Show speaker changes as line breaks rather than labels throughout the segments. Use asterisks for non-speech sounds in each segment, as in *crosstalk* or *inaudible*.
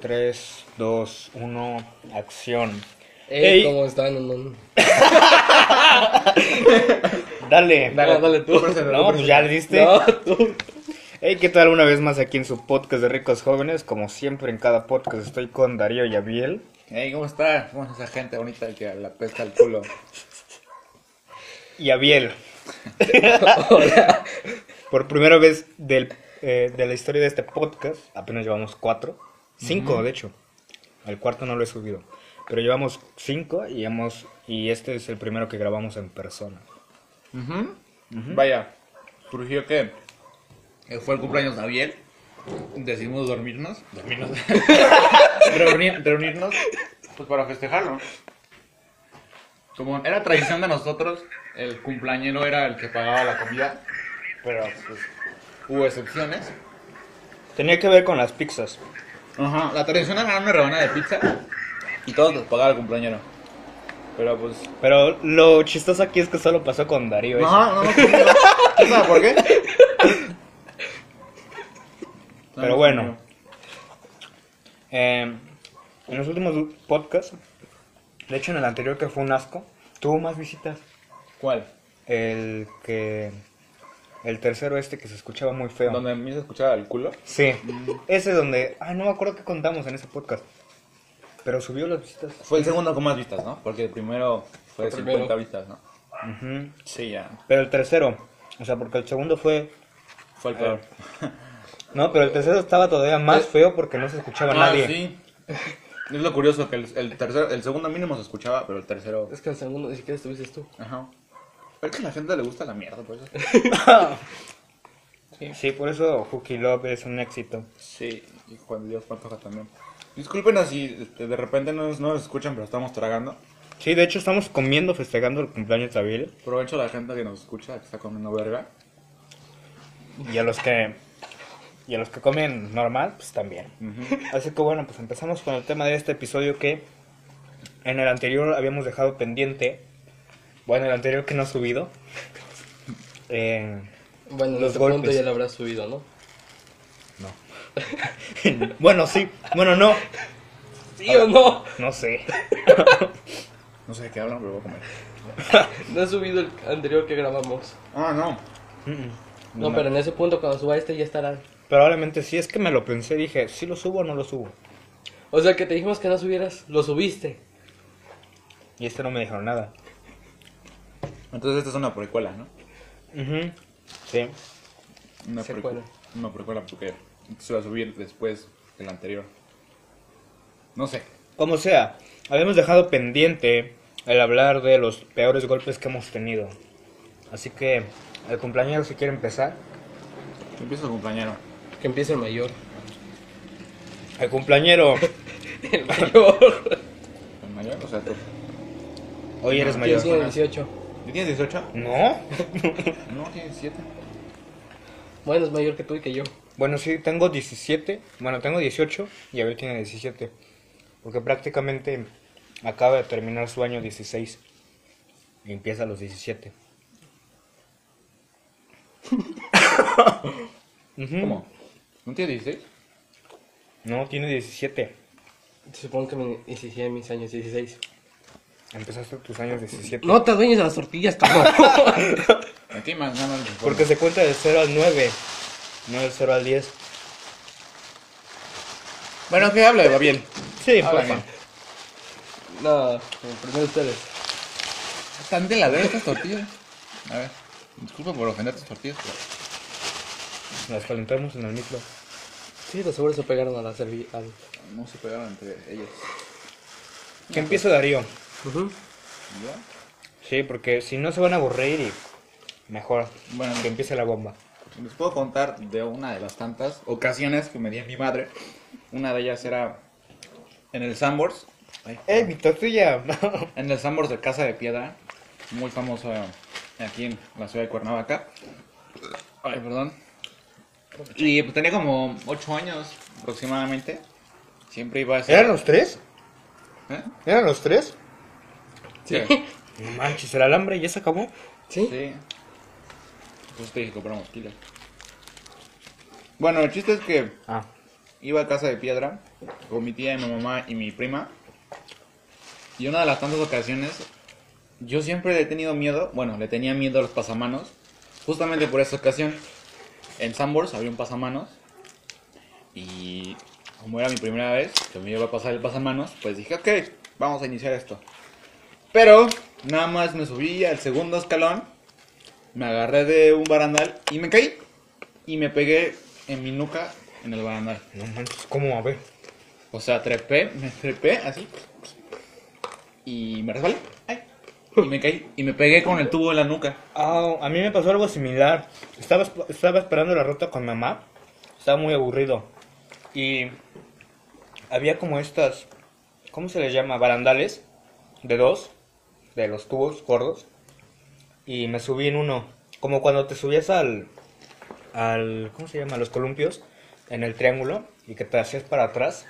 3, 2, 1, acción.
Ey,
Ey.
¿cómo están? No, no.
Dale.
Dale, dale tú.
No, pues ya le diste.
No, tú.
Hey, ¿qué tal? Una vez más aquí en su podcast de Ricos Jóvenes. Como siempre en cada podcast estoy con Darío y Abiel.
Hey, ¿cómo está? ¿Cómo es esa gente bonita que la pesta el culo?
Y
*laughs*
Abiel. Por primera vez del, eh, de la historia de este podcast, apenas llevamos cuatro. Cinco, de hecho. El cuarto no lo he subido. Pero llevamos cinco y, hemos, y este es el primero que grabamos en persona.
Ujú. Vaya, surgió que eh, fue el cumpleaños de Abiel. Decidimos dormirnos. Dormirnos. *laughs* Reunir- reunirnos. Pues para festejarlo. Como era tradición de nosotros, el cumpleañero era el que pagaba la comida. Pero pues hubo excepciones.
Tenía que ver con las pizzas.
Ajá, la tradición era una rebanada de pizza. Y todos los pagaba el cumpleañero. Pero pues
Pero lo chistoso aquí es que solo pasó con Darío. ¿eh? eso.
Ajá, no, no, no. ¿Sabes por *laughs* qué?
Pero bueno. Eh, en los últimos du- podcasts, de hecho en el anterior que fue un asco, tuvo más visitas.
¿Cuál?
El que. El tercero este que se escuchaba muy feo.
¿Donde a mí se escuchaba el culo?
Sí. Ese donde. Ay, no me acuerdo qué contamos en ese podcast. Pero subió las visitas.
Fue el segundo con más vistas, ¿no? Porque el primero fue de 50 vistas, ¿no?
Ujú.
Sí, ya.
Pero el tercero. O sea, porque el segundo fue.
Fue el peor.
No, pero el tercero estaba todavía más feo porque no se escuchaba nadie.
ah, sí. Es lo curioso que el, el tercero, el segundo mínimo se escuchaba, pero el tercero.
Es que el segundo ni siquiera estuviste tú.
Ajá. Pero es que a la gente le gusta la mierda, por eso.
Sí, por eso Hooky Love es un éxito.
Sí, y Juan Dios Pantoja también. Discúlpenos si este, de repente no, nos- no nos escuchan, pero estamos tragando.
Sí, de hecho estamos comiendo, festejando el cumpleaños de Abiel
Aprovecho a la gente que nos escucha, que está comiendo verga.
y a los que y a los que comen normal, pues también. Así que bueno, pues empezamos con el tema de este episodio que en el anterior habíamos dejado pendiente. Bueno, el anterior que no ha subido. Eh, *laughs*
Bueno, en
Los
este punto
golpes.
ya lo habrás subido, ¿no?
bueno, sí. Bueno, no.
¿Sí o no?
No sé.
No sé de qué hablan, pero voy a comer.
*laughs* No he subido el anterior que grabamos.
Ah, no.
Mm,
No, pero en ese punto, cuando suba este, ya estará.
Probablemente sí, es que me lo pensé, dije, si lo subo o no lo subo.
O sea, que te dijimos que no subieras, lo subiste.
Y este no me dijeron nada.
Entonces esta es una precuela, ¿no?
Ujú, Sí.
Una
Secuela.
precuela. Una precuela porque se va a subir después del anterior. No sé.
Como sea, habíamos dejado pendiente el hablar de los peores golpes que hemos tenido. Así que, el cumpleañero si quiere empezar.
Empieza el compañero.
Que empiece el mayor.
El cumpleañero,
*laughs* El *laughs* mayor.
¿El mayor? O sea, tú.
hoy eres
¿Quién
mayor.
tiene 18?
¿Ya tienes 18?
¿No?
No, tienes 7.
Bueno, es mayor que tú y que yo.
Bueno, sí, tengo 17. Bueno, tengo 18 y Abel tiene 17. Porque prácticamente acaba de terminar su año 16. Y empieza a los 17. Ujú.
¿Cómo? ¿No tienes 16?
No, tiene 17.
Supongo que me inicié en mis años 16.
Empezaste tus años 17.
*laughs* No te adueñes de las tortillas, cabrón.
Aquí más nada más.
Porque se cuenta del 0 al 9, no del 0 al 10.
Bueno, ¿qué habla? Va bien.
Sí,
Habla
porfa.
bien.
*laughs* no, primero ustedes.
Están de la verga estas tortillas. A ver. Disculpa por ofender tus tortillas, pero...
Las calentamos en el micro.
Sí, los seguro se pegaron a la servilleta.
No se pegaron entre ellos. pues.
Que empiece Darío.
¿Ya?
Sí, porque si no se van a aburrir y mejor
Bueno.
que empiece la bomba.
Les puedo contar de una de las tantas ocasiones que me dio mi madre. Una de ellas era en el Sambors. Ay,
¡Eh, mi tortilla!
En el Sambors de Casa de Piedra. Muy famoso eh, aquí en la ciudad de Cuernavaca. Ay, perdón. Y pues, tenía como 8 años aproximadamente. Siempre iba
*laughs*
a
¿Eran
ser...
los tres?
¿Eh?
¿Eran los tres?
Sí.
No manches, el alambre ya se acabó.
¿Sí?
Sí. Pues te dije compramos kilos. Bueno, el chiste es que
Ah,
iba a casa de piedra con mi tía y mi mamá y mi prima. Y una de las tantas ocasiones, yo siempre le he tenido miedo, bueno, le tenía miedo a los pasamanos, justamente por esa ocasión. En Sanborns había un pasamanos y como era mi primera vez que me iba a pasar el pasamanos, pues dije, ok, vamos a iniciar esto. Pero nada más me subí al segundo escalón, me agarré de un barandal y me caí. Y me pegué en mi nuca en el barandal.
No manches, ¿cómo? A ver.
O sea, trepé, me trepé así. Y me resbalé. Ay. Y me caí. Y me pegué con el tubo en la nuca.
Ah, a mí me pasó algo similar. Estaba, esp- estaba esperando la ruta con mamá. Estaba muy aburrido. Y había como estas, ¿cómo se les llama? Barandales de dos, de los tubos gordos. Y me subí en uno. Como cuando te subías al, al ¿cómo se llama? A los columpios en el triángulo y que te hacías para atrás,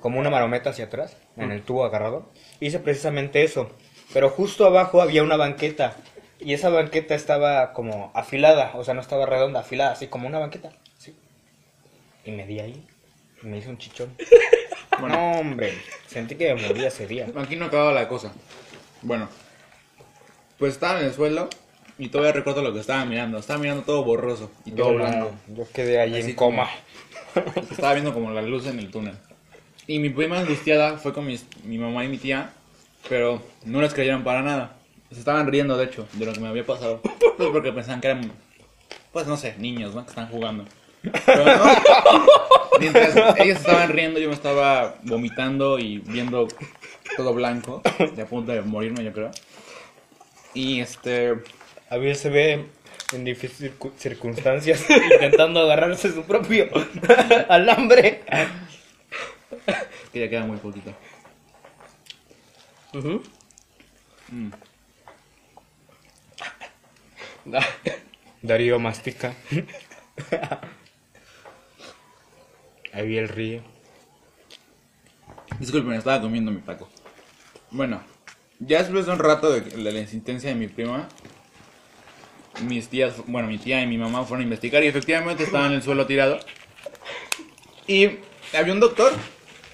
como una marometa hacia atrás, en el tubo agarrado. Hice precisamente eso, pero justo abajo había una banqueta y esa banqueta estaba como afilada, o sea, no estaba redonda, afilada, así como una banqueta. así. Y me di ahí, y me hice un chichón.
Bueno,
No, hombre, sentí que me moría ese día.
aquí no acababa la cosa. Bueno, pues estaba en el suelo. Y todavía recuerdo lo que estaba mirando. Estaba mirando todo borroso y todo blanco.
Yo quedé ahí
Así
en coma.
Estaba viendo como la luz en el túnel. Y mi prima angustiada fue con mis- mi mamá y mi tía, pero no les creyeron para nada. Se estaban riendo, de hecho, de lo que me había pasado. Pues porque pensaban que eran, pues no sé, niños, ¿no? Que están jugando. Pero no. Mientras ellos estaban riendo, yo me estaba vomitando y viendo todo blanco, de a punto de morirme, yo creo. Y este.
A ver, se ve en difíciles circu- circunstancias *laughs* intentando agarrarse su propio *laughs* alambre.
que ya queda muy poquito.
Ujú.
Mm.
Darío mastica. Ahí él ríe.
Disculpen, estaba comiendo mi taco. Bueno, ya después de un rato de, de la insistencia de mi prima, mis tías, bueno, mi tía y mi mamá fueron a investigar y efectivamente estaba en el suelo tirado. Y había un doctor,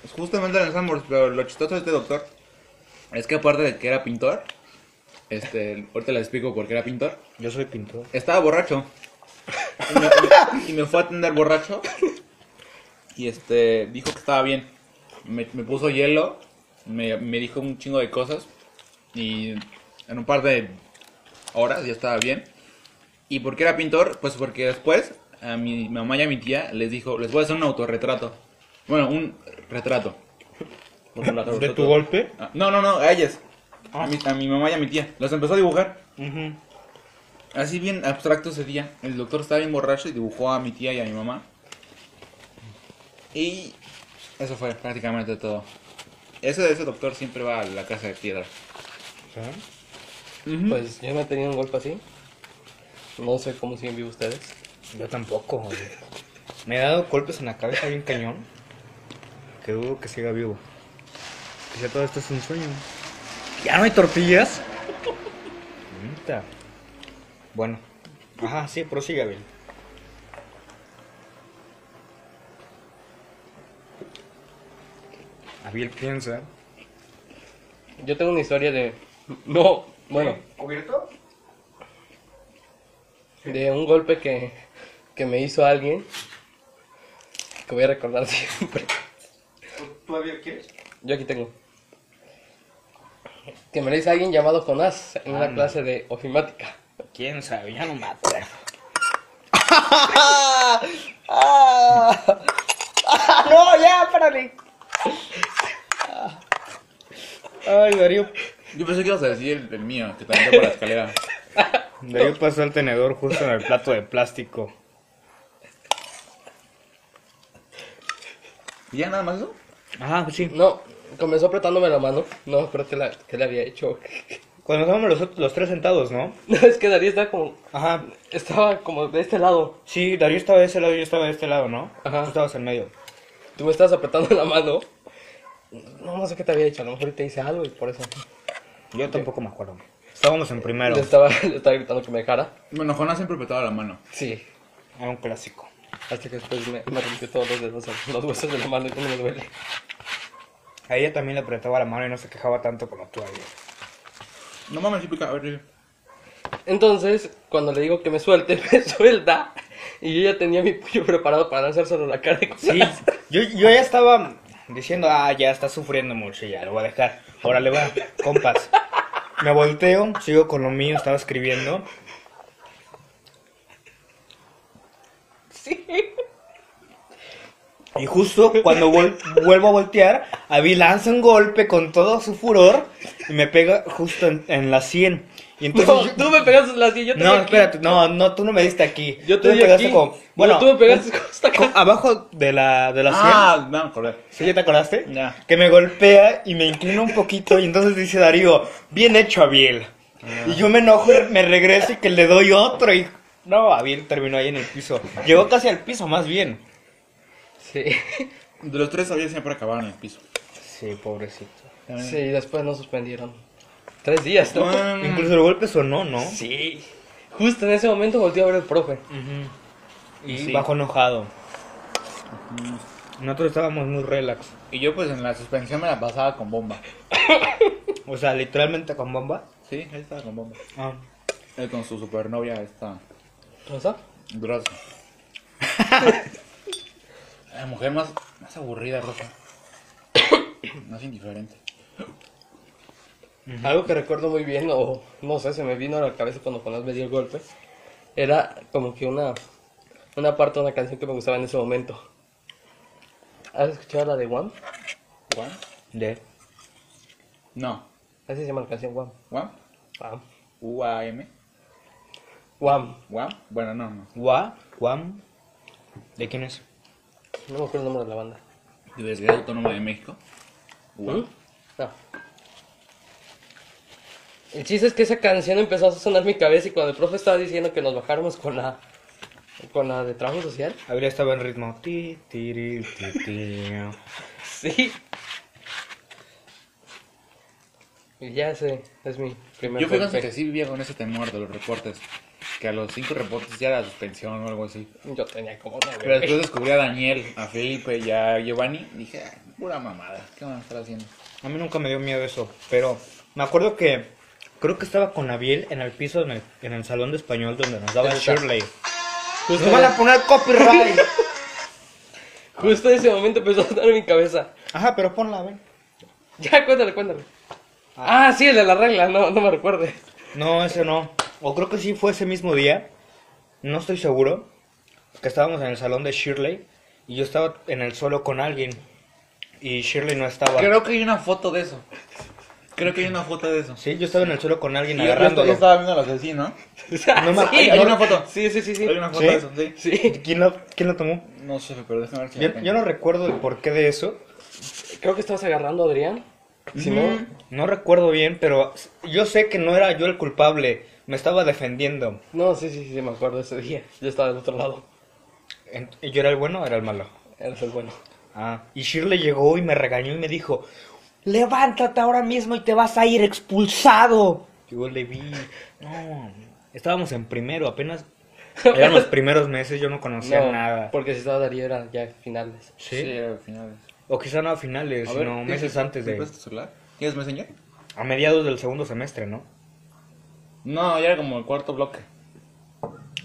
pues, justamente en el Sanborns, pero lo chistoso de este doctor es que aparte de que era pintor, este, ahorita les explico por qué era pintor,
Yo soy pintor.
estaba borracho. Y me, y me fue a atender borracho. Y este, dijo que estaba bien. Me, me puso hielo. Me, me dijo un chingo de cosas. Y en un par de horas ya estaba bien. ¿Y por qué era pintor? Pues porque después a mi mamá y a mi tía les dijo, les voy a hacer un autorretrato. Bueno, un retrato. Porque la
¿De tu
autorretrato-
golpe?
Ah, No, no, no, a ellas. A mi, a mi mamá y a mi tía. Las empezó a dibujar. Así bien abstracto ese día. El doctor estaba bien borracho y dibujó a mi tía y a mi mamá. Y eso fue prácticamente todo. Ese, ese doctor siempre va a la casa de piedra.
¿Sí?
Pues yo no he tenido un golpe así. No sé cómo siguen vivos ustedes.
Yo tampoco. güey. Me he dado golpes en la cabeza bien cañón. Que dudo que siga vivo. Quizá todo esto es un sueño. ¿Ya no hay tortillas? Neta. Bueno. Ajá, sí, prosiga bien. Abiel piensa.
Yo tengo una historia de. No, bueno,
¿Cubierto?
de un golpe que, que me hizo alguien. Que voy a recordar *laughs* siempre.
¿Todavía quieres?
Yo aquí tengo. Que me lo hizo alguien llamado Jonás en una clase de ofimática.
¿Quién sabe? Ya no me
*laughs*
acuerdo.
Ah, ¡No, ya, párale!
Ay, Darío.
Yo pensé que ibas a decir el, el mío, que también por la escalera.
Darío pasó el tenedor justo en el plato de plástico.
¿Y ya nada más eso?
Ajá, Ah, pues sí.
No, comenzó apretándome la mano. No, creo que la, que le había hecho. *laughs*
Cuando estábamos los, ot- los tres sentados, ¿no?
No, es que Darío estaba como.
Ajá.
Estaba como de este lado.
Sí, Darío estaba de ese lado y yo estaba de este lado, ¿no?
Ajá.
Tú estabas en medio.
Tú me estabas apretando la mano. No, no sé qué te había hecho. A lo mejor te hice algo y por eso.
Yo tampoco me acuerdo. Estábamos en primero.
*laughs* Le estaba, le estaba gritando que me dejara.
Bueno, Jonás siempre apretaba la mano.
Sí.
Era un clásico.
Hasta que después me, me rompió todos los dedos, *laughs* los huesos de la mano y no me duele.
A ella también le apretaba la mano y no se quejaba tanto como tú ayer.
No mames, sí pica. A ver, sí.
Entonces, cuando le digo que me suelte, *laughs* me suelta. Y yo ya tenía mi puño preparado para lanzárselo a la
*laughs*
cara.
Sí, yo, yo ya estaba diciendo, ah, ya está sufriendo mucho, ya lo voy a dejar. Órale, va, compas. Me volteo, sigo con lo mío, estaba escribiendo.
Sí.
Y justo cuando vol- vuelvo a voltear, Avi lanza un golpe con todo su furor y me pega justo en, en la sien. Y entonces
No,
yo-
tú me pegaste la *laughs* silla, yo te
No,
di aquí.
espérate, no, no, tú no me diste aquí.
Yo
Tú
te
me
di
pegaste
aquí.
como-
Bueno,
Bueno,
tú me pegaste *laughs* con esta
co-
cara.
abajo de la, de la sien.
Ah, no me acordé.
¿Sí ya te acordaste?
Ya.
Que me golpea y me inclino un poquito y entonces dice Darío, bien hecho Abiel. Y yo me enojo, y me regreso y que le doy otro y... No, Abiel terminó ahí en el piso. Llegó casi al piso, más bien.
Sí.
De los tres había siempre acabado en el piso.
Sí, pobrecito.
Sí, después nos suspendieron. Tres días, ¿no?
Ah.
Mm.
Incluso el golpe sonó, ¿no?
Sí. Justo en ese momento volteó a ver el profe.
Y
Sí.
bajo enojado.
Mm.
Nosotros estábamos muy relax.
Y yo, pues en la suspensión me la pasaba con bomba.
O sea, literalmente con bomba.
Sí, ahí estaba con bomba.
Ah.
Él Eh, con su supernovia, esta.
¿No está?
Grosa. *laughs* la mujer más, más aburrida, Rosa. *coughs* Más indiferente.
Algo que recuerdo muy bien, o no sé, se me vino a la cabeza cuando Jonás me dio el golpe, era como que una, una parte de una canción que me gustaba en ese momento. ¿Has escuchado la de One?
¿Juan?
De.
No.
Así se llama la canción Ah, One.
¿Juan?
One.
U-A-M.
One.
¿Juan? Bueno, no, no.
Gua, Guam. ¿De quién es?
No me acuerdo el nombre de la banda.
Universidad Autónoma de México.
¿Mm? No. El chiste es que esa canción empezó a sonar en mi cabeza y cuando el profe estaba diciendo que nos bajáramos con la, con la de trabajo social,
Habría estaba en ritmo. Ti, tiri, ti, ti.
sí. Y ya ese es mi primer
Yo fíjense que
golpe.
sí vivía con ese temor de los reportes. Que a los cinco reportes ya era suspensión o algo así.
Yo tenía como
Pero
nueve.
Eh.
después descubrí a Daniel, a Felipe y a Giovanni. Dije, "Ah, pura mamada. ¿Qué van a estar haciendo?
A mí nunca me dio miedo eso. Pero me acuerdo que. Creo que estaba con Abiel en el piso, en el, en el salón de español donde nos daba
Ahí está.
Shirley.
Justo,
¡Nos Pues van a poner copyright!
justo ese momento empezó a sonar en mi cabeza.
*laughs* Ajá, pero ponla, ven.
Ya, cuéntale, cuéntale. Ah, sí, el de la regla, no, no me *laughs* recuerdes.
No, ese no. O creo que sí fue ese mismo día. No estoy seguro. Que estábamos en el salón de Shirley. Y yo estaba en el suelo con alguien. Y Shirley no estaba.
Creo que hay una foto de eso. Creo que hay una foto de eso.
Sí, yo estaba en el suelo con alguien
Y yo- yo,
agarrándolo.
estaba viendo los asesinos.
No me-
sí,
hay-
hay una foto.
Sí, sí, sí, sí.
Hay una foto
¿Sí?
de eso, sí.
Sí,
¿Quién lo, quién lo tomó?
No sé, pero déjame ver si
Yo,
la tengo.
yo no recuerdo el porqué de eso.
creo que estabas agarrando a Adrián. Si no,
No recuerdo bien, pero yo sé que no era yo el culpable. Me estaba defendiendo.
No, sí, sí, sí, me acuerdo ese día. Yo estaba del otro lado.
En- ¿Y yo era el bueno o era el malo?
Eres el bueno.
Ah, y Shirley llegó y me regañó y me dijo, levántate ahora mismo y te vas a ir expulsado. Yo le vi, no, estábamos en primero, apenas eran los primeros meses, yo no conocía
no,
nada.
Porque si estaba Darío era ya finales.
¿Sí?
Sí, al final.
O quizá no a finales, sino
¿tienes-
meses antes de...
¿Tienes tu celular? ¿Tienes Messenger?
A mediados del segundo semestre, ¿no?
No, ya era como el cuarto bloque.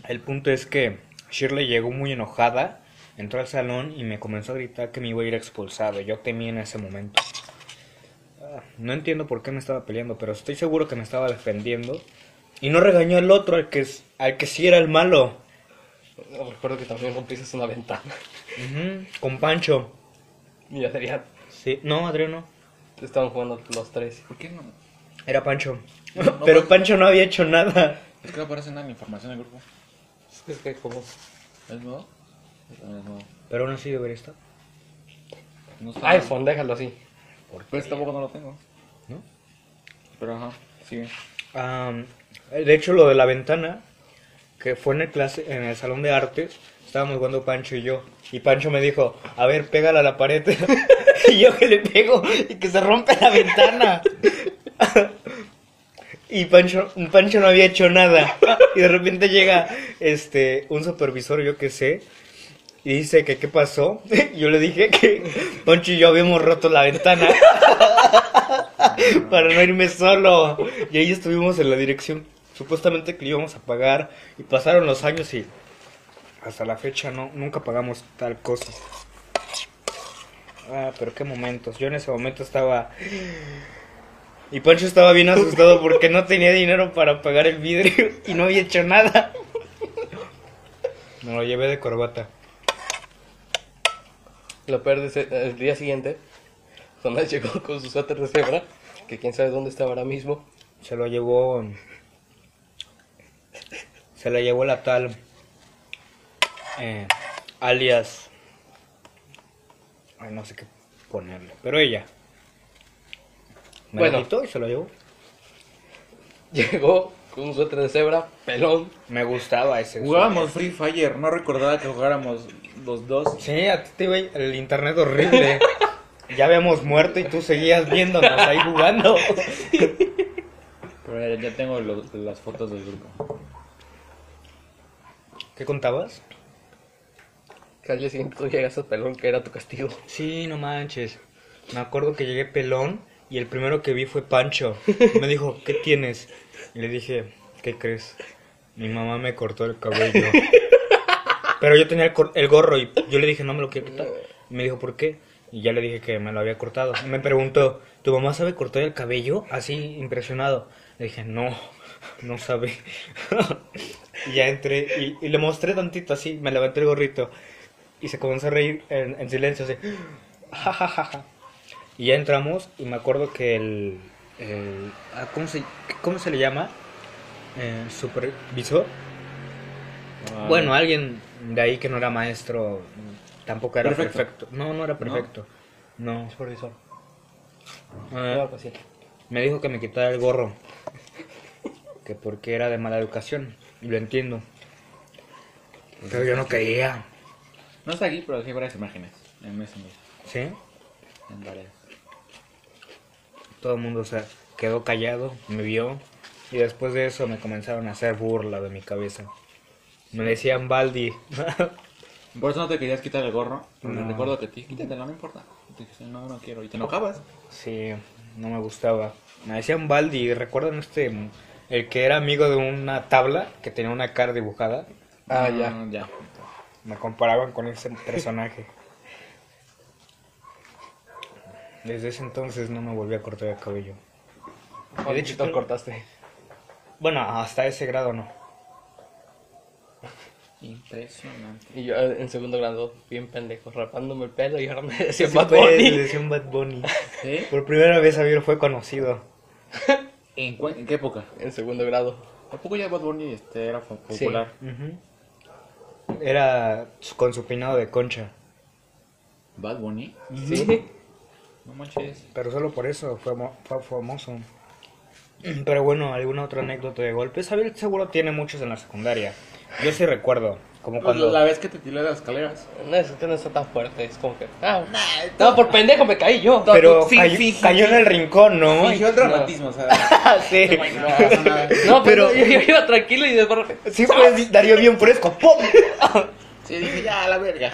El punto es que Shirley llegó muy enojada, entró al salón y me comenzó a gritar que me iba a ir expulsado. Yo temí en ese momento. Ah, No entiendo por qué me estaba peleando, pero estoy seguro que me estaba defendiendo. Y no regañó al otro, al que, s- al que sí era el malo.
Recuerdo que también rompiste una ventana. *laughs*
Ujú, Con Pancho.
Y Adrián.
Sí. No, Adrián no.
Estaban jugando los tres.
¿Por qué no?
Era Pancho.
No,
pero
no.
Pancho no había hecho nada.
Es que no aparece nada en la información del grupo.
Es que, es que como.
¿Es nuevo? Es nuevo.
Pero aún así debería estar.
No
Ah,
está-
iPhone, déjalo así.
Pues tampoco no lo tengo.
¿No?
Pero ajá, sigue.
Am, de hecho, lo de la ventana, que fue en el, clase, en el salón de artes, estábamos jugando Pancho y yo. Y Pancho me dijo, a ver, pégala a la pared. *laughs* y yo que le pego y que se rompe la ventana. *laughs* y Pancho, Pancho no había *laughs* hecho nada. y de repente llega este un supervisor, yo qué sé, Y dice que qué pasó. *laughs* Yo le dije que Poncho y yo habíamos roto la ventana para no irme solo. Y ahí estuvimos en la dirección supuestamente que íbamos a pagar. Y pasaron los años y hasta la fecha no nunca pagamos tal cosa. Ah, pero qué momentos. Yo en ese momento estaba... Y Poncho estaba bien asustado porque no tenía dinero para pagar el vidrio y no había hecho nada. Me lo llevé de corbata.
Lo peor es el, el día siguiente, Donald *laughs* llegó con su suéter de cebra, que quién sabe dónde está ahora mismo. *laughs*
Se lo llevó. Se lo llevó la tal. eh, alias. ay, no sé qué ponerle. Pero ella. Me
Bueno.
lo quitó y se lo llevó.
Llegó con un suéter de cebra, pelón.
Me gustaba ese.
Jugábamos Free Fire, no recordaba que jugáramos los dos.
Sí, a ti, güey, el internet *laughs* horrible. ya habíamos muerto y tú seguías viéndonos ahí *laughs* jugando.
Pero ya tengo lo- las fotos del grupo.
¿Qué contabas?
Que al día siguiente tú llegas al pelón, que era tu castigo.
Sí, no manches. Me acuerdo que llegué pelón y el primero que vi fue Pancho. Y Me dijo, ¿qué tienes? Y le dije, ¿qué crees? Mi mamá me cortó el cabello. Pero yo tenía el, cor- el gorro y yo le dije, no me lo quiero quitar. Y me dijo, ¿por qué? Y ya le dije que me lo había cortado. Y me preguntó, ¿tu mamá sabe cortar el cabello? Así, impresionado. Le dije, no, no sabe. *laughs* y ya entré y, y le mostré tantito así, me levanté el gorrito. Y se comenzó a reír en, en silencio, así. "Ja, ja, ja, ja". Y ya entramos y me acuerdo que el... el- ah, ¿cómo, se, ¿Cómo se le llama? Eh, supervisor.
Ah,
Bueno, alguien de ahí que no era maestro tampoco era perfecto.
Perfecto.
No, no era perfecto. No.
Supervisor.
Eh,
Ah.
Algo así.
me dijo que me quitara el gorro. Que porque era de mala educación. Y lo entiendo. Pero yo no quería.
No está aquí, pero sí hay varias imágenes. En Messenger,
¿Sí?
en varias.
Todo el mundo se quedó callado, me vio. Y después de eso me comenzaron a hacer burla de mi cabeza. Me decían Baldi.
Por eso no te querías quitar el gorro. Pero
No.
le recuerdo que te dije, quítatelo, no importa. Y te dije, no, no quiero. Y te enojabas.
Sí, no me gustaba. Me decían Baldi, ¿recuerdan este? El que era amigo de una tabla que tenía una cara dibujada.
Ah,
No,
ya.
Ya.
Me comparaban con ese personaje. Desde ese entonces no me volví a cortar el cabello.
Y de hecho, tú lo cortaste.
Bueno, hasta ese grado no.
Impresionante.
Y yo eh, en segundo grado, bien pendejo, rapándome el pelo y ahora me *laughs* decía
Sí *laughs*
Bad
fue,
pues.
Bunny.
le decían Bad Bunny.
¿Sí?
Por primera vez Javier fue conocido.
¿En, cuál- en qué época?
En segundo grado.
¿A poco ya Bad Bunny este, era fo- popular?
Ujú. Era con su peinado de concha.
¿Bad Bunny?
Sí.
No manches.
Pero solo por eso fue, mo- fue famoso. *clears throat* Pero bueno, alguna otra anécdota de golpes. Javier seguro tiene muchos en la secundaria. Yo sí recuerdo. Como cuando...
Pues, La vez que te tiré de las escaleras.
No, es que no está tan fuerte, es como que. Ah, no, por pendejo me caí yo.
Pero
Sí,
cayó,
sí, sí,
cayó en el rincón, ¿no? Ah,
Fingió
*laughs*
el dramatismo, o sea. *laughs*
Sí.
no pasa nada.
No, pero
Pero-
yo, yo iba tranquilo y de repente-
Sí, pues Darío bien fresco. ¡Pum! *laughs*
Sí, dije, ya, a la *laughs* verga.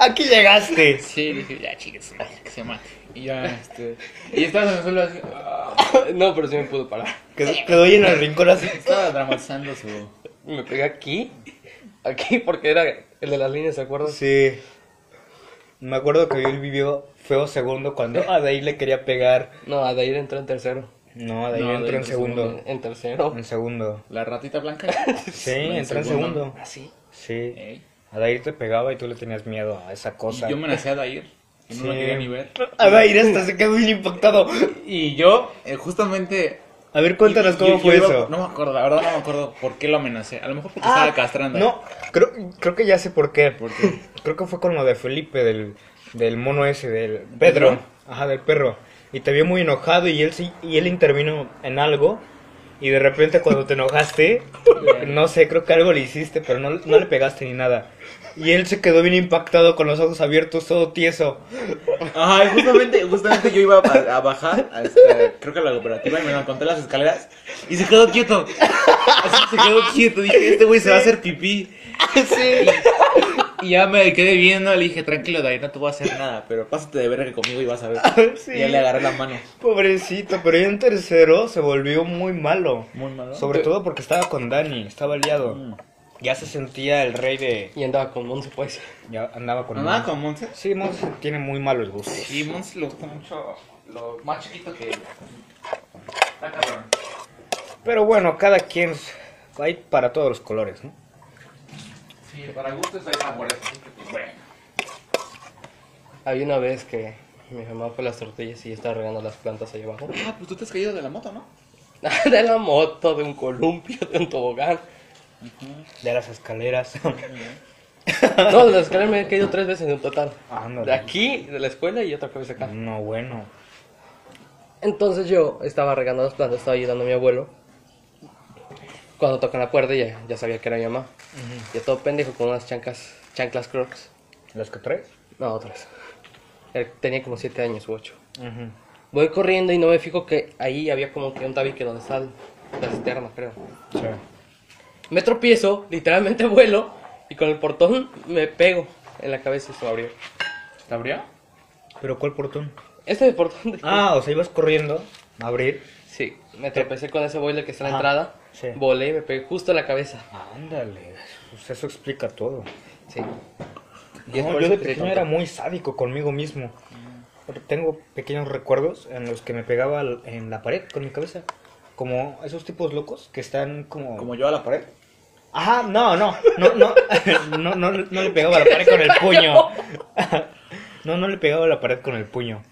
Aquí llegaste.
Sí, dije, ya, chicas, que se mate. Y ya, este. Y estabas en el suelo así. ah,
*laughs* No, pero sí me pudo parar.
Quedó, quedó ahí en el rincón así.
Estaba dramatizando su.
Me pegué aquí. Aquí porque era el de las líneas, ¿se acuerdan?
Sí. Me acuerdo que él vivió feo segundo cuando a Dair le quería pegar.
No, Adair entró en tercero.
No, Adair
No,
entró
Adair
en segundo.
En tercero.
En segundo.
La ratita blanca.
Sí, entró en segundo.
Así.
Sí.
Ey.
Adair te pegaba y tú le tenías miedo a esa cosa.
Y yo me nací a Dair. Y no lo
Sí.
quería ni ver.
Adair hasta se quedó bien impactado.
Y yo, eh, justamente.
A ver, cuéntanos
y-
cómo
yo-
fue
yo iba-
eso.
No me acuerdo, la verdad no me acuerdo por qué lo amenacé. A lo mejor porque
Ah,
estaba castrando.
No, creo, creo que ya sé por qué.
¿Por qué?
Creo que fue con lo de Felipe, del, del mono ese, del Pedro.
¿Pedro?
Ajá, del perro. Y te vio muy enojado y él, sí- y él intervino en algo. Y de repente cuando te
*laughs*
enojaste, no sé, creo que algo le hiciste, pero no, no le pegaste ni nada. Y él se quedó bien impactado con los ojos abiertos, todo tieso.
Ajá, y justamente, justamente yo iba a, a bajar, a este, creo que a la cooperativa, y me lo encontré en las escaleras, y se quedó quieto. *laughs* Así se quedó quieto, dije, este güey se va a hacer pipí.
Sí.
Y ya me quedé viendo, le dije, tranquilo, Dari, no te voy a hacer nada, pero pásate de verga conmigo y vas a *laughs* ver.
Sí.
Y ya le agarré la mano.
Pobrecito, pero ya en tercero se volvió muy malo.
Muy malo.
Sobre todo porque estaba con Dani, estaba aliado.
Mm.
Ya se sentía el rey de.
Y andaba con Monse, pues.
Ya andaba con.
¿Nada
Monse.
con Monse?
Sí, Monse tiene muy malos gustos.
Sí, Monse le gusta mucho lo más chiquito que ella. Está cabrón.
Pero bueno, cada quien. Hay para todos los colores, ¿no?
Sí, para gustos hay amores. pues, Bueno.
Había una vez que mi mamá fue a las tortillas y yo estaba regando las plantas ahí abajo. *laughs*
Ah, pues tú te has caído de la moto, ¿no?
De la moto, de un columpio, de un tobogán.
De las escaleras.
No, de la escalera me he caído tres veces en total. De
*laughs* Ándale.
aquí, de la escuela y otra vez acá.
No, bueno.
Entonces yo estaba regando las plantas, estaba ayudando a mi abuelo. Cuando tocan la puerta ya, ya sabía que era mi mamá. Yo todo pendejo con unas chancas, chanclas crocs.
¿Las que traes?
No, otras. Eh, Tenía como siete años u ocho.
Ujú.
Voy corriendo y no me fijo que ahí había como que un tabique donde está el- la cisterna, creo.
Sí.
Me tropiezo, literalmente *laughs* vuelo y con el portón me pego en la cabeza y se abrió.
¿Te abrió?
¿Pero cuál portón?
Este es el portón de...
Ah, o sea, ibas corriendo a abrir.
Sí, me tropecé con ese boiler que está en la
Ajá,
entrada.
sí.
Volé y me pegué justo en la cabeza.
Ándale. Pues eso explica todo.
Sí. Y es
No,
por
yo
eso
de
que soy
pequeño
tonto.
era muy sádico conmigo mismo. Tengo pequeños recuerdos en los que me pegaba al- en la pared con mi cabeza. Como esos tipos locos que están como...
Como yo a la pared.
Ajá, no, no, no, no, no, *laughs* no, no le pegaba a la pared con el puño. *laughs* No, no le pegaba a la pared con el puño.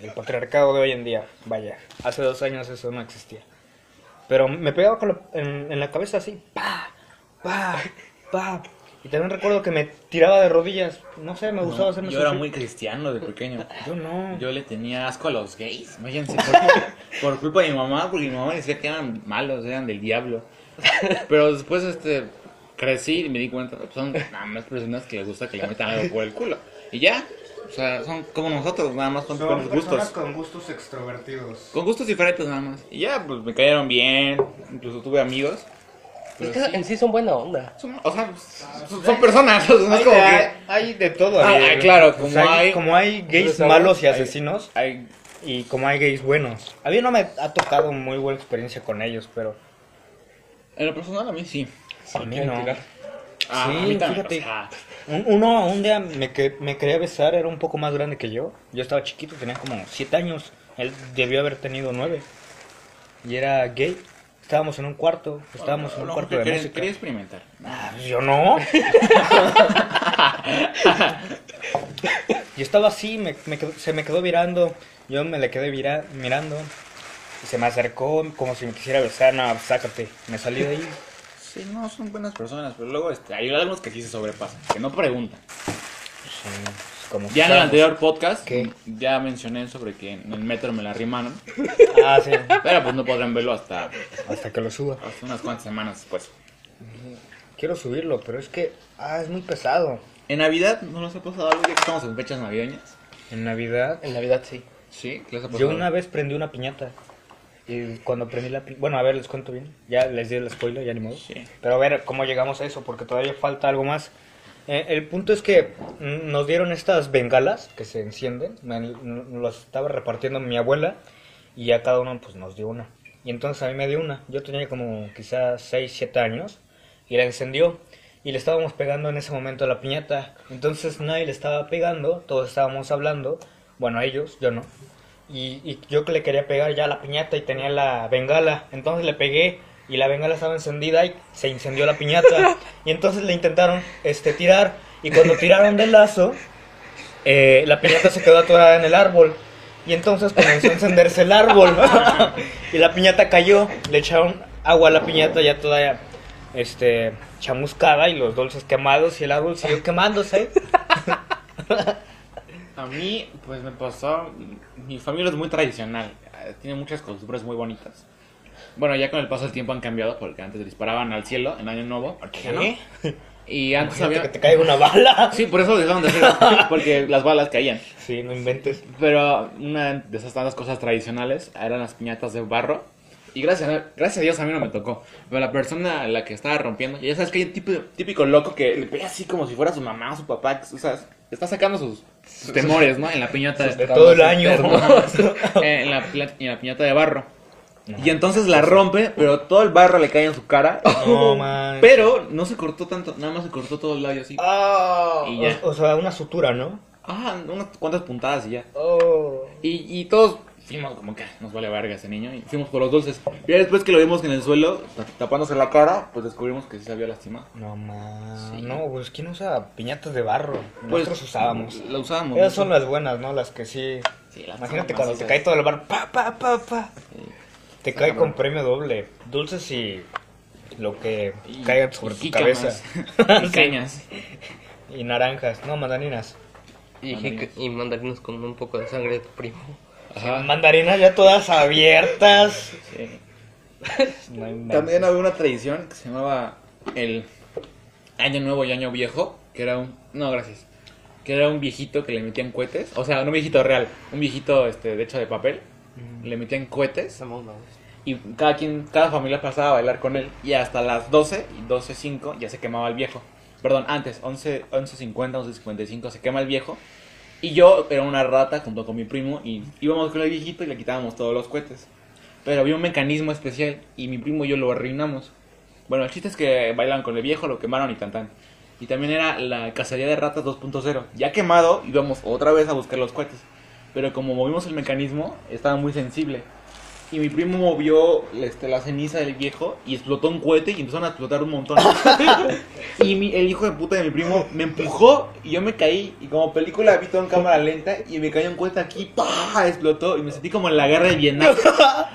El patriarcado de hoy en día, vaya, hace dos años eso no existía. Pero me pegaba con la- en, en la cabeza así, pa, pa, pa. Y también recuerdo que me tiraba de rodillas, no sé, me gustaba hacerme
yo era
sufrir.
muy cristiano de *laughs* pequeño.
Yo no.
Yo le tenía asco a los gays. Imagínense, por, culpa- por culpa de mi mamá, porque mi mamá decía que eran malos, eran del diablo. Pero después este crecí y me di cuenta, pues, son nada más personas que les gusta que le metan algo por el culo. Y ya, o sea, son como nosotros, nada más con con gustos.
con gustos extrovertidos.
Con gustos diferentes nada más. Y ya, pues me cayeron bien, incluso tuve amigos.
Es que en sí son buena onda.
Son- o sea, son, son personas, *laughs* o sea, no es
Hay,
como
de,
que...
hay de todo.
Ah,
Ariel.
claro,
O sea,
como hay-
como hay gays
Pero,
malos y
hay-
asesinos,
hay-
Y como hay gays buenos. A mí no me ha tocado muy buena experiencia con ellos, pero
en lo personal a mí sí.
a mí
qué
no.
mentira.
Ah, a
Sí,
mí también,
fíjate.
o sea,
Un- uno un día me, que, me quería besar, era un poco más grande que yo. Yo estaba chiquito, tenía como 7 años. Él debió haber tenido 9. Y era gay. Estábamos en un cuarto, estábamos en un
lo
cuarto
que
de
quería-
música.
quería experimentar.
Ah, pues yo no. *laughs* yo estaba así, me- me qued- se me quedó mirando. Yo me le quedé vira- mirando. Y se me acercó como si me quisiera besar. No, pues, sácate. Me salí de ahí.
Sí, no, son buenas personas, pero luego este, hay algunos que sí se sobrepasan, que no preguntan.
Sí, pues, como
Ya en el
estábamos.
anterior podcast,
¿Qué?
ya mencioné sobre que en el metro me la rimaron,
Ah, sí.
pero pues no podrán verlo hasta,
Hasta que lo suba.
hasta unas cuantas semanas después.
Quiero subirlo, pero es que. Ah, es muy pesado.
En Navidad, ¿no nos ha pasado algo ya que estamos en fechas navideñas?
En Navidad.
En Navidad sí.
Sí, ¿qué les ha
Yo una vez prendí una piñata. Y cuando prendí la piñata. Bueno, a ver, les cuento bien. Ya les di el spoiler, ya ni modo.
Sí.
Pero a ver cómo llegamos a eso, porque todavía falta algo más. Eh, el punto es que mm, nos dieron estas bengalas que se encienden. Me, n- las estaba repartiendo mi abuela. Y a cada uno pues nos dio una. Y entonces a mí me dio una. Yo tenía como quizás 6, 7 años. Y la encendió. Y le estábamos pegando en ese momento a la piñata. Entonces nadie le estaba pegando. Todos estábamos hablando. Bueno, ellos, yo no. Y, y yo que le quería pegar ya la piñata y tenía la bengala. Entonces le pegué y la bengala estaba encendida y se incendió la piñata. y entonces le intentaron este, tirar. Y cuando tiraron del lazo, eh, la piñata se quedó atorada en el árbol. Y entonces comenzó a encenderse el árbol. *laughs* y la piñata cayó. Le echaron agua a la piñata ya toda este, chamuscada y los dulces quemados. Y el árbol siguió quemándose.
A mí, pues me pasó. Mi familia es muy tradicional. eh, Tiene muchas costumbres muy bonitas. Bueno, ya con el paso del tiempo han cambiado porque antes disparaban al cielo en Año Nuevo. ya no.
¿Qué?
Y
Imagínate
antes
que
había.
te caiga una bala. *laughs*
Sí, por eso dejaron de hacer. *laughs* Porque las balas caían.
Sí, no inventes.
Pero una de esas tantas cosas tradicionales eran las piñatas de barro. Y gracias, a- gracias a Dios a mí no me tocó. Pero la persona a la que estaba rompiendo, ya sabes que hay un típico, típico loco que le pega así como si fuera su mamá o su papá. que, O sea, está sacando sus, sus temores, ¿no? En la piñata.
De todo el año. *laughs*
*laughs* Eh, en, la, pla- en la piñata de barro. Y entonces la rompe, pero todo el barro le cae en su cara.
No, man.
Pero no se cortó tanto, nada más se cortó todo el labio así.
Ah,
Y ya.
o, o sea, una sutura, ¿no?
Ah, unas cuantas puntadas y ya.
Oh.
Y, y todos fuimos como que "Ah, nos vale verga ese niño y fuimos por los dulces. Y ya después que lo vimos en el suelo, ta- tapándose la cara, pues descubrimos que sí se había lastimado.
No, man.
Sí.
No, pues ¿quién usa piñatas de barro?
Pues,
Nosotros usábamos.
La usábamos.
Esas son las buenas, ¿no? Las que sí.
Sí, las
Imagínate
son
cuando te
macizas.
cae todo el barro. Pa, pa, pa, pa. Te cae con premio doble. Dulces y lo que
Y-
caiga sobre
y
tu
jícamas.
cabeza.
*laughs* Y cañas.
Y naranjas, no, mandarinas.
Y, jica- y mandarinos con un poco de sangre de tu primo.
Ajá.
Mandarinas ya todas abiertas.
sí.
No hay nada.
También había una tradición que se llamaba el Año Nuevo y Año Viejo, que era un... No, gracias. Que era un viejito que le metían cohetes. O sea, no un viejito real, un viejito este, de hecho de papel. Le metían cohetes
Estamos mal.
y cada quien, cada familia pasaba a bailar con él y hasta las 12 y 12.05 ya se quemaba el viejo. Perdón, antes, 11, 11.50, 11.55 se quema el viejo y yo era una rata junto con mi primo y íbamos con el viejito y le quitábamos todos los cohetes. Pero había un mecanismo especial y mi primo y yo lo arruinamos. Bueno, el chiste es que bailan con el viejo, lo quemaron y tan tan. Y también era la cacería de ratas 2.0. Ya quemado, íbamos otra vez a buscar los cohetes. Pero como movimos el mecanismo, estaba muy sensible. Y mi primo movió este, la ceniza del viejo y explotó un cohete y empezaron a explotar un montón. *laughs* y mi- el hijo de puta de mi primo me empujó y yo me caí. Y como película vi todo en cámara lenta y me cayó un cohete aquí, ¡pah! explotó. Y me sentí como en la guerra de Vietnam.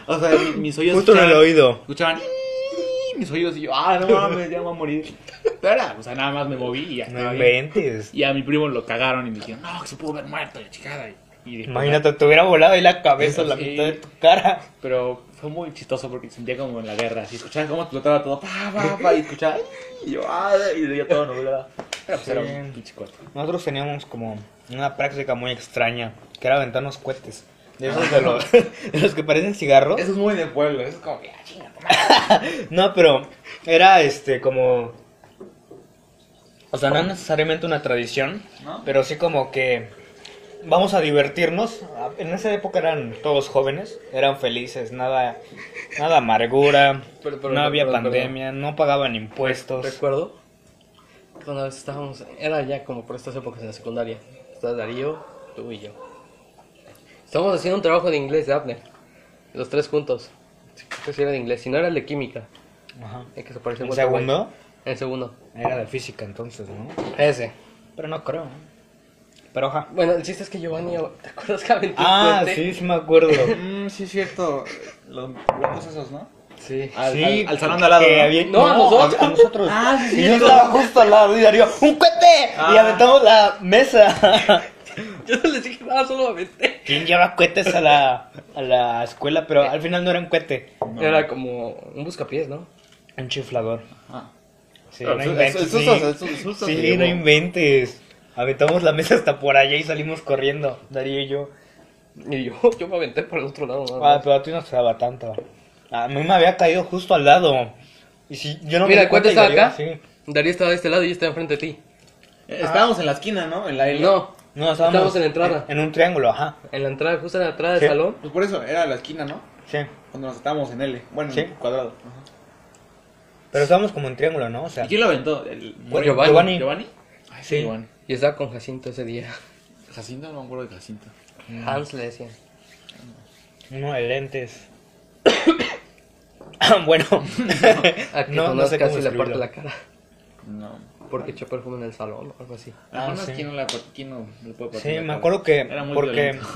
O sea, mi- mis oídos.
Justo en el
escuchaban-
oído.
escuchaban "Iiii", mis oídos y yo, ah, no mames, ya me voy a morir. Pero era, o sea, nada más me moví y ya
No
estaba bien.
inventes.
Y a mi primo lo cagaron y me dijeron, no, que se pudo ver muerto, la chingada. Y, y después-
Imagínate, te hubiera volado ahí la cabeza,
Eso
la
sí.
mitad de tu cara.
Pero fue muy chistoso porque sentía como en la guerra, así escuchaba cómo explotaba todo, pa, pa, pa, y escuchaba, "Ii", y yo, ah, y veía todo nublado. Pero pues era un
Sí.
pinche cuate.
Nosotros teníamos como una práctica muy extraña, que era aventarnos cohetes. De esos de
*laughs*
los, de los que parecen cigarros.
Eso es muy de pueblo, eso es como, ya, chinga, tu madre".
No, pero era este como. O sea, no necesariamente una tradición,
¿No?
pero sí como que vamos a divertirnos. En esa época eran todos jóvenes, eran felices, nada, nada amargura,
Pero- pero-
no había
pero- pero-
pandemia, no pagaban impuestos.
Recuerdo que una vez estábamos, era ya como por estas épocas en la secundaria. Está Darío, tú y yo. Estábamos haciendo un trabajo de inglés de Abner. Los tres juntos. Sí, Creo que sí era de inglés, si no era el de química.
Ajá.
El que se parecía
El
mucho a Wally.
segundo
El segundo.
era de física entonces, ¿no?
Ese.
Pero no creo. ¿eh? Pero oja.
Bueno, el chiste es que Giovanni, ¿te acuerdas que aventó un
Ah,
puente?
sí, sí me
*laughs*
acuerdo.
Mm, sí, es cierto, los huecos esos, ¿no?
Sí.
Al,
Sí,
al, al salón de al lado.
que
¿no?
había-
No, a nosotros.
a nosotros.
*laughs* Ah, sí,
y
sí,
yo
sí.
estaba justo al lado y Darío, ¡un cohete! Y
Ah.
aventamos la mesa.
*laughs*
Yo no les dije nada, solo aventé.
¿Quién lleva cohetes a la, a la escuela? Pero al final no era un cohete,
Era como un buscapiés, ¿no?
un chiflador.
Ah.
Sí,
Ah,
no
el su-
inventes.
el
sí.
susto- el su- el susto
Sí,
que llevó.
no inventes. Aventamos la mesa hasta por allá y salimos corriendo, Darío y yo.
Y yo, *laughs* yo me aventé por el otro lado. nada
Ah,
más.
pero a ti no te daba tanto. A mí me había caído justo al lado. Y si yo no me
Mira,
di
el cuate
cuenta y
estaba
Darío,
acá.
sí.
Darío estaba de este lado y yo estaba enfrente de ti.
Eh, Estábamos en la esquina, ¿no? En la isla.
No,
No, estábamos,
Estábamos en la entrada.
En, en un triángulo, ajá.
en la entrada, justo en la entrada del
Sí.
salón.
Pues por eso, era la esquina, ¿no?
Sí.
Cuando nos estábamos en L. Bueno,
Sí.
en cuadrado.
Pero estábamos como en triángulo, ¿no? O sea,
¿Y quién lo aventó? El...
Bueno,
Giovanni.
Giovanni.
¿Giovanni? Ay,
Sí.
Giovanni.
Y estaba con Jacinto ese día.
Jacinto, no me acuerdo de Jacinto.
Mm.
Hans le decía.
uno de lentes. *coughs*
*laughs*
bueno, *laughs*
A que
no, no sé cómo
si le parte
escribirlo.
la cara.
No.
Porque echó perfume en el salón o algo así.
Ah,
Ah, no,
sí.
¿quién no la quién no le puede partir
Sí,
la
me
cara?
acuerdo que
Era muy
porque
violento.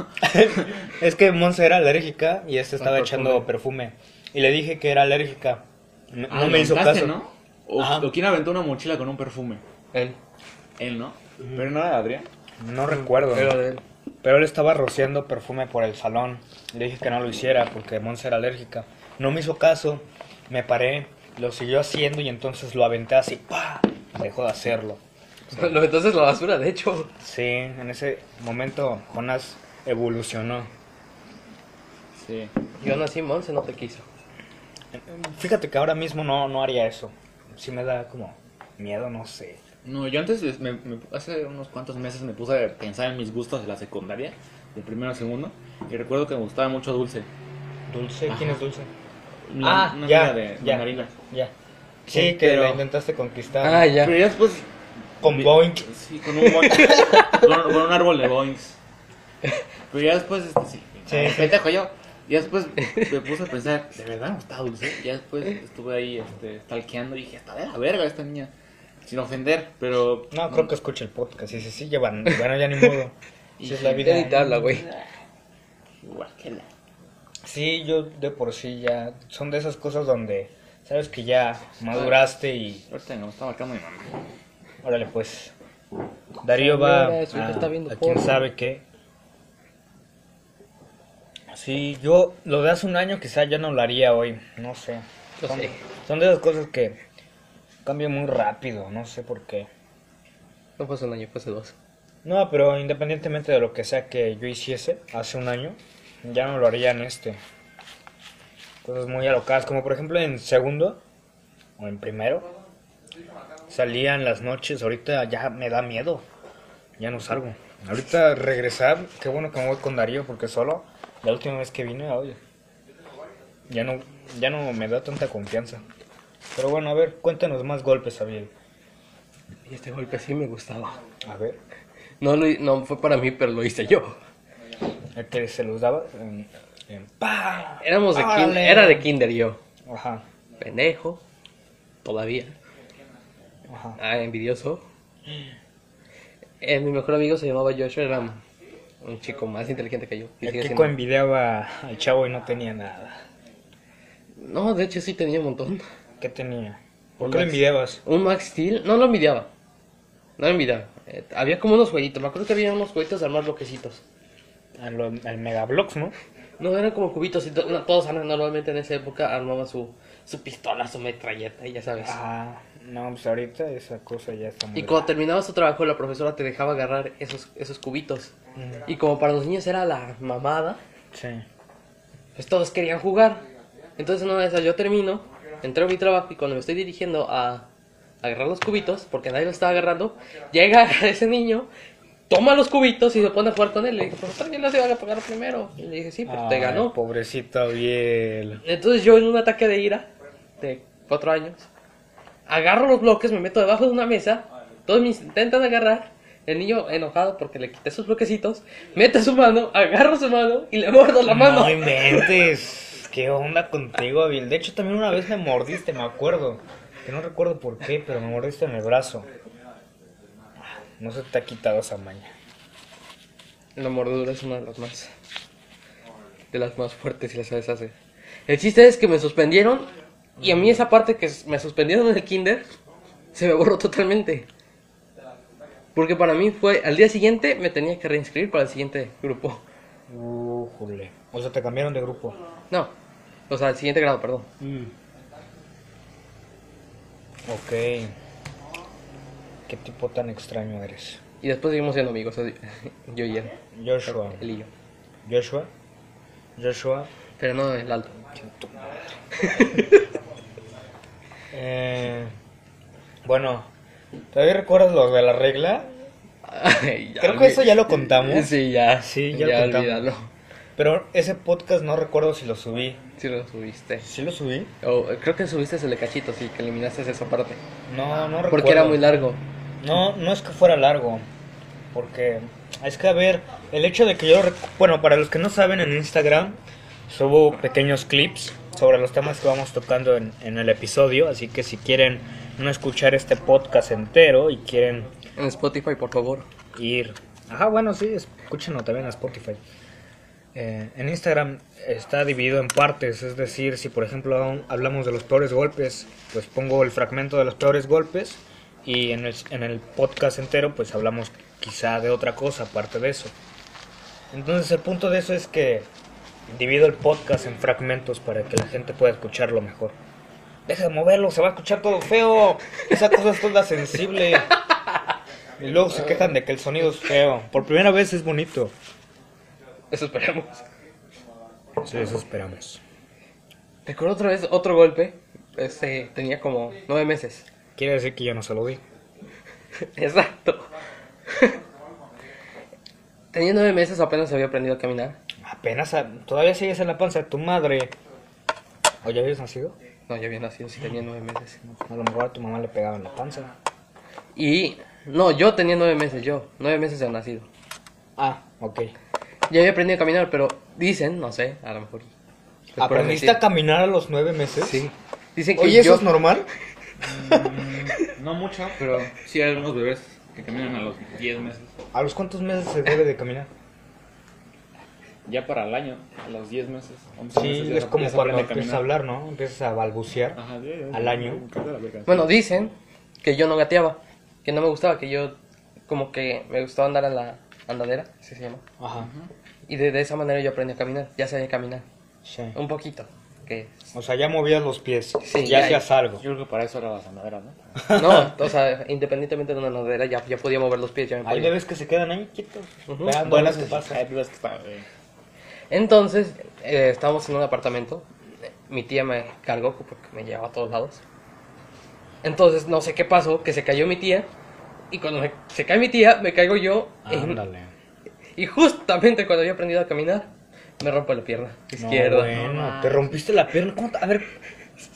*laughs* es que Monse era alérgica y este estaba
Al
echando perfume y le dije que era alérgica. No
Ah,
no
lo
me hizo
aventaste,
caso.
¿no? O,
Ajá.
o quién aventó una mochila con un perfume.
Él.
Él, ¿no? Pero no era Adrián.
No recuerdo.
Era de él.
Pero él estaba rociando perfume por el salón. Le dije que no lo hiciera porque Monse era alérgica. No me hizo caso. Me paré, lo siguió haciendo y entonces lo aventé así. ¡pa! Dejó de hacerlo.
*laughs* Lo entonces la basura, de hecho.
Sí, en ese momento Jonas evolucionó.
Sí.
Yo nací Monse, no te quiso.
Fíjate que ahora mismo no, no haría eso. Sí me da como miedo, no sé.
No, yo antes, es- me- me- hace unos cuantos meses me puse a pensar en mis gustos de la secundaria, de primero a segundo, y recuerdo que me gustaba mucho dulce.
¿Dulce?
Ajá.
¿Quién es dulce?
La-
Ah,
una
ya,
amiga de, de
ya.
Marila.
Ya.
Sí,
Sí, que
pero-
la intentaste conquistar.
Ah, ya.
Pero ya después,
Con Boink.
sí, con un, boing, *laughs* con, con un árbol de boings. Pero ya después, este, sí,
Sí,
ah,
sí.
pendejo yo. Ya después me puse a pensar, ¿de verdad me gustaba dulce? Ya después estuve ahí, este, stalkeando y dije, está de la verga esta niña. Sin ofender, pero...
No, creo que escucha el podcast. Sí, sí, sí, ya van. *laughs* Bueno, ya ni modo. Sí, es la vida.
Editarla, güey.
Guácala.
Sí, yo de por sí ya. Son de esas cosas donde sabes que ya maduraste y.
Ahorita me está marcando mi mamá.
Órale, pues. Darío va.
Mira, su hija
a,
está viendo
a quién
porno.
sabe qué. Sí, yo lo de hace un año quizá ya no lo haría hoy. No sé.
Yo
Son,
sé.
son de esas cosas que cambian muy rápido. No sé por qué.
No pasó un año, pasó dos.
No, pero independientemente de lo que sea que yo hiciese hace un año, ya no lo haría en este. Cosas muy alocadas, como por ejemplo en segundo o en primero. Salía en las noches, ahorita ya me da miedo. Ya no salgo. Ahorita regresar, qué bueno que me voy con Darío porque solo la última vez que vine, oye, ya no ya no me da tanta confianza. Pero bueno, a ver, cuéntanos más golpes, Javier.
Y este golpe sí me gustaba.
A ver,
No, lo, hi- no fue para mí, pero lo hice yo.
el que se los daba en, en ¡pah!
Éramos de
Órale.
kinder, era de kinder yo.
Ajá,
Pendejo. Todavía.
ajá.
Ah, envidioso. Eh, mi mejor amigo se llamaba Joshua, era un chico más inteligente que yo. y
El
sigue
Kiko
siendo.
envidiaba al chavo y no tenía nada.
No, de hecho sí tenía un montón.
¿Qué tenía? ¿Por
Un
qué lo
Max.
envidiabas?
Un Max Steel, no lo envidiaba. No lo envidiaba. Eh, había como unos jueguitos, me acuerdo que había unos jueguitos de armar bloquecitos.
Al, al Megablox, ¿no?
No, eran como cubitos y to- no, todos arman- normalmente en esa época armaban su, su pistola, su metralleta, y ya sabes.
Ah, no, pues ahorita esa cosa ya está muy...
Y cuando terminabas tu trabajo, la profesora te dejaba agarrar esos, esos cubitos. Y como para los niños era la mamada,
Sí.
pues todos querían jugar. Entonces una de esas yo termino, entro a mi trabajo y cuando me estoy dirigiendo a agarrar los cubitos, porque nadie los estaba agarrando, llega *laughs* ese niño, toma los cubitos y se pone a jugar con él. Le dije, profesor, ¿quién los iba a pagar primero? Y le dije, sí, pues te
Ay,
ganó.
Pobrecito Biel.
Entonces yo en un ataque de ira de cuatro años, agarro los bloques, me meto debajo de una mesa, todos me intentan agarrar, el niño enojado porque le quité sus bloquecitos, mete su mano, agarro su mano y le muerdo *laughs* la mano.
No inventes. ¿Qué onda contigo, Biel? De hecho, también una vez me mordiste, me acuerdo. Que no recuerdo por qué, pero me mordiste en el brazo. No se te ha quitado esa maña.
La mordedura es una de las más de las más fuertes y las sabes hacer. El chiste es que me suspendieron y a mí esa parte que me suspendieron en el kinder se me borró totalmente. Porque para mí fue al día siguiente me tenía que reinscribir para el siguiente grupo.
Ujule. O sea, te cambiaron de grupo.
No, o sea, el siguiente grado, perdón.
Ok. ¿Qué tipo tan extraño eres?
Y después seguimos siendo amigos, así- *laughs* yo y él,
Joshua.
él y yo.
Joshua. Joshua.
Pero no el alto.
Eh, bueno, ¿todavía recuerdas lo de la regla?
*laughs* Ay, ya
Creo que
olvi-
eso ya lo contamos.
Sí, ya.
Sí, ya
ya,
lo contamos.
olvídalo.
Pero ese podcast no recuerdo si lo subí.
Sí lo subiste.
¿Sí lo subí?
Oh, creo que subiste el de cachito, sí, que eliminaste esa parte.
No, no recuerdo.
Porque era muy largo.
No, no es que fuera largo. Porque es que, a ver, el hecho de que yo... rec- Bueno, para los que no saben, en Instagram subo pequeños clips sobre los temas que vamos tocando en, en el episodio. Así que si quieren no escuchar este podcast entero y quieren
En Spotify, por favor.
ir. Ajá, bueno, sí, escúchenlo también a Spotify. Eh, en Instagram está dividido en partes, es decir, si por ejemplo aún hablamos de los peores golpes, pues pongo el fragmento de los peores golpes y en el, en el podcast entero pues hablamos quizá de otra cosa aparte de eso. Entonces el punto de eso es que divido el podcast en fragmentos para que la gente pueda escucharlo mejor. Deja de moverlo, se va a escuchar todo feo. Esa cosa es toda sensible. Y luego se quejan de que el sonido es feo. Por primera vez es bonito.
Eso esperamos.
Sí, eso esperamos.
Recuerdo otra vez otro golpe. Este, tenía como nueve meses. *laughs*
Quiere decir que yo no se lo di.
Exacto. *laughs* tenía nueve meses, apenas había aprendido a caminar.
Apenas, a- todavía sigues en la panza de tu madre. ¿O ya habías nacido?
No, ya había nacido, sí tenía nueve meses.
A lo mejor a tu mamá le pegaba en la panza.
Y, no, yo tenía nueve meses, yo. Nueve meses de nacido.
Ah, ok.
Ya había aprendido a caminar, pero dicen, no sé, a lo mejor. es pura
¿Aprendiste
mentira.
a caminar a los nueve meses?
Sí. Dicen que
Oye, ¿eso
yo-
es normal? Mm,
No mucho, pero sí hay algunos bebés que caminan a los 10 meses.
¿A los cuántos meses se debe de caminar?
Ya para el año, a los 10 meses. 11 meses
Sí,
ya
es
se-
como
ya se
cuando
aprende a
empiezas a
caminar.
hablar, ¿no? Empiezas a balbucear.
Ajá, sí, sí,
al
sí,
año.
sí, sí.
Bueno, dicen que yo no gateaba, que no me gustaba, que yo como que me gustaba andar a la andadera, así se llama.
Ajá.
Y de, de esa manera yo aprendí a caminar, ya sabía caminar,
Sí.
un poquito. Que...
O sea, ya movías los pies.
Sí,
ya
ya-
hacías algo.
Yo creo que para eso era las andaderas, ¿no?
No, o sea, independientemente de una andadera ya, ya podía mover los pies, ya me
Hay
podía.
bebés que se quedan ahí quietos.
Ujú.
Vean
Buenas
qué
que
pasa.
Hay bebés que están. eh,
Entonces, eh, estábamos en un apartamento. Mi tía me cargó porque me llevaba a todos lados. Entonces, no sé qué pasó, que se cayó mi tía. Y cuando me- se cae mi tía, me caigo yo.
Ah,
en-
Ándale.
y justamente cuando había aprendido a caminar, me rompo la pierna izquierda.
No, bueno, te rompiste la pierna. ¿Cómo te- A ver.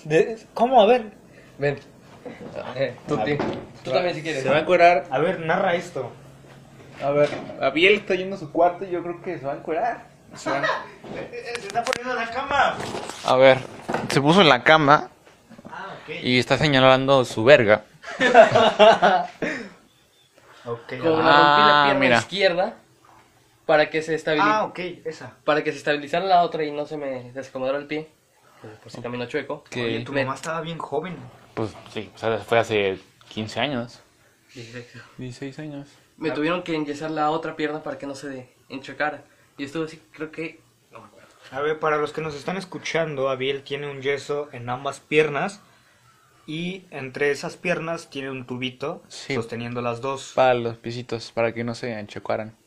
de- ¿Cómo? A ver.
Ven. Eh, tú,
A
ti-
ver.
tú también Ah, si quieres.
Ah, Se va a curar.
A ver, narra esto.
A ver, Abiel está yendo a su cuarto y yo creo que se va a curar.
Eh, Se está poniendo en la cama.
A ver, se puso en la cama
Ah, ok.
y está señalando su verga.
Ok.
Como me rompí
Ah,
la pierna
mira.
izquierda para que se estabilice.
Ah, ok, esa.
Para que se estabilizara la otra y no se me desacomodara el pie. Por si camino chueco.
Que-
Oye, tu
Me-
mamá estaba bien joven.
Pues sí, o sea, fue hace 15 años.
Directo.
16 años.
Me tuvieron que enyesar la otra pierna para que no se de- enchuecara. Y estuve así, creo que. No me acuerdo.
A ver, para los que nos están escuchando, Abiel tiene un yeso en ambas piernas y entre esas piernas tiene un tubito
Sí.
sosteniendo las dos.
Para los pisitos, para que no se enchocaran.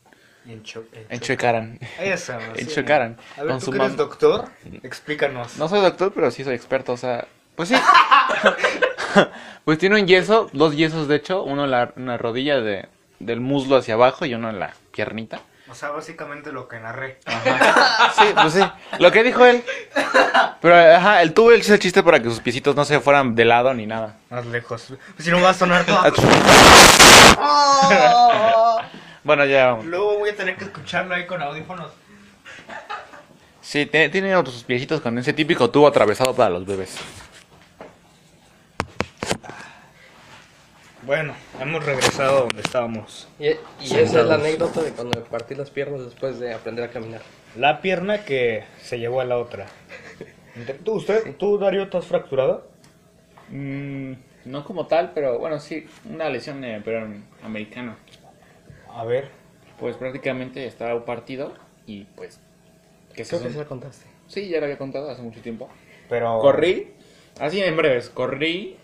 Encho- encho-
Enchuecaran.
Esa, así,
Enchocaran.
¿no? A ver,
Con
¿tú
su
que eres
mam-
doctor? Explícanos.
No soy doctor, pero sí soy experto, o sea, pues *laughs* sí. pues tiene un yeso, dos yesos de hecho, uno en la, en la rodilla de, del muslo hacia abajo y uno en la piernita.
O sea, básicamente lo que narré.
Sí, pues sí, lo que dijo él. Pero ajá, él tuvo el chiste, el chiste para que sus piecitos no se fueran de lado ni *laughs* nada.
Más lejos. Si no va *laughs* a sonar todo.
bueno, ya vamos.
Luego voy a tener que escucharlo ahí con audífonos.
Sí, tiene, tiene otros piecitos con ese típico tubo atravesado para los bebés.
Bueno, hemos regresado a donde estábamos.
Y, y esa es la anécdota de cuando me partí las piernas después de aprender a caminar.
La pierna que se llevó a la otra. ¿Tú, usted, tú Darío, estás fracturado?
Mm, no como tal, pero bueno, sí, una lesión de pero americano.
A ver,
Pues prácticamente estaba partido y pues... Que se
Creo que Oh.
son-
se la contaste.
Sí, ya lo había contado hace mucho tiempo.
pero...
Corrí, así en breves, corrí,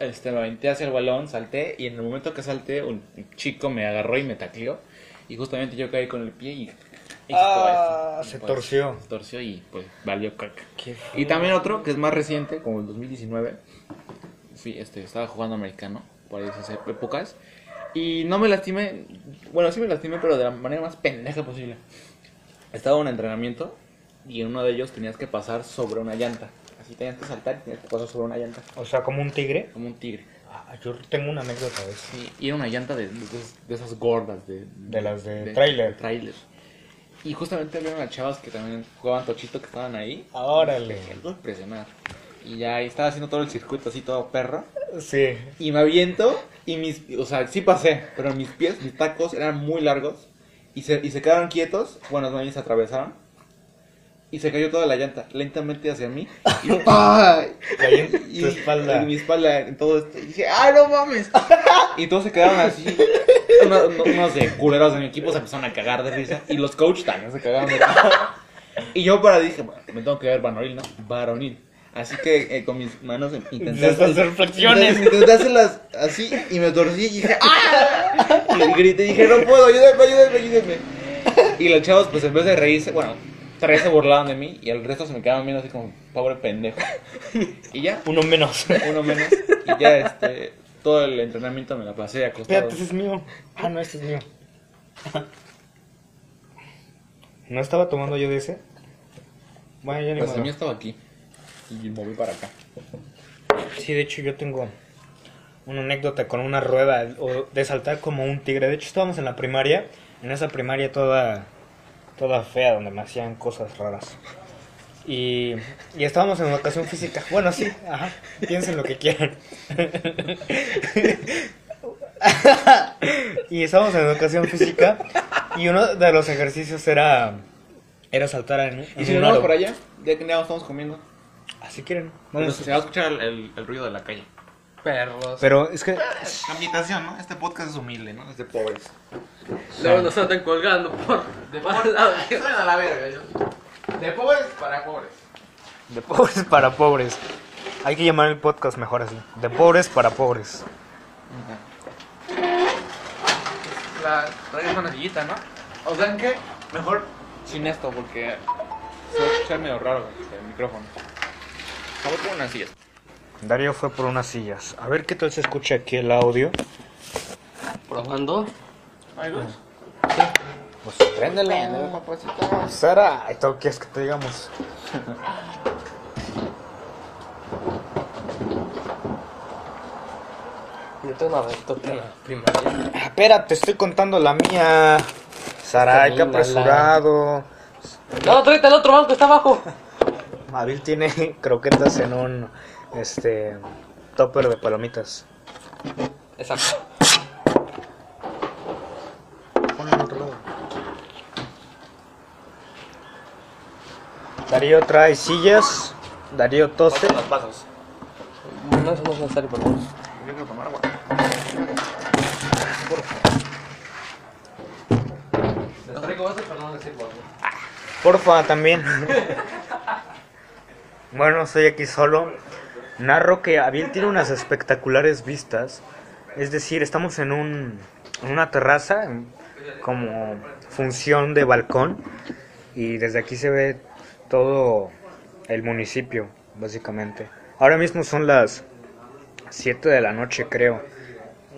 este, me aventé hacia el balón, salté y en el momento que salté un chico me agarró y me tacleó y justamente yo caí con el pie y... y
Ah,
pues,
se
pues,
torció.
Se torció y pues valió caca.
Qué
Y también otro que es más reciente, como el 2019, fui, este, estaba jugando americano por esas épocas y no me lastimé, bueno, sí me lastimé, pero de la manera más pendeja posible. Estaba en un entrenamiento y en uno de ellos tenías que pasar sobre una llanta. Así tenías que saltar y tenías que pasar sobre una llanta,
O sea, como un tigre.
como un tigre.
Ah, yo tengo una anécdota de eso.
Sí, y era una llanta de, de esas- de esas gordas, de,
De las de tráiler.
de tráiler. Y justamente vieron a chavas que también jugaban tochito que estaban ahí.
Ah, Órale.
Algo impresionar. Y ya ahí estaba haciendo todo el circuito así todo perro.
Sí.
Y me aviento y mis, o sea, sí pasé, pero mis pies, mis tacos eran muy largos y se, y se quedaron quietos, bueno, no, y se atravesaron y se cayó toda la llanta lentamente hacia mí y ¡pa!
Cayó en
Y-
tu espalda.
en mi espalda, en todo esto. Y dije, ¡ah, no mames! *laughs* Y todos se quedaron así. Uno- uno- unos de culeros de mi equipo se empezaron a cagar de risa. Y los coach también se cagaron de risa. Y yo para dije, "Bueno, me tengo que ver varonil, ¿no? Varonil. Así que eh, con mis manos intenté
Intentas hacer flexiones.
Intenté, intenté hacerlas así y me torcí y dije, ¡ah! Y grité y dije, no puedo, ayúdenme, ayúdenme, ayúdenme. Y los chavos, pues en vez de reírse, bueno, Tres se burlaban de mí y el resto se me quedaban viendo así como, pobre pendejo. Y ya,
Uno menos.
uno menos. Y ya, este, todo el entrenamiento me la pasé acostado.
*laughs* Espérate, ese es mío. Ah, no, este es mío. ¿No estaba tomando yo de ese? Bueno, ya ni
Pues el
modo.
mío estaba aquí. Y moví para acá.
Sí, de hecho yo tengo una anécdota con una rueda o de saltar como un tigre. De hecho estábamos en la primaria, en esa primaria toda toda fea donde me hacían cosas raras. Y, y estábamos en educación física. Bueno, sí, ajá, piensen lo que quieran. *laughs* y estábamos en educación física y uno de los ejercicios era era saltar en,
Y
en
si
un
nos vamos
aro.
por allá, ya que ya estamos comiendo.
Así quieren.
Bueno, se va a escuchar el, el- el ruido de la calle.
Perros.
Pero es que
Ambientación, ¿no? Este podcast es humilde, ¿no? Es de pobres.
Luego nos andan colgando por debajo del *laughs* audio.
Suena la verga, yo. De pobres para pobres.
De pobres para pobres. Hay que llamar el podcast mejor así. De pobres para pobres.
La traigas una sillita, ¿no?
O sea, ¿qué? Mejor sin esto, porque se va a escuchar medio raro el micrófono. Vamos por unas sillas.
Darío fue por unas sillas. A ver qué tal se escucha aquí el audio.
Probando.
¿Hay luz?
Pues préndele. Sara, ¿y todo quieres que te digamos?
Yo tengo una anécdota en la primaria.
Espera, te estoy contando la mía. Sara, hay que
Termínala.
apresurado.
No, tráete al otro banco, está abajo.
Abril tiene *laughs* croquetas en un este topper de palomitas.
Exacto.
Ponlo en otro lado. Darío trae sillas. Darío tose.
Las pasas.
No, eso no es necesario, por favor.
Yo quiero tomar agua.
Les traigo vasos para no decir vasos.
Porfa, también. bueno, estoy aquí solo. Narro que Aviel tiene unas espectaculares vistas. Es decir, estamos en, un, en una terraza, en- como función de balcón. Y desde aquí se ve todo el municipio, básicamente. Ahora mismo son las 7 de la noche, creo.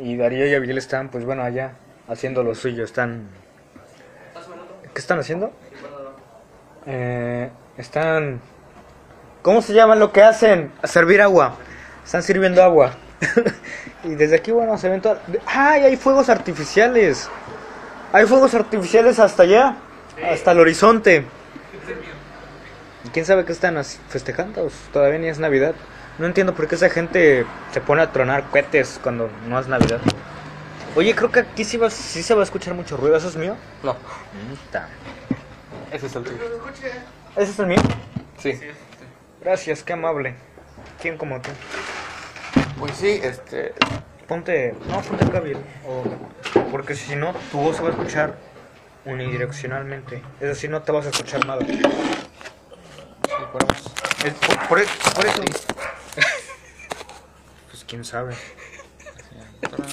Y Darío y Aviel están, pues bueno, allá, haciendo lo suyo. Están. ¿Qué están haciendo? Eh, están. ¿Cómo se llama lo que hacen? A servir agua. Están sirviendo agua. *laughs* y desde aquí, bueno, se ven todas. ¡Ay! Hay fuegos artificiales. Hay fuegos artificiales hasta allá. Hasta el horizonte. ¿Y ¿Quién sabe qué están as- festejando? Pues, todavía ni es Navidad. No entiendo por qué esa gente se pone a tronar cohetes cuando no es Navidad. Oye, creo que aquí sí, va- sí se va a escuchar mucho ruido. ¿Eso es mío?
No,
Puta.
ese es el tuyo.
¿Ese es el mío?
Sí.
Gracias, qué amable. ¿Quién como tú?
Pues sí, este.
Ponte, no, ponte acá bien. o- porque si no, tu voz se va a escuchar unidireccionalmente. Es decir, no te vas a escuchar nada. Es- por, por e- por eso. Pues quién sabe.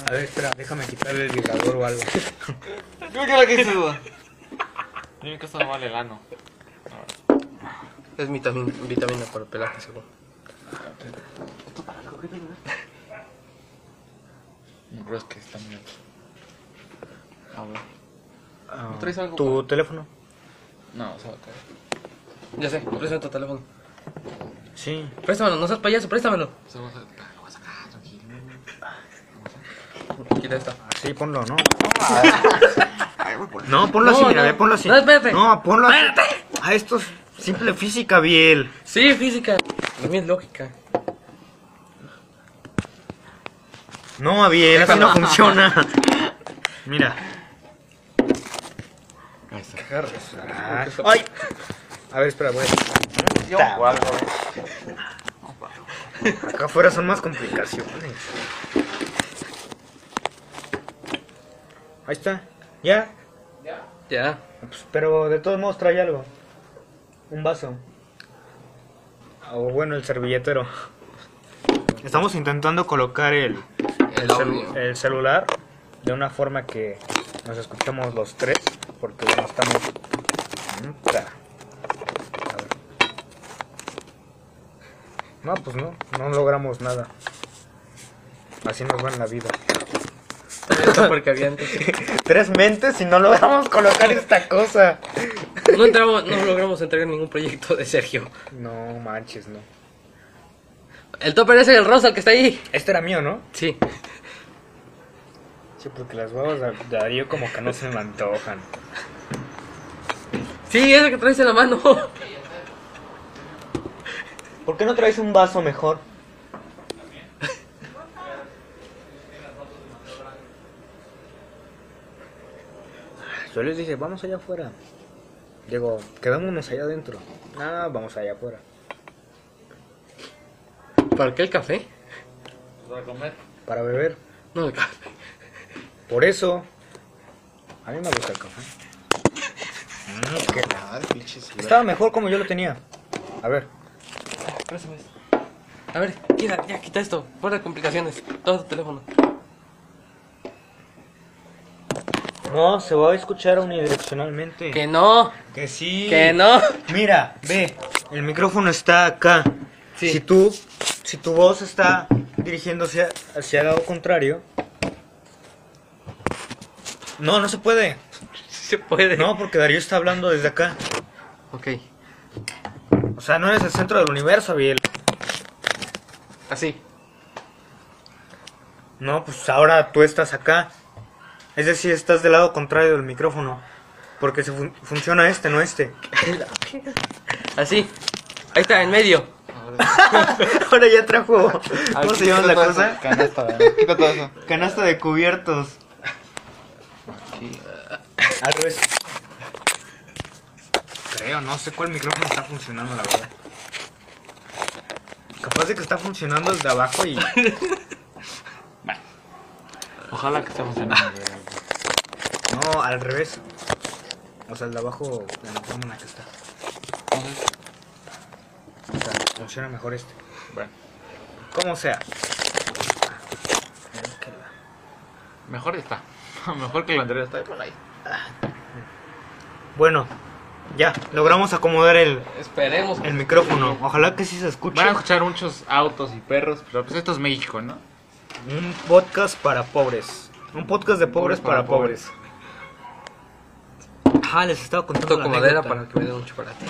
A ver, espera, déjame quitarle el vibrador o algo.
Yo yo la que duda.
Dime que esto no vale el ano.
Es vitamina, vitamina para el pelaje, seguro.
No creo que está muy alto. A ver.
Ah,
traes algo?
¿Tu teléfono?
No, se va a caer.
Ya sé, préstame tu teléfono.
Sí.
Préstamelo, no seas payaso, préstamelo.
Se va a sacar. Lo voy a sacar, tranquilo.
Quita esta.
Sí, ponlo, *laughs* ¿no? No, ponlo así,
No,
mira,
no.
ve, ponlo así.
No, espérate.
No, ponlo así. A esto es simple física, Biel.
Sí, física. También lógica.
No, Biel, así no funciona. Mira.
Ahí está.
Ay. A ver, espera, voy. Ta- Acá afuera son más complicaciones. Ahí está. ¿Ya?
Ya.
Pues, pero de todos modos trae algo. Un vaso. Ah, O bueno, el servilletero. Estamos intentando colocar el,
El
celu-
audio.
el celular de una forma que nos escuchemos los tres. Porque bueno, estamos... Mm, ta. No, pues no, no logramos nada. Así nos va en la vida.
Porque había antes.
Tres mentes y no logramos colocar esta cosa.
No, entramos, no logramos entregar ningún proyecto de Sergio.
No manches, no.
El topper ese del rosa, el que está ahí.
Este era mío, ¿no?
Sí.
Sí, porque las huevas de de Darío como que no se me antojan.
Sí, ese que traes en la mano.
¿Por qué no traes un vaso mejor? Yo les dije, vamos allá afuera. Digo, quedámonos allá adentro. Nada, vamos allá afuera.
¿Para qué el café?
Para comer.
Para beber.
No, el café.
Por eso, a mí me gusta el café. Mm, qué- Estaba mejor como yo lo tenía. A ver,
Préstame esto. A ver, quita, ya quita esto. Fuera de complicaciones. Todo tu teléfono.
no, se va a escuchar unidireccionalmente.
Que no,
Que sí.
que no.
Mira, ve, el micrófono está acá.
Sí.
Si tú, si tu voz está dirigiéndose hacia el lado contrario. No, no se puede.
Sí *laughs* se puede.
No, porque Darío está hablando desde acá.
Ok,
O sea, no eres el centro del universo, Abiel.
así.
No, pues ahora tú estás acá. Es decir, estás del lado contrario del micrófono. Porque se fun- funciona este, no este.
Así. Ahí está, en medio.
*laughs* ahora ya trajo.
A
¿Cómo
ver,
se llama
quita
la
todo eso,
cosa?
Canasta,
*laughs*
¿verdad? Quita todo eso.
Canasta de cubiertos. Al revés. Creo, no sé cuál micrófono está funcionando, la verdad. Capaz de que está funcionando el de abajo *laughs* y.
Ojalá que esté
Ah.
funcionando.
No, al revés. O sea, el de abajo, de la forma en la que está. O sea, funciona mejor este.
Bueno,
Como sea.
*laughs*
mejor está. Mejor que el anterior está ahí por ahí.
Bueno, ya, logramos acomodar el,
Esperemos.
el micrófono. Ojalá que sí se escuche.
Van a escuchar muchos autos y perros, pero pues esto es México, ¿no?
Un podcast para pobres. Un podcast de pobres para,
para
pobres. Ah, les estaba contando
Toco
la
madera
anécdota.
para que me den un chocolate.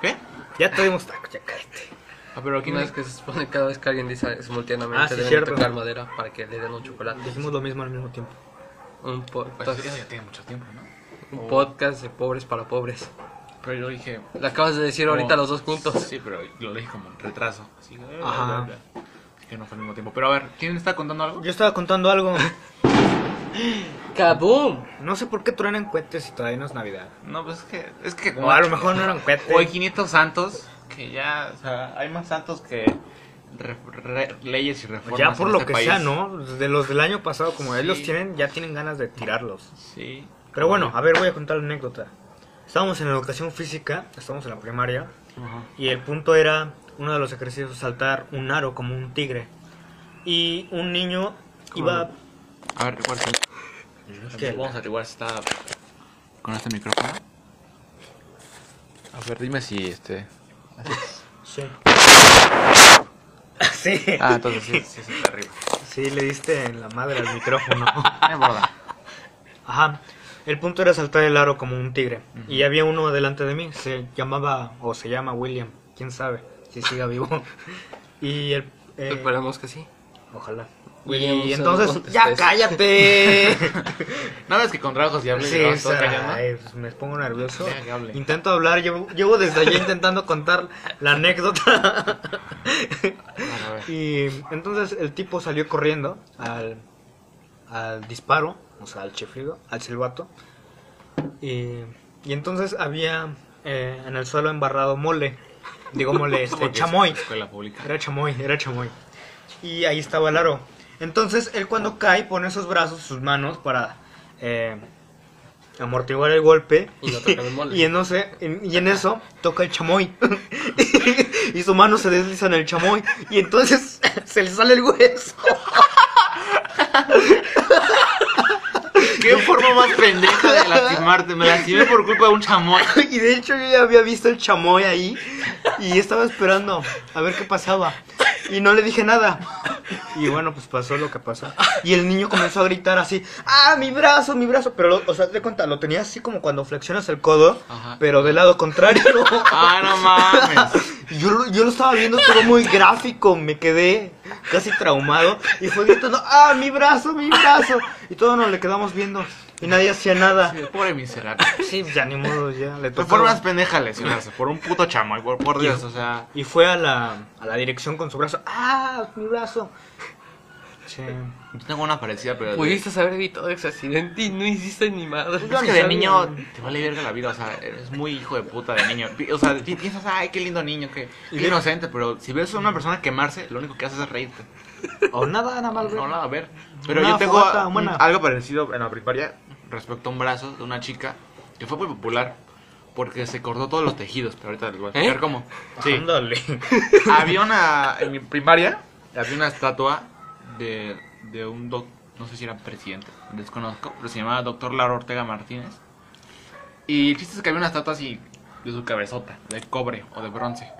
¿Qué?
Ya tuvimos tacos, ya cállate.
Ah, pero aquí
Una
no
vez
es...
que se supone cada vez que alguien dice simultáneamente
Ah, sí,
deben
cierto.
tocar madera para que le den un chocolate.
Dijimos lo mismo al mismo tiempo.
Un, podcast,
Pues, eso
eh,
ya tiene mucho tiempo, ¿no?
un podcast de pobres para pobres.
Pero yo dije...
Lo acabas de decir
Oh.
ahorita
No.
los dos juntos.
Sí, pero lo dije como en retraso. Así "Eh, que...
Ajá.
Que no fue al mismo tiempo. Pero a ver, ¿quién está contando algo?
Yo estaba contando *laughs* algo.
¡Kaboom!
No sé por qué truenan cohetes si todavía no es Navidad.
No, pues es que... Es que
O a lo mejor no eran cohetes.
O hay 500 santos que ya... O sea, hay más santos que... re- re- leyes y reformas
Ya por
en
lo
este
que
país.
sea, ¿no? De los del año pasado, como
Sí.
ellos los tienen, ya tienen ganas de tirarlos.
Sí.
Pero bueno, a ver, voy a contar la anécdota. Estábamos en la educación física, estábamos en la primaria, y el punto era uno de los ejercicios saltar un aro como un tigre. Y un niño iba...
A ver, ¿cuál fue?
¿Qué?
Vamos a averiguar si está con este micrófono. A ver, dime si este.
Sí. Sí.
Ah, entonces sí, *laughs* sí, sí está arriba.
Sí, le diste en la madre al micrófono.
No importa.
Ajá. El punto era saltar el aro como un tigre. Y había uno delante de mí. Se llamaba, o se llama William. Quién sabe si siga vivo. Y el. eh,
Esperemos que sí.
ojalá.
William,
y
no
entonces.
contestes.
¡Ya
*laughs*
cállate!
Nada es que con trabajos ya hablé.
sí,
¿no? Todo cañón, ¿no?
ay, pues, me pongo nervioso.
Ya que hable.
Intento hablar. Llevo, llevo desde allá intentando contar la anécdota.
Bueno, a ver.
Y entonces el tipo salió corriendo al, al disparo, o sea, al chiflido, al silbato. Y, y entonces había eh, en el suelo embarrado mole. Digo mole, este,
Porque es
chamoy.
Escuela pública.
Era chamoy, era chamoy. Y ahí estaba el aro. Entonces él cuando cae pone sus brazos, sus manos para eh, amortiguar el golpe.
Y no tocar el
*laughs*
mole.
Y en, no sé- en- y en eso toca el chamoy. *laughs* y su mano se desliza en el chamoy. Y entonces *laughs* se le sale el hueso.
¿Qué
*laughs* qué forma más pendeja de lastimarte. Me lastimé por culpa de un chamoy.
*laughs* Y de hecho yo ya había visto el chamoy ahí y estaba esperando a ver qué pasaba. Y no le dije nada. Y bueno, pues pasó lo que pasó. Y el niño comenzó a gritar así, ¡ah, mi brazo, mi brazo! Pero, lo- o sea, te cuenta, lo tenía así como cuando flexionas el codo,
Ajá.
pero del lado contrario. *laughs*
Ah, no mames.
Yo, lo- yo lo estaba viendo todo muy gráfico, me quedé casi traumado y fue gritando, ¡ah, mi brazo, mi brazo! Y todos nos le quedamos viendo y nadie hacía nada.
Pobre miserable.
Sí, ya ni modo, ya le
Por
tocó.
formas pendejas lesionarse, por un puto chamoy, por, por Dios, o sea.
Y fue a la, a la dirección con su brazo. ¡Ah, mi brazo! Sí.
Yo tengo una parecida, pero.
Pues,
Pudiste haber evitado ese accidente y no hiciste ni madre.
Es que de niño te vale verga la vida, o sea, eres muy hijo de puta de niño. Pi- O sea, pi- piensas, ay, qué lindo niño, qué, qué inocente, pero si ves a una persona quemarse, lo único que haces es reírte.
O nada, nada más, güey.
No, nada, a ver. Pero
Una
yo tengo
fogata,
un-
buena.
algo parecido en la primaria respecto a un brazo de una chica que fue muy popular porque se cortó todos los tejidos, pero ahorita les voy a explicar
¿Eh?
cómo. Sí,
Ándale.
había una, en mi primaria, había una estatua de, de un doc, no sé si era presidente, desconozco, pero se llamaba Doctor Laura Ortega Martínez. Y el chiste es que había una estatua así de su cabezota, de cobre o de bronce.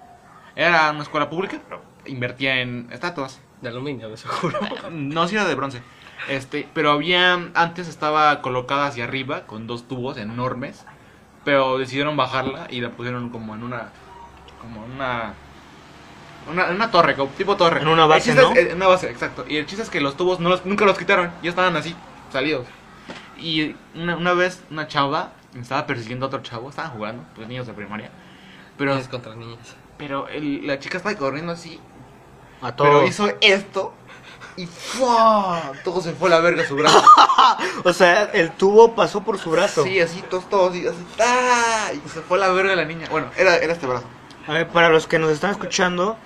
Era una escuela pública, pero invertía en estatuas.
De aluminio, de seguro.
No, si era de bronce. Este, pero había, antes estaba colocada hacia arriba con dos tubos enormes, pero decidieron bajarla y la pusieron como en una, como en una, una, en una torre, como tipo torre.
En una
El
base,
chiste es-
¿no?
eh, en una base, exacto. Y el chiste es que los tubos no los- nunca los quitaron, ya estaban así, salidos. Y una, una vez una chava estaba persiguiendo a otro chavo, estaban jugando, pues niños de primaria. Pero,
Niños contra niñas.
pero el- la chica estaba corriendo así
A
pero
todos.
hizo esto y ¡fua! Todo se fue a la verga su
*laughs*
brazo.
O sea, el tubo pasó por su brazo.
Sí, así, todos, todos, y así. ¡ah! Y se fue a la verga la niña. Bueno, era, era este brazo.
A ver, para los que nos están escuchando,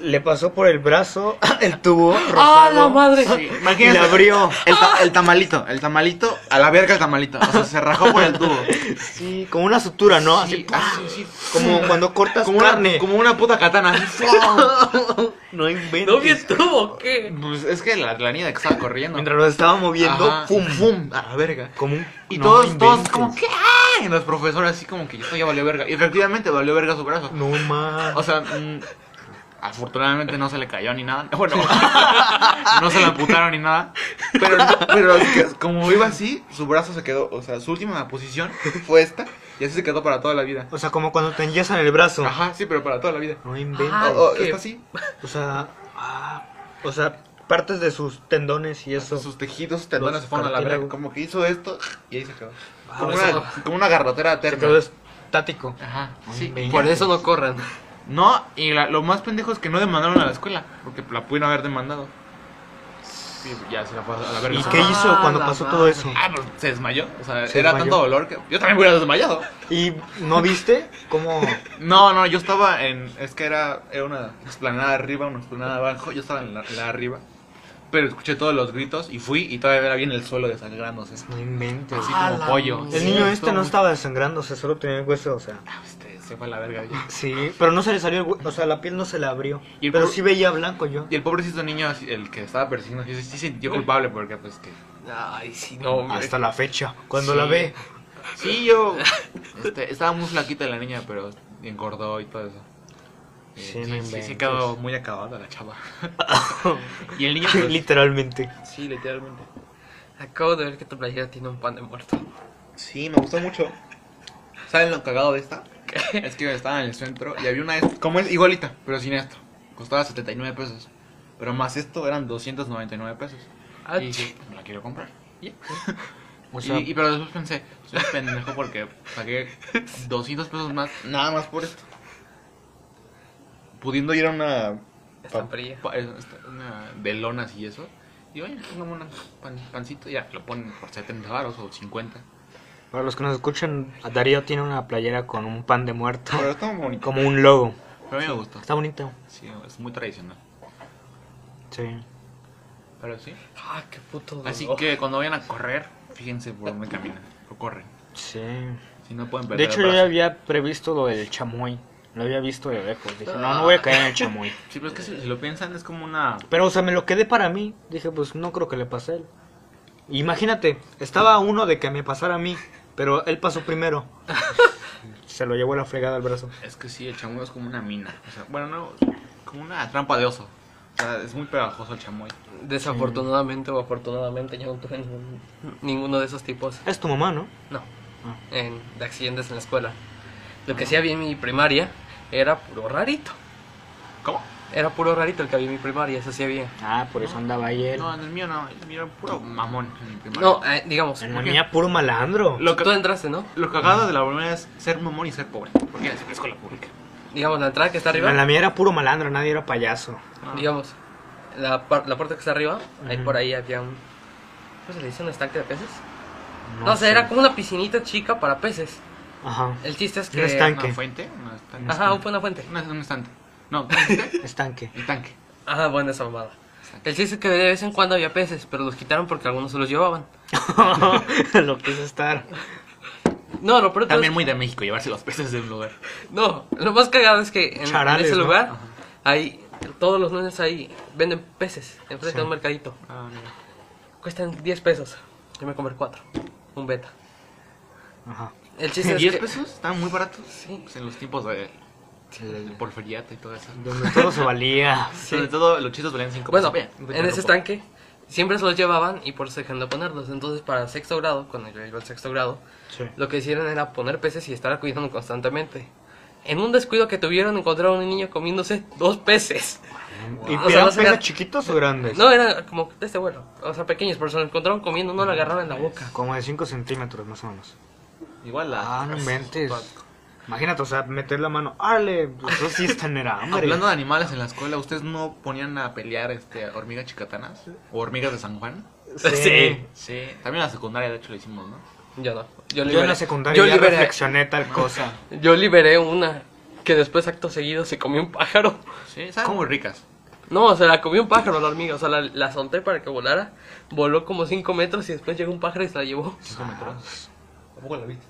le pasó por el brazo *laughs* el tubo rosado.
¡Ah, la madre!
Sí,
Y
*laughs* imagínate.
le abrió.
El, ta- el tamalito, el tamalito, a la verga el tamalito. O sea, se rajó por el tubo.
Sí, como una sutura, ¿no? Así,
Sí, así, sí.
como cuando cortas
Como una,
carne.
como una puta katana. así, ¡fua!
*laughs* No inventes.
¿No bien tuvo qué?
Pues es que la, la niña que estaba corriendo.
Mientras lo estaba moviendo,
Ajá.
pum, pum.
A la verga.
Como un-
Y
No
todos, todos,
inventes.
como que. ¡ah! Y los profesores, así como que esto ya valió verga. Y efectivamente valió verga su brazo.
No más.
O sea, mm, afortunadamente no se le cayó ni nada. *laughs* Bueno, no se le amputaron ni nada. Pero, pero es que como iba así, su brazo se quedó. O sea, su última posición fue esta. Y así se quedó para toda la vida.
O sea, como cuando te enyesan el brazo.
Ajá, sí, pero para toda la vida.
No inventes.
Ah,
O- o
qué-
está así.
O sea, ah, o sea, partes de sus tendones y eso.
Sus tejidos, sus tendones se fueron a la verga.
cartílagos.
Como que hizo esto y ahí se quedó.
Ah,
Como
eso-
una, como una garrotera
Se quedó
terna.
estático.
Ajá, sí.
Muy
Por eso no corran.
No, y la- lo más pendejo es que no demandaron a la escuela. Porque la pudieron haber demandado. Sí, ya se la fue a la verga.
¿Y qué hizo
Ah,
cuando
la
pasó
madre.
todo eso?
Ah, pues se desmayó. O sea,
Se
era
desmayó.
tanto dolor que yo también hubiera desmayado.
¿Y no viste cómo
No, no, yo estaba en. Es que era, era una explanada arriba, una explanada abajo. Yo estaba en la, la arriba. Pero escuché todos los gritos y fui y todavía era bien el suelo desangrándose. Así
no inventes?
Ah,
como
la
pollo.
mierda.
El
Sí,
niño este
estuvo
no
muy-
estaba desangrándose, solo tenía el hueso, o sea.
Ah, este, se fue a la verga. ya.
Sí, pero no se le salió el hueso, o sea, la piel no se le abrió.
Y el
Pero
pro-
sí veía blanco yo.
Y el pobrecito niño, así, el que estaba persiguiendo, sí, sí se sintió culpable porque, pues, que.
Ay, sí, no, hombre.
Hasta la fecha, cuando
Sí.
la ve.
Sí, yo. este, estaba muy flaquita la niña, pero engordó y todo eso. Eh,
Sí, no
se
inventes.
quedó muy acabada la chava. y el niño, pues,
*laughs* Literalmente.
Sí, literalmente. Acabo de ver que tu playera tiene un pan de muerto.
Sí, me gustó mucho. ¿Saben lo cagado de esta? Es que estaba en el centro y había una est- como es igualita, pero sin esto. Costaba 79 pesos. Pero más esto eran 299 pesos.
Ah,
y
ch-
dije, me la quiero comprar. Y ya.
O sea-
y, y- pero después pensé, soy un pendejo porque pagué 200 pesos más, nada más por esto. Pudiendo ir a una
Estampería.
pa- eh, esta- una de lonas y eso. Y oye, tengamos una pan- pancito, ya lo ponen por 70 baros o 50.
Para los que nos escuchan, Darío tiene una playera con un pan de muerto.
Pero está muy bonito.
Como un logo.
Pero a mí me gustó.
Está bonito.
Sí, es muy tradicional.
Sí.
Pero sí.
Ah, qué puto
Oh.
dolor.
Así que cuando vayan a correr, fíjense por dónde caminan. O corren.
Sí.
Si no pueden perder
De
el
hecho, yo ya
brazo.
había previsto lo del chamoy. Lo había visto de lejos. Dije, no, no voy a caer en el chamoy.
Sí, pero es que si, si lo piensan, es como una.
Pero, o sea, me lo quedé para mí. Dije, pues no creo que le pase a él. Imagínate, estaba uno de que me pasara a mí, pero él pasó *laughs* primero. Se lo llevó la fregada al brazo.
Es que sí, el chamoy es como una mina. O sea, bueno, no, como una trampa de oso. O sea, es muy pegajoso el chamoy.
Desafortunadamente o afortunadamente yo no tuve ningún- ninguno de esos tipos.
Es tu mamá, ¿no?
No,
Ah.
en, de accidentes en la escuela. Lo que hacía bien en mi primaria era puro rarito.
¿Cómo?
Era puro rarito el que había en mi primaria, eso sí había.
Ah, por eso andaba ayer.
No, en el mío no, en el mío era puro mamón en el primario.
No, eh, digamos,
En la mía, puro malandro.
lo
tú
que,
entraste, ¿no?
lo cagado de la primera es ser mamón y ser pobre. Porque es una escuela pública.
Digamos, la entrada que está arriba.
En la mía era puro malandro, nadie era payaso.
digamos, la, par- la puerta que está arriba, ahí por ahí había un... ¿Cómo se le dice? ¿Un estanque de peces? No, sé, era como una piscinita chica para peces.
Ajá.
El chiste es
Un
que...
estanque.
¿Una fuente? ¿Una estanque?
Ajá, fue una fuente.
Una- un estante. No, ¿cómo dijiste?
*laughs*
Estanque. *laughs*
el tanque.
Ajá, buena esa mamada. El chiste es que de vez en cuando había peces, pero los quitaron porque algunos se los llevaban.
lo que es estar.
No, lo peor de todo
También
es-
muy de México, llevarse los peces de un lugar.
No, lo más cagado es que en, en
Charales,
ese
¿no?
lugar, ahí, todos los lunes ahí venden peces, enfrente de un mercadito.
Ah, mira.
Cuestan 10 pesos. Yo me compré 4. Un beta.
Ajá.
El
*laughs*
chiste es
10
que...
pesos estaban muy baratos.
Sí.
Pues en los tiempos de,
*laughs*
del porfiriato y todo eso.
Donde todo se valía.
Sobre todo los chistes valían 5
Bueno,
pesos.
en ese estanque siempre se los llevaban y por eso dejaron de ponerlos. Entonces, para sexto grado, cuando yo iba al sexto grado,
Sí.
lo que hicieron era poner peces y estar cuidando constantemente. En un descuido que tuvieron, encontraron a un niño comiéndose dos peces.
¿Y
O sea,
eran
vas a
peces
sacar-
chiquitos o grandes?
No, era como de este vuelo. O sea, pequeños, pero se lo encontraron comiendo, no lo agarraron en la boca.
Como de 5 centímetros más o menos.
Igual la.
Ah, no inventes. Imagínate, o sea, meter la mano. ¡Ale! Pues eso sí es tener hambre.
Hablando de animales en la escuela, ¿ustedes no ponían a pelear este, hormigas chicatanas? ¿O hormigas de San Juan?
Sí.
Sí.
Sí. También en la secundaria, de hecho, lo hicimos, ¿no?
Yo no. Yo
Yo en la
liberé-
secundaria
yo
ya
liberé,
reflexioné tal cosa.
yo liberé una que después, acto seguido, se comió un pájaro. *laughs*
Sí, saben muy ricas.
No, o sea, la comió un pájaro la hormiga. O sea, la, la solté para que volara. Voló como 5 metros y después llegó un pájaro y se la llevó.
Ah,
¿Tampoco la viste?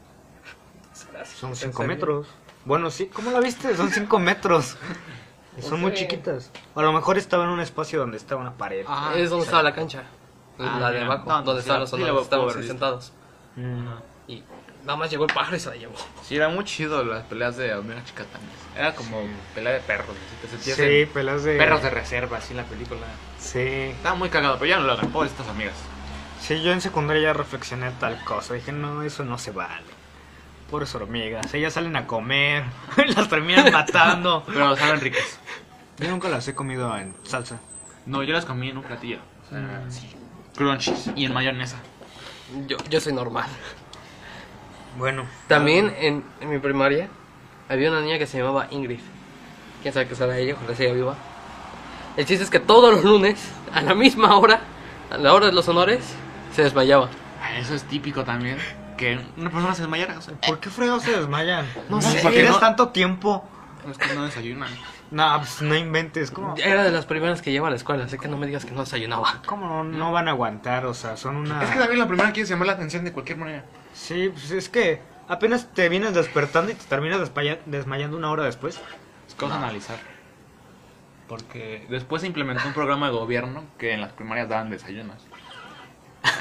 Son 5 metros. Bueno, sí, ¿cómo la viste? Son 5 metros. Y Son muy chiquitas. O a lo mejor estaba en un espacio donde estaba una pared.
Ah,
es donde estaba la cancha.
Ah,
la de
mira.
abajo,
No,
donde
entonces
estaban
la-
los
sí la
honores,
puedo
estábamos
haber
ahí
visto.
sentados.
Mm.
Y nada más llegó el pájaro y se la llevó.
Sí, era muy chido las peleas de hormigas chicatanas. Era como pelea de perros. así, Te sentías
Sí,
en
pelas de...
perros de reserva, así en la película.
Sí.
Estaba muy cagado, pero ya no lo hagan, pobres estas amigas.
Sí, yo en secundaria ya reflexioné tal cosa. Dije, no, eso no se vale. Pobres hormigas, ellas salen a comer, *laughs* las terminan matando.
Pero saben ricas.
Yo nunca las he comido en salsa.
No, yo las comí en un platillo. O sea, crunchies y en mayonesa.
Yo, yo soy normal.
Bueno,
También en, en mi primaria había una niña que se llamaba Ingrid. Quién sabe qué será ella, ojalá siga viva. El chiste es que todos los lunes, a la misma hora, a la hora de los honores, se desmayaba.
Ah, Eso es típico también. Que una persona se desmayara. O sea,
¿por qué fregados se desmayan?
No
No
sé.
sé, ¿por qué eres tanto tiempo?
es que no desayunan.
No, pues no inventes, ¿cómo?
Era de las primeras que llevaba a la escuela, así que no me digas que no desayunaba.
¿Cómo no, no van a aguantar? O sea, son una...
Es que también la primera quiere llamar la atención de cualquier manera.
Sí, pues es que apenas te vienes despertando y te terminas despaya- desmayando una hora después.
Es cosa de analizar. Porque después se implementó un programa de gobierno que en las primarias daban *laughs* desayunos.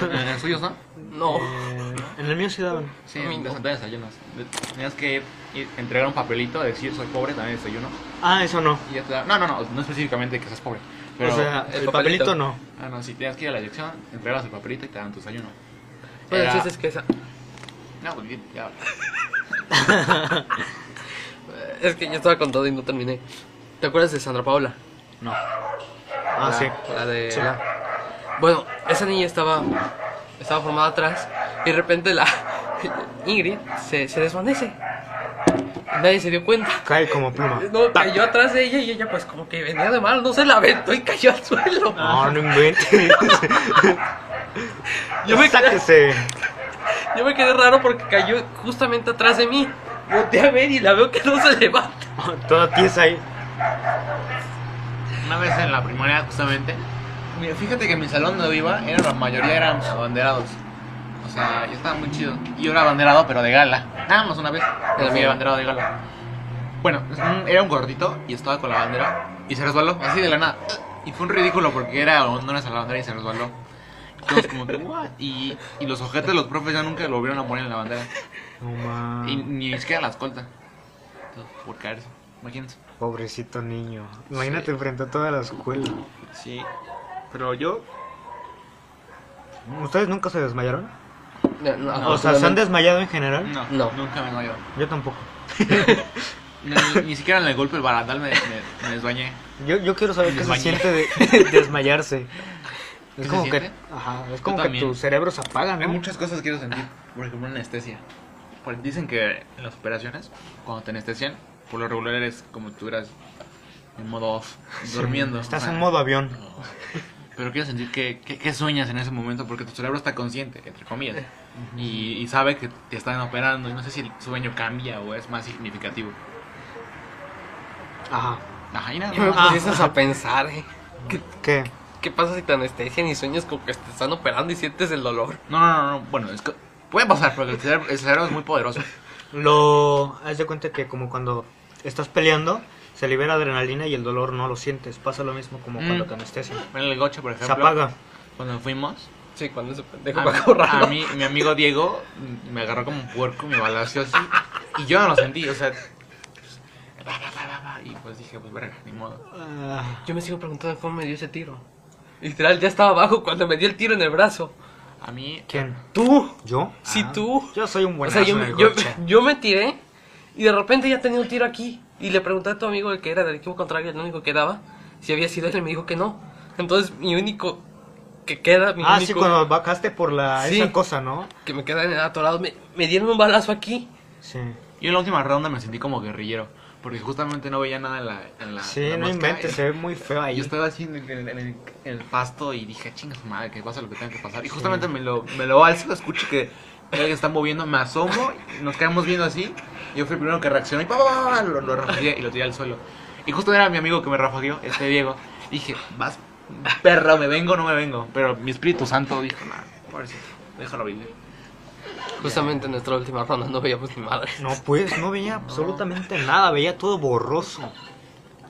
¿En los suyos no?
No.
Eh, en el mío sí daban.
Sí,
A mí
en
no.
los desayunos. De- Tenías que ir, ir- entregar un papelito, decir soy pobre, también desayuno.
Ah, eso no.
Y ya te daban- No, no, no, no específicamente que seas pobre. Pero,
o sea,
el
el papelito,
papelito.
no.
Ah, no, si tenías que ir a la dirección, entregabas el papelito y te daban tu desayuno.
Pero el
Era-
chiste es que esa-
No, pues bien, ya.
Es que yo estaba con todo y no terminé. ¿Te acuerdas de Sandra Paula?
No. Ah, sí.
La de.
Sí.
la- Bueno, esa niña estaba. Estaba formada atrás. Y de repente la. *laughs* Ingrid se, se desvanece. Nadie se dio cuenta.
Cae como pluma.
No, cayó atrás de ella y ella, pues, como que venía de mal, no se la aventó y cayó al suelo.
No, no inventes.
Yo me quedé-
Sáquese.
Yo me quedé raro porque cayó justamente atrás de mí. Volteé a ver y la veo que no se levanta.
Toda tiesa ahí.
Una vez en la primaria, justamente. Mira, fíjate que en mi salón donde iba, era, la mayoría éramos abanderados. O sea, yo estaba muy chido. Y yo era abanderado, pero de gala. Nada más una vez. Pero sí, abanderado de gala. Bueno, es un- era un gordito y estaba con la bandera. Y se resbaló, así de la nada. Y fue un ridículo porque era honores a la bandera y se resbaló.
todos como que, "What?" Y, y los ojetes de los profes ya nunca lo volvieron a poner en la bandera.
No mames.
Y ni siquiera la escolta. Entonces, por caerse. Imagínense.
Pobrecito niño. Imagínate frente a toda la escuela.
Sí. Pero yo.
¿Ustedes nunca se desmayaron?
No,
o
no,
sea, ¿se han
afortunadamente-
desmayado en general?
No,
No.
nunca me desmayé.
Yo tampoco.
Ni, ni siquiera en el golpe del barandal me, me, me desbañé.
Yo, yo quiero saber qué se
Desmayé.
siente de,
*laughs*
desmayarse.
¿Qué
Es
se
como que,
siente?
ajá, es como que
también.
tu cerebro se apaga,
Hay
¿no?
muchas cosas que quiero sentir. Por ejemplo, una anestesia. Por- dicen que en las operaciones, cuando te anestesian, por lo regular eres como si estuvieras en modo off, durmiendo.
Estás
O sea,
en modo avión.
*laughs* Pero quiero sentir que, que- que sueñas en ese momento porque tu cerebro está consciente, entre comillas.
Eh.
Y, y sabe que te están operando. Y no sé si el sueño cambia o es más significativo.
Ajá.
Ajá, y nada
Y me
Ah.
más.
empiezas a pensar, ¿eh? ¿Qué,
¿Qué?
qué pasa si te anestesian y sueñas como que te están operando y sientes el dolor?
No, no, no, no, Bueno, es que puede pasar porque el cerebro, el cerebro es muy poderoso.
Lo. Haz de cuenta que, como cuando estás peleando, se libera adrenalina y el dolor no lo sientes. Pasa lo mismo como
Mm.
cuando te anestesian.
En el goche, por
Se
ejemplo.
apaga.
Cuando fuimos,
Sí, cuando ese pendejo va
A,
correr.
a mí, mi amigo Diego mm, me agarró como un puerco, me balanceó así. Y yo no lo sentí, o sea. pues, pa, pa, pa, pa, pa, Y pues dije, pues verga, ni modo.
Ah,
Yo me sigo preguntando cómo me dio ese tiro. Literal, ya estaba abajo cuando me dio el tiro en el brazo.
A mí.
¿Quién?
¿Tú?
¿Yo?
Sí,
Ah,
tú.
Yo soy un buen
O sea, yo, me- yo, yo me tiré y de repente ya tenía un tiro aquí. Y le pregunté a tu amigo, el que era del equipo contrario, el único que daba, si había sido él y me dijo que no. Entonces, mi único que queda, *laughs* mi
Ah,
único
sí, cuando bajaste por la
Sí.
esa cosa, ¿no?
que me queda en el atorado, me, me dieron un balazo aquí.
Sí.
Yo en la última ronda me sentí como guerrillero. Porque justamente no veía nada en la.
Ah,
En la en
Sí,
la
no
mosca,
inventes, eh.
y-
se ve muy feo ahí.
Yo estaba así en el, en el- en el pasto y dije, chingas madre, que pasa lo que tenga que pasar. Y justamente me lo, me lo alzo, escucho que alguien está moviendo, me asomo, nos quedamos viendo así. Yo fui el primero que reaccionó y pa, pa, pa, pa, lo, lo rafagueé y lo tiré al suelo. Y justo era mi amigo que me rafagueó, este Diego. Dije, vas, perro, me vengo o no me vengo. Pero mi espíritu santo dijo, nah, pobrecito, déjalo vivir.
Justamente en nuestra última ronda no veíamos ni madre.
No, pues no
*laughs*
veía absolutamente nada, veía todo borroso.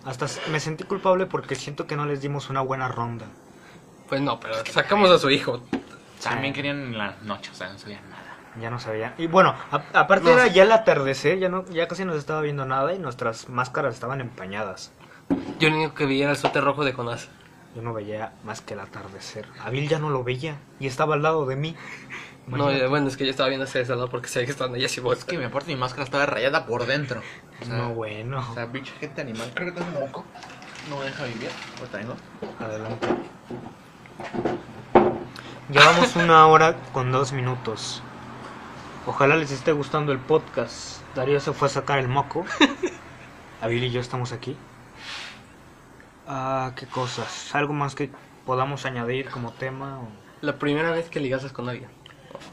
Hasta s- me sentí culpable porque siento que no les dimos una buena ronda.
Pues no, pero sacamos a su hijo.
También querían en la noche, o sea, no sabían nada.
Ya no sabía. Y bueno, a- aparte
No.
era ya el atardecer, ya no ya casi nos estaba viendo nada y nuestras máscaras estaban empañadas.
Yo lo único que vi era el sote rojo de Jonás.
Yo no veía más que el atardecer. A Bill ya no lo veía y estaba al lado de mí.
No,
Imagínate.
eh, bueno, es que yo estaba viendo ese lado porque sabía que estaban allá si vos.
Es que me aparte mi máscara estaba rayada por dentro. O sea,
no, bueno.
O sea, pinche gente animal, creo que tengo un moco. No me deja vivir. Ahorita vengo.
Adelante. Llevamos una hora con dos minutos. Ojalá les esté gustando el podcast. Darío se fue a sacar el moco. Abil y yo estamos aquí. Ah, qué cosas. Algo más que podamos añadir como tema. o-
La primera vez que ligas con alguien.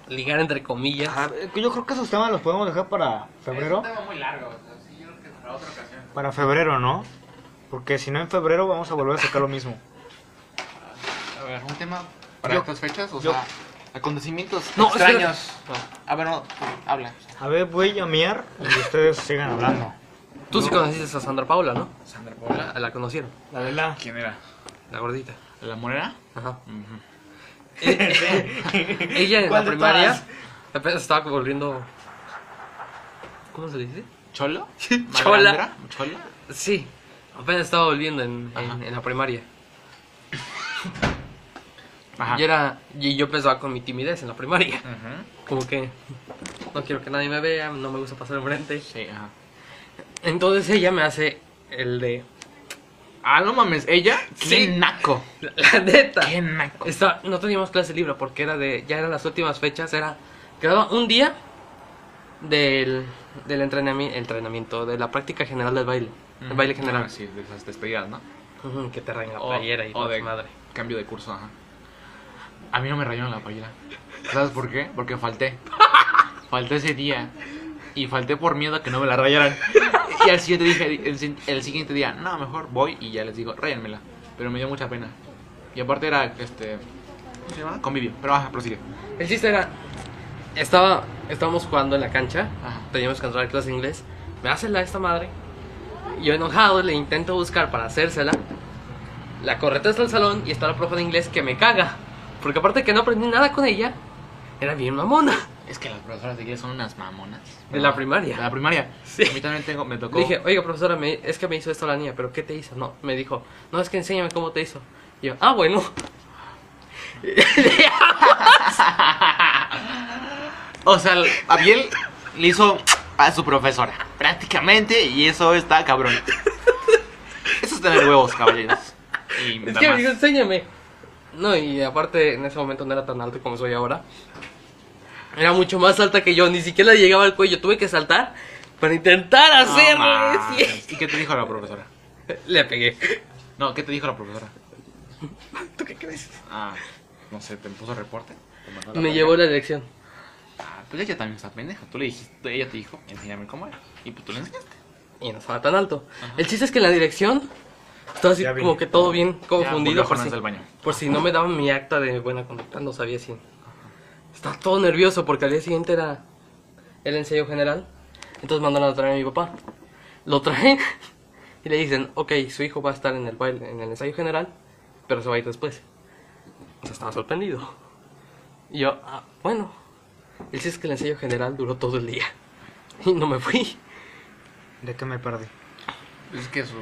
Ligar entre comillas.
Ajá, Ah, yo creo que esos temas los podemos dejar para febrero.
Este tema muy largo, o sea, sí, yo creo que para otra ocasión.
Para febrero, ¿no? Porque si no en febrero vamos a volver a sacar lo mismo.
A ver, un tema para
Yo-
estas fechas, o
yo-
sea, acontecimientos
No,
extraños. A ver, no, habla.
A ver, voy a miar y ustedes sigan hablando.
Tú sí conociste a Sandra Paula, ¿no?
Sandra
La, la conocieron,
La de la...
¿Quién era?
la gordita.
¿La morena?
Ajá. Eh, *laughs* Ella en la
¿Cuál de
primaria
todas?
apenas estaba volviendo. ¿Cómo se le dice?
*laughs* ¿Cholo?
Chola.
¿Malandra? ¿Chola?
Sí, apenas estaba volviendo en, en, en la primaria.
Ajá.
Y, era, y yo pensaba con mi timidez en la primaria.
Ujú.
Como que no quiero que nadie me vea, no me gusta pasar enfrente.
Sí, ajá.
Entonces ella me hace el de.
Ah, no mames, ¿ella?
Sí.
¡Qué naco!
La, la neta.
¡Qué naco!
Está- no teníamos clase libre porque era de, ya eran las últimas fechas, era, quedaba un día del, del entrenamiento, entrenamiento, de la práctica general del baile, el baile general,
Ah, sí, de esas despedidas, ¿no?
Ujú, que te rayen la
O-
playera y
o
toda
de
tu madre.
Cambio de curso, ajá. A mí no me rayaron la playera. ¿Sabes por qué?
*laughs*
Porque falté. Falté ese día. Y falté por miedo a que no me la rayaran. Y al siguiente, dije, el, si- el siguiente día, no, mejor voy y ya les digo, rayanmela. Pero me dio mucha pena. Y aparte era, este... ¿Cómo se llama? Convivio. Pero ajá, prosigue.
El chiste era, estaba, estábamos jugando en la cancha,
Ajá.
teníamos que entrar a clase de inglés, me hace la esta madre, yo enojado le intento buscar para hacérsela, la correta está el salón y está la profe de inglés que me caga. Porque aparte que no aprendí nada con ella, era bien mamona.
Es que las profesoras de inglés son unas mamonas.
De la primaria.
De la primaria.
Sí.
A mí también tengo, me tocó.
Le dije, oiga, profesora, me- es que me hizo esto la niña, pero ¿qué te hizo? No, me dijo, no, es que enséñame cómo te hizo. Y yo, ah, bueno.
O sea, Abiel le hizo a su profesora, prácticamente, y eso está cabrón. Eso es tener huevos, caballeros. Y
Es
nada
que me
más.
dijo, enséñame. No, y aparte en ese momento no era tan alto como soy ahora. Era mucho más alta que yo, ni siquiera le llegaba al cuello. Tuve que saltar para intentar
No
hacerlo.
mames. ¿Y qué te dijo la profesora?
Le pegué.
No, ¿qué te dijo la profesora? ¿Tú qué crees? Ah, no sé, ¿te puso reporte? ¿Te mandó a la
Me
verga?
llevó la dirección.
Ah, pues ella también está pendeja. Tú le dijiste, ella te dijo, enséñame cómo era. Y pues tú le enseñaste.
Y no estaba tan alto. El chiste es que en la dirección estaba así
Ya vi.
como que todo bien
volvió
confundido. Por
Jonás
si,
del baño.
por si no me daban mi acta de buena conducta, no sabía si. Estaba todo nervioso porque al día siguiente era el ensayo general. Entonces mandaron a traer a mi papá. Lo traen *laughs* y le dicen, ok, su hijo va a estar en el baile, en el ensayo general, pero se va a ir después. O sea, estaba sorprendido. Y yo, "Ah, bueno. El chiste es que el ensayo general duró todo el día. *laughs* Y no me fui.
¿De qué me perdí?
Es que su.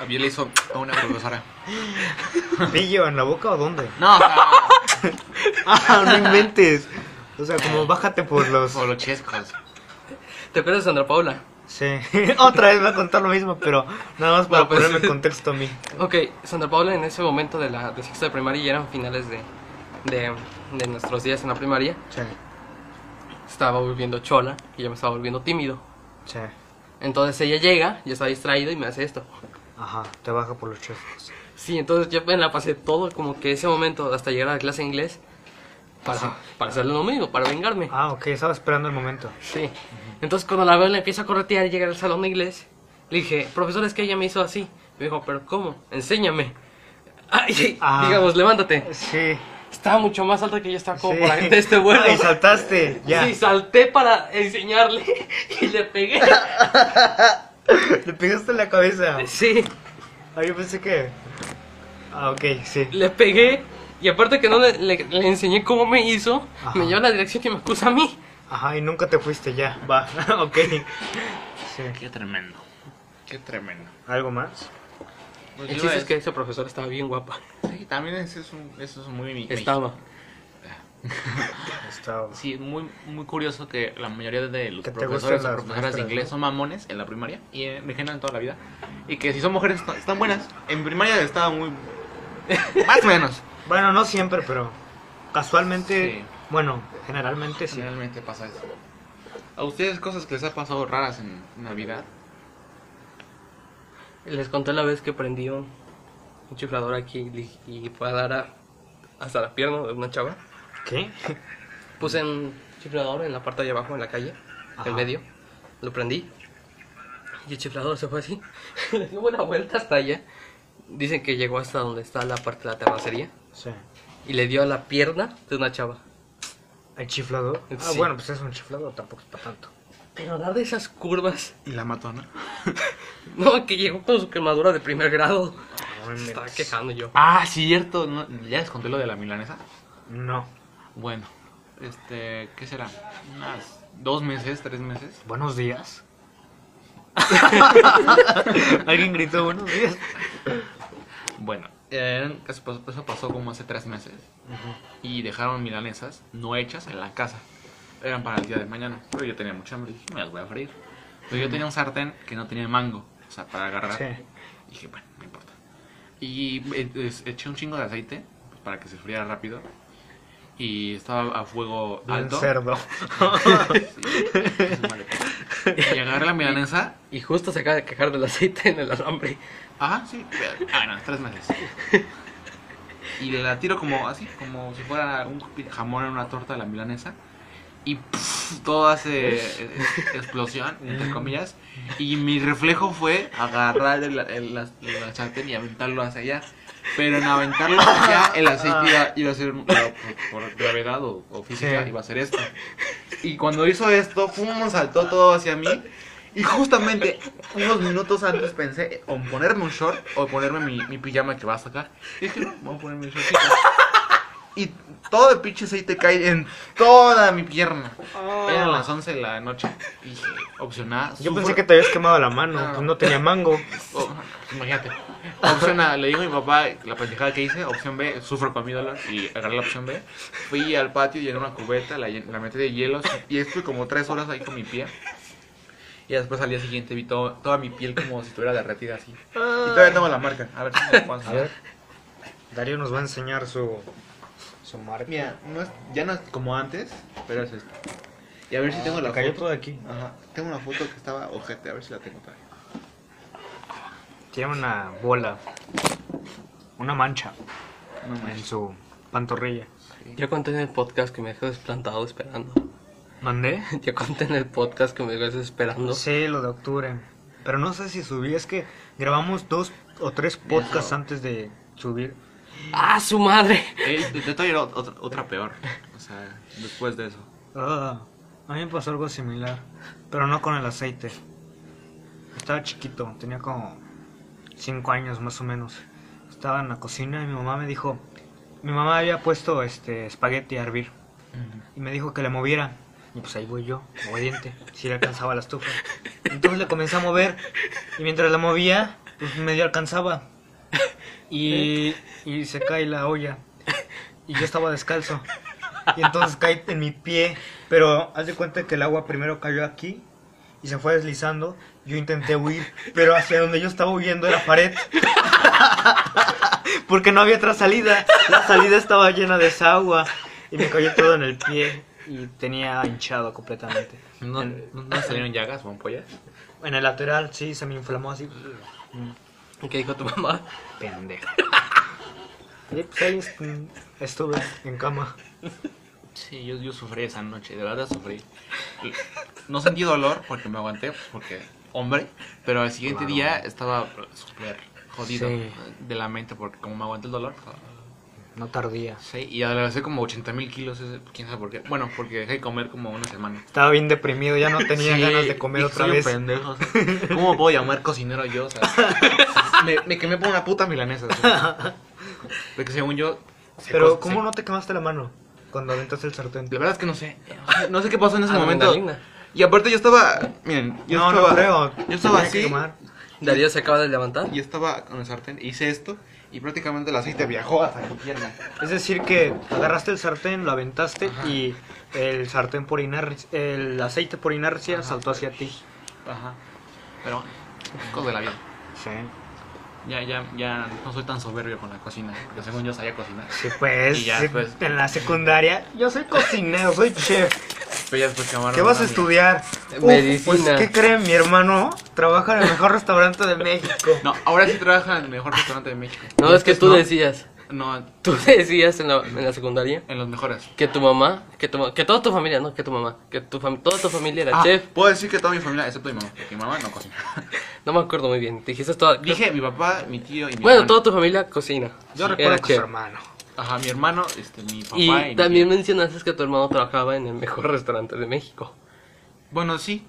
Abiel le hizo a una profesora.
¿Pillo en la boca o dónde?
No, o sea,
*laughs* Ah, no inventes. O
*laughs*
sea, como bájate por los.
por los chescos.
¿Te acuerdas de Sandra Paula?
Sí. *laughs* Otra vez va a contar lo mismo, pero nada más para
Bueno, pues-
ponerme en contexto a mí.
Ok, Sandra Paula en ese momento de la de sexto de primaria y eran finales de, de, de nuestros días en la primaria.
Sí,
Estaba volviendo chola y yo me estaba volviendo tímido.
sí.
Entonces ella llega, yo estaba distraído y me hace esto.
Ajá, te baja por los chescos.
Sí, entonces yo me la pasé todo como que ese momento hasta llegar a la clase de inglés para, para hacerle lo mismo, para vengarme.
Ah, ok, estaba esperando el momento.
Sí. Entonces cuando la veo le empiezo a corretear y llega al salón de inglés. Le dije, profesor, es que ella me hizo así. Me dijo, pero ¿cómo? Enséñame. Ay,
Ah.
digamos, levántate.
Sí.
Estaba mucho más alta que yo, estaba como
sí.
por ahí de este vuelo.
Ah, y saltaste, ya.
Sí, salté para enseñarle *laughs* y le
*laughs*
pegué.
Le pegaste en la cabeza.
Sí,
Ah, yo pensé que. Ah, ok, sí.
le pegué. Y aparte que no le, le- le enseñé cómo me hizo,
Ajá.
me llevó a la dirección y me acusa a mí.
Ajá, y nunca te fuiste, ya. Va, *laughs* ok. Sí.
Qué tremendo. Qué tremendo.
¿Algo más?
Pues
El
yo
chiste es
es-
que esa profesora estaba bien guapa.
Sí, también ese es un, eso es muy mi-
Estaba.
Estaba.
Sí, es muy, muy curioso que la mayoría de los
Que te
profesores
gusten
o
las
profesoras de
maestras,
inglés
¿no?
son mamones en la primaria y en en general en toda la vida. Y que si son mujeres está- están buenas. En primaria estaba *laughs* muy... Más o menos.
Bueno, no siempre, pero. Casualmente.
Sí.
Bueno, generalmente sí.
Generalmente pasa eso. ¿A ustedes cosas que les ha pasado raras en Navidad?
Les conté la vez que prendió un un chiflador aquí y li- y fue a dar a- hasta la pierna de una chava.
¿Qué?
Puse un chiflador en la parte de abajo, en la calle,
Ajá.
en medio. Lo prendí. Y el chiflador se fue así. *laughs* Le dio una vuelta hasta allá. Dicen que llegó hasta donde está la parte de la terracería.
Sí.
Y le dio a la pierna de una chava.
¿El chiflador? Ah,
Sí.
bueno, pues es un chiflador, tampoco es para tanto.
Pero dar de esas curvas. *laughs*
Y la mató, ¿no?
No, que llegó con su quemadura de primer grado.
No,
Se estaba
inventes.
quejando yo.
Ah, cierto. ¿no? ¿Ya les conté lo de la milanesa?
No.
Bueno, este... ¿Qué será? Unas dos meses, tres meses.
Buenos días. Alguien gritó buenos días.
Bueno, eh, eso, pasó, eso pasó como hace tres meses. Y dejaron milanesas no hechas en la casa. Eran para el día de mañana. Pero yo tenía mucha hambre. Dije, me las voy a freír. Pero yo tenía un sartén que no tenía mango. O sea, para agarrar.
Sí.
Dije, bueno, no importa. Y eh, es- eché un chingo de aceite pues, para que se friera rápido. Y estaba a fuego
Un
alto. *laughs*
cerdo.
y agarré la milanesa
Y justo se acaba de quejar del aceite en el alambre.
Ajá, sí. Ah, no, tres meses. Y la tiro como así, como si fuera un jamón en una torta de la milanesa. Y pf, todo hace eh, explosión, entre comillas. Y mi reflejo fue agarrar el, el- la, la sartén y aventarlo hacia allá. Pero en aventarlo hacia allá, el aceite iba, iba a ser, un- iba por, por gravedad o, o física,
Sí.
iba a ser esto. Y cuando hizo esto, pum, saltó todo hacia mí. Y justamente unos minutos antes pensé o en ponerme un short o en ponerme mi, mi pijama que va a sacar. Y dije, no, voy a ponerme mi shortcito. y todo el pinche aceite cae en toda mi pierna. Eran las 11 de la noche. Y dije, opción A.
Yo
sufro-
pensé que te habías quemado la mano,
No.
pues no tenía mango.
Oh, imagínate. Opción A, le digo a mi papá la pendejada que hice. Opción B, sufro con mi dolor. Y agarré la opción B. Fui al patio, llené una cubeta, la, llen- la metí de hielos. Y estuve como tres horas ahí con mi pie. Y después al día siguiente vi todo- toda mi piel como si estuviera derretida así. Y todavía tengo la marca. A ver si me lo puedo
A
enseñar.
ver, Darío nos va a enseñar su, su marca.
Mira, no es- ya no es como antes, pero es esto. Y a ver
Ah,
si tengo la
Cayó
foto.
todo aquí.
Ajá. Tengo una foto que estaba ojete, a ver si la tengo todavía.
Tiene una bola, una mancha
No
en
manches.
su pantorrilla.
Yo conté en el podcast que me dejó desplantado esperando. *laughs*
¿Mandé?
Yo conté en el podcast que me dejó esperando.
Sí, lo de octubre. Pero no sé si subí, es que grabamos dos o tres podcasts antes de subir.
¡Ah, su madre!
Ey, te, te traigo otra, otra peor. O sea, después de eso.
Ah, a mí me pasó algo similar, pero no con el aceite. Estaba chiquito, tenía como 5 años más o menos. Estaba en la cocina y mi mamá me dijo, mi mamá había puesto este espagueti a hervir y me dijo que le moviera. Y pues ahí voy yo, obediente, si le alcanzaba la estufa. Entonces le comencé a mover y mientras la movía, pues medio alcanzaba. Y, y se cae la olla y yo estaba descalzo. Y entonces cae en mi pie. Pero haz de cuenta que el agua primero cayó aquí y se fue deslizando. Yo intenté huir, pero hacia donde yo estaba huyendo era pared. *laughs* Porque no había otra salida. La salida estaba llena de esa agua y me cayó todo en el pie y tenía hinchado completamente.
¿No,
En,
no salieron llagas o ampollas?
en el lateral, sí, se me inflamó así.
¿Qué dijo tu mamá?
Pendejo. Y pues ahí est- estuve en cama.
Sí, yo, yo sufrí esa noche, de verdad sufrí. No sentí dolor porque me aguanté, porque hombre, pero al siguiente día estaba súper jodido
Sí.
de la mente porque como me aguanté el dolor,
No tardía.
sí, y adelgacé como 80 mil kilos, ese- quién sabe por qué. Bueno, porque dejé de comer como una semana.
Estaba bien deprimido, ya no tenía
Sí,
ganas de comer
y
otra
soy un
vez.
pendejo, o
*laughs*
sea, ¿Cómo puedo llamar cocinero yo? O sea, me, me quemé por una puta milanesa. o
*laughs*
sea. Porque según yo. se
Pero,
co-
¿cómo
se-
no te quemaste la mano cuando aventas el sartén?
La verdad es que no sé. Ah, No sé qué pasó en ese momento.
Adrenalina.
Y aparte yo estaba. Miren, yo
no,
estaba.
no creo.
Yo estaba
Tenía que
así.
quemar.
Darío se acaba de levantar.
Yo estaba con el sartén, hice esto y prácticamente el aceite viajó hasta mi pierna.
Es decir, que agarraste el sartén, lo aventaste y el sartén por inercia, el aceite por inercia saltó hacia ti.
Ajá. Pero, cosas de la vida.
Sí.
Ya, ya, ya no soy tan soberbio con la cocina. Porque según yo sabía cocinar.
Sí, pues,
Y ya
sí,
después-
en la secundaria, yo soy cocinero, soy chef.
Pero ya después llamaron
¿Qué vas a
mami.
estudiar? Uf, pues,
Medicina.
¿qué creen? Mi hermano trabaja en el mejor restaurante de México.
No, ahora sí trabaja en el mejor restaurante de México.
No, es que
Antes
tú
no.
decías, *laughs*
No,
tú decías en la, en la secundaria
en los mejores.
que tu mamá, que tu ma- que toda tu familia, no, que tu mamá, que tu fam- toda tu familia era
Ah,
chef.
Puedo decir que toda mi familia, excepto mi mamá, porque mi mamá no cocina.
*laughs* No me acuerdo muy bien. Dijiste toda.
Dije mi papá, mi tío y mi
Bueno,
hermano.
toda tu familia cocina.
Yo
Era
recuerdo que
chef.
su hermano.
Ajá, mi hermano, este, mi papá y,
Y
mi
también
tío.
mencionaste que tu hermano trabajaba en el mejor *laughs* restaurante de México.
Bueno, sí,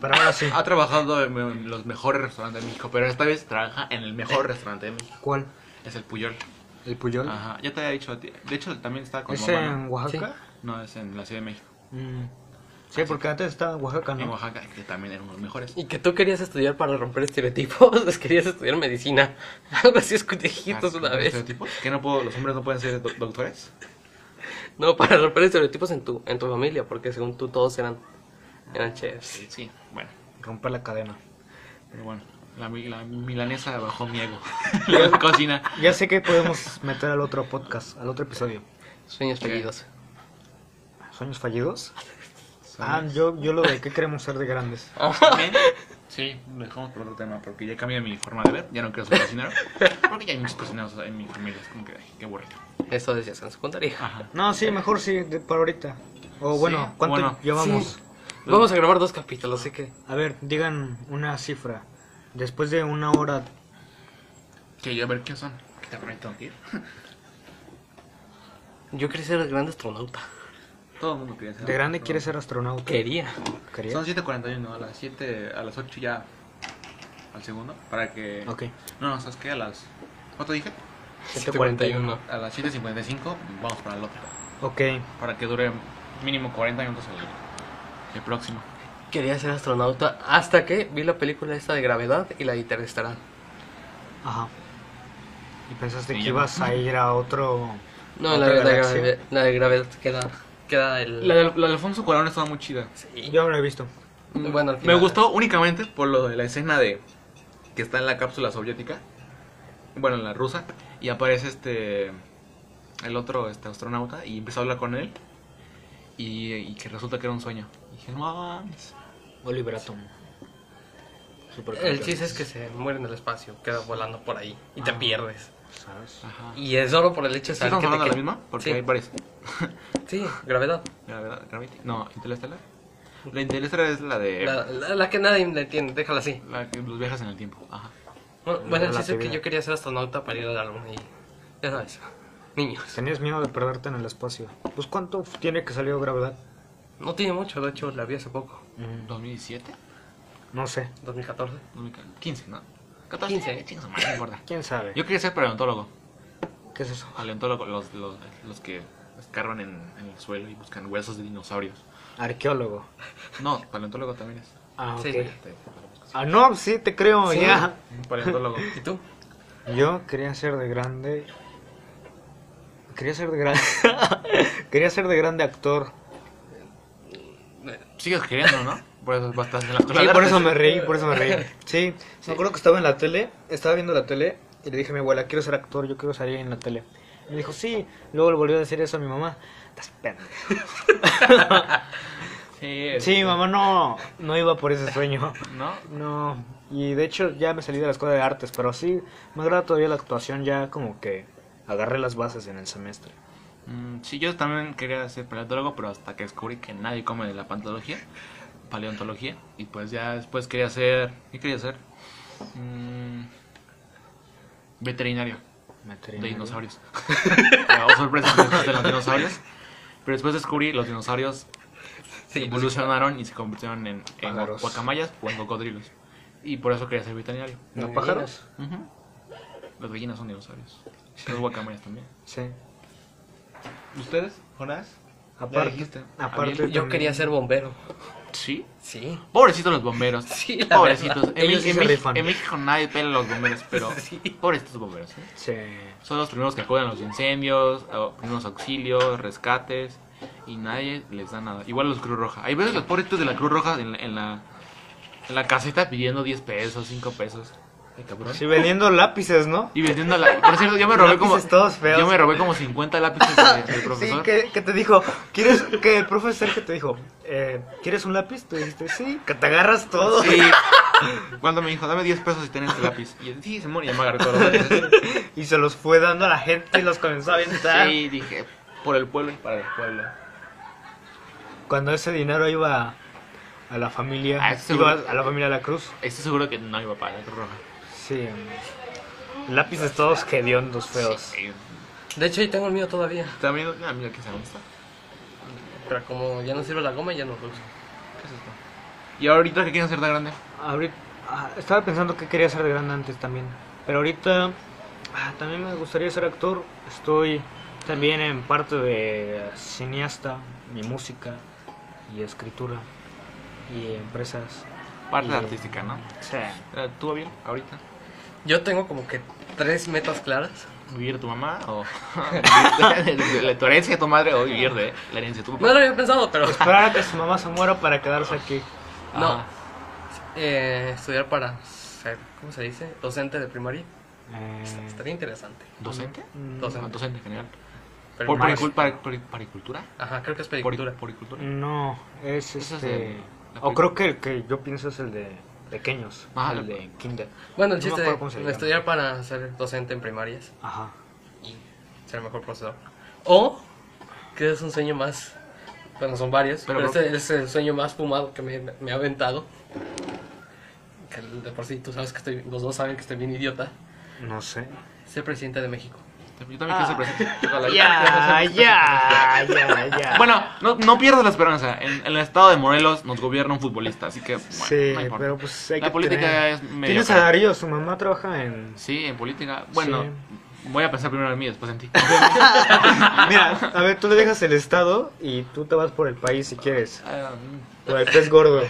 Pero ahora sí.
ha trabajado en, en los mejores restaurantes de México, pero esta vez trabaja en el mejor restaurante de México.
¿Cuál?
Es el Puyol.
¿El Puyol?
Ajá, ya te había dicho a ti. De hecho, también está con
¿Es
mamá, ¿no?
en Oaxaca?
No, es en la Ciudad de México. Ah,
Mm. Sí, porque antes estaba en Oaxaca,
En
¿no?
Oaxaca, que también eran los mejores.
Y que tú querías estudiar para romper estereotipos, *laughs* querías estudiar medicina. *laughs* Algo así escuché
Ah,
una vez.
estereotipos? ¿Que no puedo, los hombres no pueden ser do- doctores?
No, para romper estereotipos en tu, en tu familia, porque según tú todos eran, eran chefs.
Sí, sí, bueno.
Romper la cadena.
Pero bueno, la, mi- la milanesa bajó mi *laughs* ego. la cocina.
Ya sé que podemos meter al otro podcast, al otro episodio.
Sueños
¿Qué?
fallidos.
¿Sueños fallidos? Ah, yo, yo lo de qué queremos ser de grandes.
También, Sí, lo dejamos por otro tema, porque ya cambié mi forma de ver, ya no quiero ser cocinero, porque ya hay muchos cocineros en mi familia, es como que, ay, qué aburrido.
Eso decías en secundaria.
Ajá.
No, sí, mejor sí, de- para ahorita. O bueno,
Sí,
¿cuánto
bueno.
llevamos?
Vamos a grabar dos capítulos, así que.
A ver, digan una cifra. Después de una hora,
Que yo a ver quién son, que también tengo que ir.
Yo quería ser el gran astronauta.
Todo el mundo quiere ser.
de grande quieres ser astronauta.
Quería.
¿Querías?
Son 7.41, a las 7, a las 8 ya, al segundo, para que...
Ok.
No, no, ¿sabes qué? A las... ¿Cuánto dije?
741.
A las 7.55 vamos para el otro.
Ok.
Para que dure mínimo 40 minutos el, el próximo.
Quería ser astronauta hasta que vi la película esta de gravedad y la de Interestelar.
Ajá. Y pensaste
Sí,
que
ya.
ibas a ir a otro.
No, la,
Otra
la
galaxia.
gravedad, la de gravedad queda, queda el...
La de, la de Alfonso Cuarón estaba muy chida.
Sí.
Yo no lo he visto.
Bueno, al
Me
final-
gustó únicamente por lo de la escena de que está en la cápsula soviética, bueno, en la rusa, y aparece este el otro este astronauta y empieza a hablar con él y, y que resulta que era un sueño. Y dije, no mames".
Oliver Atom.
El chiste es que se muere en el espacio, queda volando por ahí y te
Ah.
pierdes.
¿Sabes?
Ajá.
Y es solo por el hecho de
¿Sí
saber
estamos
que te
hablando de la
queda-
misma? Porque
Sí.
hay varias.
Sí, gravedad.
La verdad, Gravity. No, Interestelar. La Interestelar es la de
La, la- la que nadie le entiende, déjala así.
Eh, la que los viajes en el tiempo. Ajá.
Bueno,
La
bueno, el chiste es que
relatividad.
yo quería ser astronauta para ir a la luna y... Ya sabes, niños.
Tenías miedo de perderte en el espacio. Pues cuánto tiene que salir gravedad.
No tiene mucho, de hecho la vi hace poco,
Mm. ¿2017?
No sé.
2014.
2015, ¿no? 14.
15.
Chinga su madre, no importa.
¿Quién sabe?
Yo quería ser paleontólogo.
¿Qué es eso?
Paleontólogos, los, los, los que escarban en, en el suelo y buscan huesos de dinosaurios.
Arqueólogo.
No, paleontólogo también es.
Ah, ok.
Sí.
Este,
Ah, no, sí, te creo,
Sí.
ya.
un *laughs* paleontólogo.
¿Y tú?
Yo quería ser de grande. Quería ser de grande. *laughs* quería ser de grande actor.
Sigues queriendo, ¿no? Por eso estás en la
Pues
escuela
Sí,
de
por
artes.
eso me reí, por eso me reí. Sí, me acuerdo que estaba en la tele, estaba viendo la tele y le dije a mi abuela, quiero ser actor, yo quiero salir en la tele. Me dijo, sí. Luego le volvió a decir eso a mi mamá. Estás pendejo.
Sí,
Sí, mi mamá no, no iba por ese sueño.
¿No?
No, y de hecho ya me salí de la escuela de artes, pero sí, me agrada todavía la actuación, ya como que agarré las bases en el semestre.
Mm, sí, yo también quería ser paleontólogo, pero hasta que descubrí que nadie come de la paleontología. Paleontología. Y pues ya después quería ser. ¿Qué quería ser? Mm, veterinario. de
Veterinario.
*laughs* dinosaurios. Me dio sorpresa me gustan los dinosaurios. Pero después descubrí los dinosaurios
Sí,
evolucionaron y se convirtieron en, en
Pájaros.
guacamayas o en cocodrilos. Y por eso quería ser veterinario.
¿Los pájaros?
Ujú. Las gallinas son dinosaurios. Los guacamayas también.
Sí.
¿Ustedes? ¿Jonás? dijiste.
Aparte, aparte
Yo quería ser bombero.
Sí.
Sí.
Pobrecitos los bomberos.
Sí, la
Pobrecitos.
verdad.
En,
Ellos
Mex-
sí
en
se
Mex-
rifan.
en México nadie pela a los bomberos, pero pobrecitos bomberos. ¿eh?
Sí.
Son los primeros que acuden a los incendios, a primeros auxilios, rescates, y nadie les da nada. Igual los Cruz Roja. Hay veces los pobrecitos de la Cruz Roja en la, en la, en la caseta pidiendo 10 pesos, 5 pesos. Ay, cabrón.
Sí, vendiendo lápices, ¿no?
Y vendiendo la... Por cierto, yo me robé como...
Lápices todos feos.
Yo me robé como 50 lápices de- del
Sí,
profesor.
que, que te dijo, ¿quieres que el profesor que te dijo, eh, ¿quieres un lápiz? Tú dijiste, sí, que te agarras todo.
Sí. Cuando me dijo, dame 10 pesos si tienes este lápiz. Y yo, sí, se muere, y ya me agarré todos los lápices.
*laughs* Y se los fue dando a la gente y los comenzó a aventar.
Sí, dije, por el pueblo y para el pueblo.
Cuando ese dinero iba a la familia,
Ah, eso
iba
seguro.
a la familia de la Cruz.
Estoy seguro que no iba para la Cruz Roja.
Sí. em, Lápices todos que hediondos feos.
Sí.
De hecho, ahí tengo el mío todavía.
También, ah, mira que se gusta.
Pero como ya no sirve la goma, ya no lo uso.
¿Qué es esto? ¿Y ahorita qué quieren hacer de grande?
Ahorita, ah, estaba pensando que quería ser de grande antes también. Pero ahorita ah, también me gustaría ser actor. Estoy también en parte de eh, cineasta, mi música y escritura y empresas.
Parte
Y-
artística, ¿no? Eh, ¿Tú bien ahorita?
Yo tengo como que tres metas claras.
¿Vivir de tu mamá o vivir de- de- de tu herencia de tu madre o vivir de la herencia de tu papá?
No lo había pensado,
*laughs*
pero...
Esperar a que su mamá se muera para quedarse aquí.
No.
Ajá.
Eh, estudiar para ser, ¿cómo se dice? Docente de primaria.
Eh,
Estaría interesante.
¿Docente?
mm,
Ah,
Docente.
Docente en general.
Pero
¿Por
primaria.
paricul- para- pari- paricultura?
Ajá, creo que es
Pori-
pedicultura.
¿Poricultura?
No, es
Ese es
este.
el- la
O
película.
creo que el que yo pienso es el de pequeños.
Ah,
el
la-
de kinder.
Bueno, el
No me
chiste
acuerdo cómo se
de
llama.
estudiar para ser docente en primarias
Ajá.
y ser el mejor profesor. O, que es un sueño más. Bueno, son varios,
Pero
pero,
creo-
este es el sueño más fumado que me, me ha aventado. Que de por sí tú sabes que estoy. Los dos saben que estoy bien idiota.
No sé.
Ser presidente de México. *laughs*
Yo también quiero ser presidente.
*laughs*
Ojalá.
Ya, ya, ya, ya.
Bueno, no, no pierdas la esperanza. En, en el estado de Morelos nos gobierna un futbolista, así que. bueno,
Sí,
no importa.
pero pues hay
La
que
política
tener-
es medio. *laughs*
Tienes a Darío, su mamá trabaja en...
Sí, en política. Bueno, Voy a pensar primero en mí, después en ti. *laughs*
Mira, a ver, tú le dejas el estado y tú te vas por el país si quieres.
Ah,
Por el pez gordo.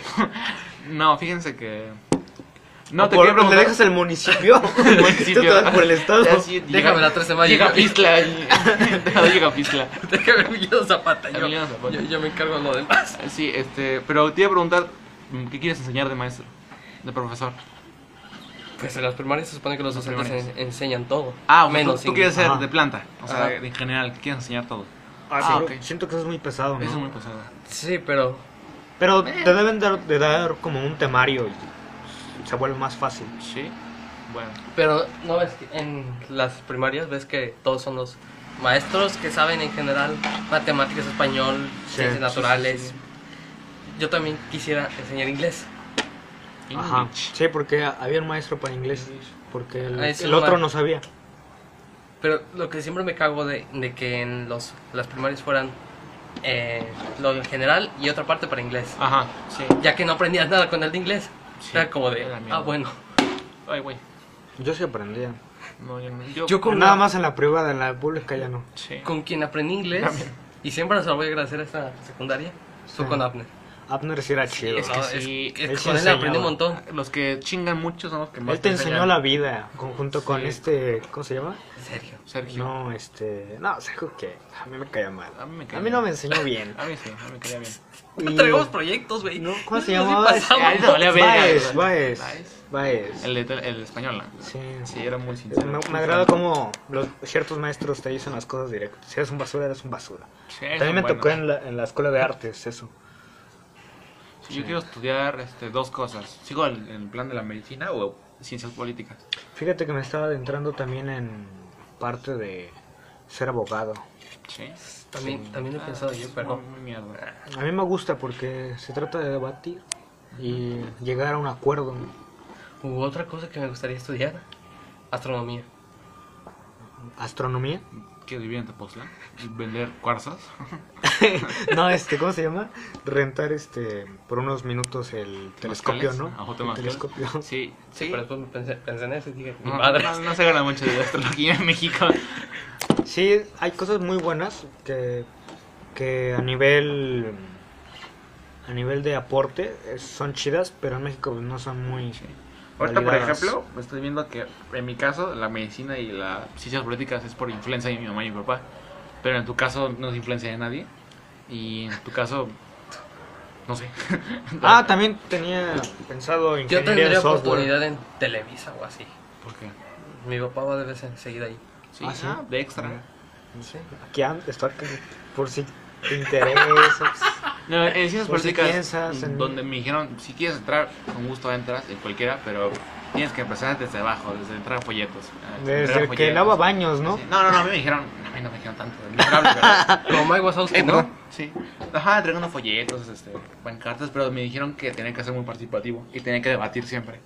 no, fíjense que.
No,
te
por,
quiero
le
preguntar-
dejas el
*laughs*
municipio. *laughs*
municipio.
Tú te vas por el estado.
Ya, sí, Déjame la 13 de mayo.
Llega Pizla. y- *laughs* Dejado llega Pizla.
Déjame Emiliano Zapata. Yo,
Emiliano Zapata.
yo, yo me encargo de lo demás.
Sí, este. Pero te iba a preguntar, mm, ¿qué quieres enseñar de maestro? De profesor.
Pues en las primarias se supone que los
Las
docentes
primarias.
en- enseñan todo.
Ah, menos.
menos.
Tú, tú quieres ser
Ajá.
de planta. O sea,
Ajá.
de- en general, quieres enseñar todo.
Ah,
sí.
pero Siento que eso es muy pesado, ¿no?
Eso es muy Eh. pesado.
Sí, pero
Pero te deben dar, de dar como un temario y se vuelve más fácil.
Sí. Bueno.
Pero no ves que en las primarias ves que todos son los maestros que saben en general matemáticas, español,
Sí,
ciencias
sí,
naturales.
sí, sí.
Yo también quisiera enseñar inglés.
Ajá.
English.
Sí, porque había un maestro para inglés. Porque el,
Ah, es
el
un
otro
ma-
no sabía.
Pero lo que siempre me cago de, de que en los las primarias fueran eh, lo de general y otra parte para inglés.
Ajá, sí.
Ya que no aprendías nada con el de inglés.
Sí,
Era como de,
era mierda.
ah, bueno.
Ay, güey.
Yo sí aprendía.
No, yo no. Yo,
Yo con,
Nada
la-
más en la privada, en la pública ya no.
Sí.
con quien aprendí inglés,
También.
y siempre se lo voy a agradecer a esta secundaria, fue
Sí.
con Abner.
Abner sí era chido.
es que
No,
sí,
es-
él sí
con él
enseñaba.
aprendí un montón.
Los que chingan mucho son los que más
Él te enseñó
enseñan.
la vida conjunto con
Sí.
este. ¿Cómo se llama?
Sergio.
Sergio.
No, este. No, Sergio que a mí me caía mal.
A mí me caía
no
mal.
me enseñó
*laughs*
bien.
A mí sí, a mí me caía bien.
Y-
Traigamos proyectos, güey.
No, ¿Cómo se
Eso sí
llamaba?
pasaba.
Ay, no, vale, verga.
Baez, Baez.
Baez.
Baez.
El, de- el español, ¿no?
Sí.
Sí, era muy sincero.
Me, me
Muy
agrada
franco.
cómo los ciertos maestros te dicen las cosas directas. Si eres un basura, eres un basura.
Sí,
También me
bueno.
tocó en la, en la escuela de artes eso.
Sí, Yo quiero estudiar este, dos cosas. ¿Sigo el, el plan de la medicina o ciencias políticas?
Fíjate que me estaba adentrando también en parte de ser abogado.
Sí.
También, también lo he pensado yo, pero.
Ah, Muy, muy mierda.
A mí me gusta porque se trata de debatir y llegar a un acuerdo.
U otra cosa que me gustaría estudiar: astronomía.
¿Astronomía? *laughs*
Quiero vivir en Tepoztlán. y Vender cuarzos.
no, este, ¿cómo se llama? Rentar este por unos minutos el telescopio, ¿no?
Ojo,
El telescopio. *laughs*
Sí, sí.
Sí, pero después me pensé, pensé en eso y dije:
no,
madre.
no- no se gana mucho de astrología en México.
Sí, hay cosas muy buenas que, que a nivel a nivel de aporte eh, son chidas, pero en México pues, no son muy
Ahorita, por
validadas.
ejemplo, estoy viendo que en mi caso la medicina y las ciencias políticas es por influencia de mi mamá y mi papá. Pero en tu caso no es influencia de nadie. Y en tu caso, no sé.
Ah, también tenía pensado
Yo
ingeniería de
tendría
software.
oportunidad en Televisa o así.
*laughs* ¿Por qué?
Mi papá va de vez en seguida ahí.
Sí,
Ah, sí.
ah, de extra.
Aquí ando, estoy acá, por si te interesa. pues,
*laughs* No, en ciencias
Por si
políticas, mm,
piensas en-
donde me dijeron, si quieres entrar, con gusto entras, en cualquiera, pero tienes que empezar desde abajo, desde entrar folletos. eh, entregar
Desde que
folletos.
lava baños, ¿no?
Sí. No, no, no, a mí me dijeron, a mí no me dijeron tanto,
*laughs*
ni cable, pero-
Como Mike Wazowski,
Eh,
¿no?
perdón, Sí. Ajá, entregando folletos, este, pancartas, pero me dijeron que tenía que ser muy participativo y tenía que debatir siempre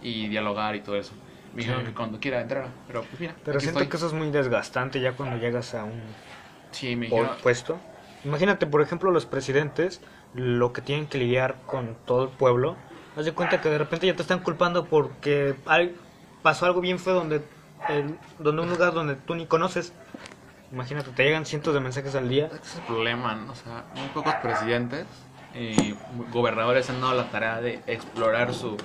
y dialogar y todo eso. Me dijeron que cuando quiera entrar, pero pues mira.
Pero
aquí
siento
estoy.
que eso es muy desgastante ya cuando llegas a un
Sí, me
por
dijeron.
puesto. Imagínate, por ejemplo, los presidentes, lo que tienen que lidiar con todo el pueblo. Haz de cuenta que de repente ya te están culpando porque hay- pasó algo bien feo donde, en- donde un lugar donde tú ni conoces. Imagínate, te llegan cientos de mensajes al día.
Ese es el problema, ¿no? o sea, muy pocos presidentes y gobernadores han dado la tarea de explorar su.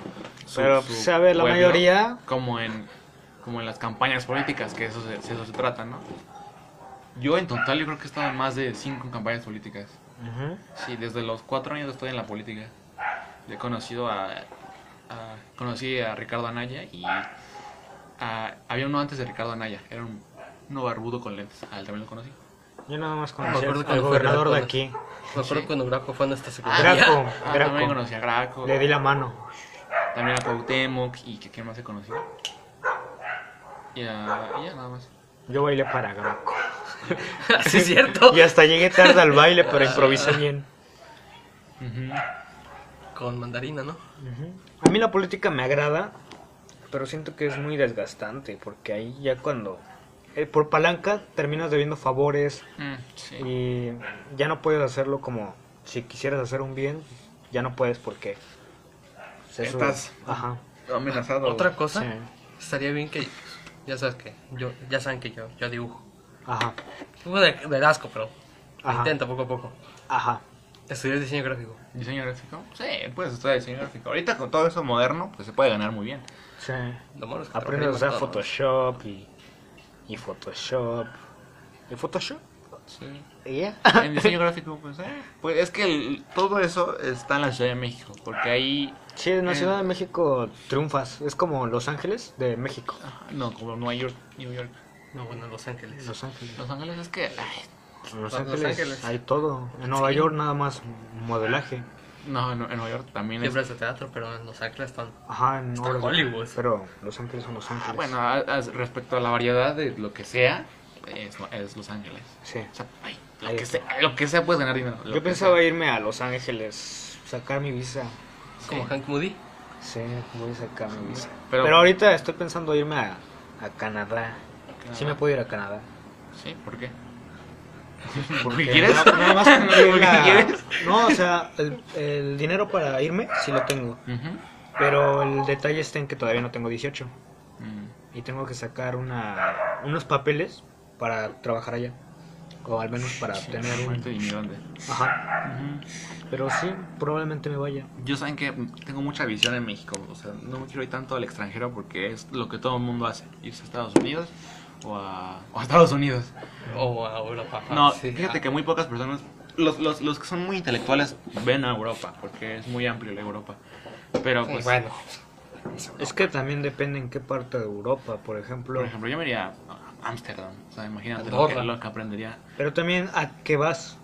su-
Pero,
su
se ve, la
pueblo,
mayoría-
Como en, como en las campañas políticas, que eso se, eso se trata, ¿no? Yo en total, yo creo que he estado en más de cinco campañas políticas. Sí, desde los cuatro años estoy en la política. He conocido a, a- conocí a Ricardo Anaya y a- había uno antes de Ricardo Anaya, era un, uno barbudo con lentes, a él también lo conocí.
Yo nada más
Me
conocí
acuerdo
al- al
cuando fue
gobernador de
Graco,
aquí.
Me acuerdo cuando Graco fue a nuestra secundaria. *laughs*
Graco,
Ah, también
Graco.
conocí a Graco,
Le di la mano.
también a Cuauhtémoc y que quién más se conocido. Y a, y ya nada más.
Yo bailé para Graco.
Ah, sí, es
*laughs*
cierto.
Y hasta llegué tarde al baile, pero improvisé bien.
Ujú.
Con mandarina, ¿no?
Ujú. A mí la política me agrada, pero siento que es muy desgastante, porque ahí ya cuando eh, por palanca terminas debiendo favores
Mm, sí.
y ya no puedes hacerlo como si quisieras hacer un bien, ya no puedes porque pues, eso-
Estás-
ajá,
Amenazado.
Otra
Otra
cosa,
Oh, sí.
estaría bien que Ya sabes que yo, ya saben que yo, yo dibujo.
Ajá,
Dibujo de, de asco, pero
Ajá.
intento poco a poco.
ajá.
Estudié diseño gráfico.
¿Diseño gráfico? Sí, puedes estudiar diseño gráfico. Ahorita con todo eso moderno, pues se puede ganar
*laughs*
muy bien.
Sí.
Lo malo es
Aprende a
que aprendimos
usar
todo.
Photoshop y, y Photoshop. ¿Y Photoshop?
Sí.
¿Ella?
En diseño gráfico, pues, eh, pues es que el- todo eso está en la Ciudad de México, porque ahí,
Sí, en la
Eh.
Ciudad de México triunfas. Es como Los Ángeles de México.
no, como Nueva York, New York,
No, bueno, Los Ángeles.
Los Ángeles.
Los Ángeles es que, ay,
Los
Los
Ángeles,
Ángeles.
hay todo. En Nueva
Sí.
York nada más modelaje.
no, en, en Nueva York también es,
Siempre es de teatro, pero en Los Ángeles están.
Ajá, en
Está
obras de-
Hollywood.
Pero Los Ángeles son Los Ángeles.
Ah, bueno, a- a- respecto a la variedad de lo que sea, es, es Los Ángeles.
Sí.
O sea, ay,
Ahí
lo, que
está.
sea, lo que sea puedes ganar dinero. lo
Yo
que
pensaba
sea.
irme a Los Ángeles, sacar mi visa.
Como Hank Moody.
Sí, voy a sacar mi visa. Pero,
Pero-
ahorita estoy pensando irme a, a Canadá. Sí me puedo ir a Canadá.
Sí, ¿por qué?
Porque
quieres?
Nada, nada más
*laughs*
con que
¿Porque
la-
quieres?
No, o sea, el, el dinero para irme sí lo tengo.
Ujú.
Pero el detalle está en que todavía no tengo 18.
Mm.
Y tengo que sacar una, unos papeles para trabajar allá. O al menos para obtener
Fuente
un...
de Miranda.
Ajá.
Ujú.
Pero sí, probablemente me vaya.
Yo saben que tengo mucha visión en México, o sea, no me quiero ir tanto al extranjero porque es lo que todo el mundo hace, irse a Estados Unidos o a, o a Estados Unidos.
O a Europa.
Ah,
No,
sí.
fíjate que muy pocas personas, los, los, los que son muy intelectuales ven a Europa porque es muy amplio la Europa. Pero
Sí,
pues,
bueno.
Es que también depende en qué parte de Europa, por ejemplo.
por ejemplo, yo me iría a Ámsterdam, o sea, imagínate lo que,
Andorra.
lo que aprendería.
Pero también a qué vas.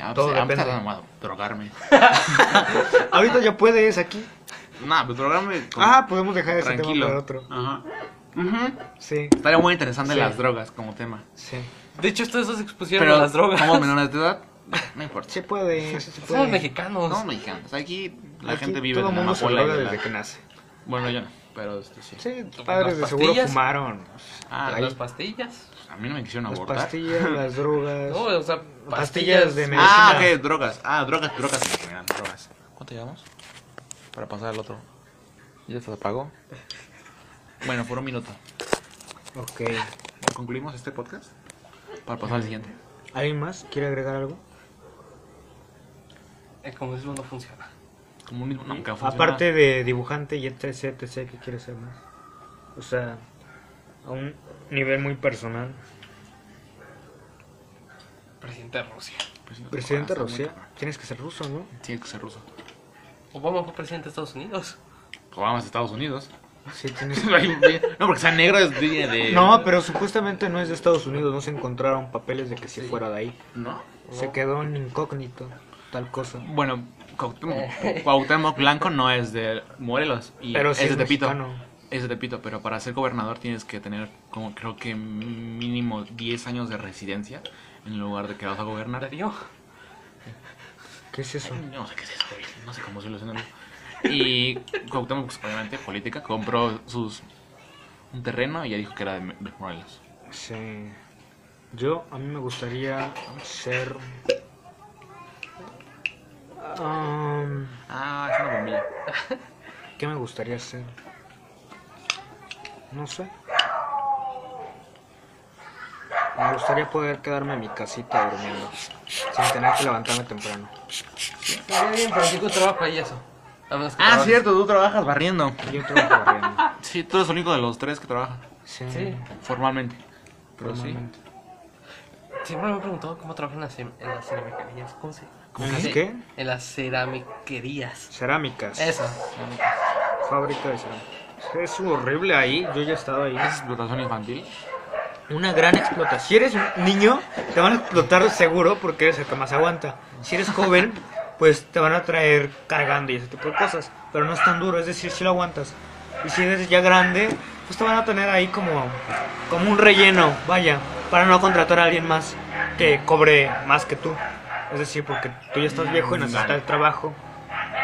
A
Todo depende.
Ámsterdam, a drogarme.
Ahorita ya puedes aquí.
Nah, pues drogarme. con-
Ah, podemos dejar ese tema
tranquilo.
para otro.
Ajá. Ujú.
Sí,
Estaría muy interesante
Sí.
las drogas como tema.
sí.
De hecho, ustedes dos se expusieron
Pero
a las drogas. *laughs*
somos menores de edad, no importa.
Se puede, sí se puede.
Somos mexicanos.
No, mexicanos. Aquí la
Aquí
gente vive
todo
en
el
la
mundo se
amapola y
droga
de la-
desde que nace.
Bueno, yo no, pero este sí.
Sí, tus padres de
las
seguro
pastillas.
fumaron.
Ah,
Ahí.
Las pastillas.
A mí no me quisieron
Las
abortar.
pastillas,
*laughs*
las drogas.
No, o sea,
Pues, Pastillas
pastillas
de
Ah,
Ah,
medicina.
¿qué? Drogas. Ah, drogas, drogas. Miran, drogas. ¿Cuánto llevamos? Para pasar al otro. ¿Ya se apagó? Bueno, por un minuto.
Ok.
¿Concluimos este podcast? Para pasar al siguiente.
¿Alguien más quiere agregar algo?
El comunismo eh, no funciona.
Comunismo nunca funciona.
Aparte de dibujante y etc, etc, ¿qué quiere ser más? O sea, a un nivel muy personal.
Presidente de Rusia.
Presidente de
Está muy
Rusia,
cabrón.
tienes que ser ruso, ¿no?
Tiene que ser ruso.
Obama fue presidente de Estados Unidos.
Obama es de Estados Unidos. *laughs*
*laughs* Sí, tienes
no, porque sea negro es de... de-
No, pero supuestamente no es de Estados Unidos, no se encontraron papeles de que si fuera de ahí.
¿No?
Se quedó en incógnito, tal cosa.
Bueno, Cuauhtémoc, Cuauhtémoc Blanco no es de Morelos. Y
Pero
es
sí
de
es
Tepito.
mexicano.
Es de Tepito, pero para ser gobernador tienes que tener, como creo que mínimo 10 años de residencia en lugar de que vas a gobernar.
Darío.
¿Qué es eso?
No sé qué es eso, güey. No sé cómo solucionarlo. Y Cuauhtémoc, pues, obviamente, política, compró sus un terreno y ya dijo que era de, de Morelos.
Sí. Yo, a mí me gustaría ser... Am,
Ah, es una bombilla.
¿Qué me gustaría ser? No sé. Me gustaría poder quedarme en mi casita durmiendo, sin tener que levantarme temprano.
Estaría bien, pero yo trabajo ahí eso. A menos que
Ah,
trabajes.
cierto, tú trabajas barriendo.
Yo trabajo barriendo.
Sí, tú eres el único de los tres que trabaja
Sí,
Sí.
formalmente. Pero sí.
normalmente.
Siempre me he preguntado cómo trabajan las, en las ceramiquerías. ¿Cómo se
¿Cómo
Sí,
que? qué?
En las ceramiquerías.
Cerámicas.
Eso.
Fábrica de cerámica. Es horrible ahí, yo ya he estado ahí.
¿Es explotación infantil?
Una gran explotación. Si eres un niño, te van a explotar seguro porque eres el que más aguanta. Si eres joven, pues te van a traer cargando y ese tipo de cosas. Pero no es tan duro, es decir, si lo aguantas. Y si eres ya grande, pues te van a tener ahí como, como un relleno, vaya, para no contratar a alguien más que cobre más que tú. Es decir, porque tú ya estás viejo y necesitas el trabajo,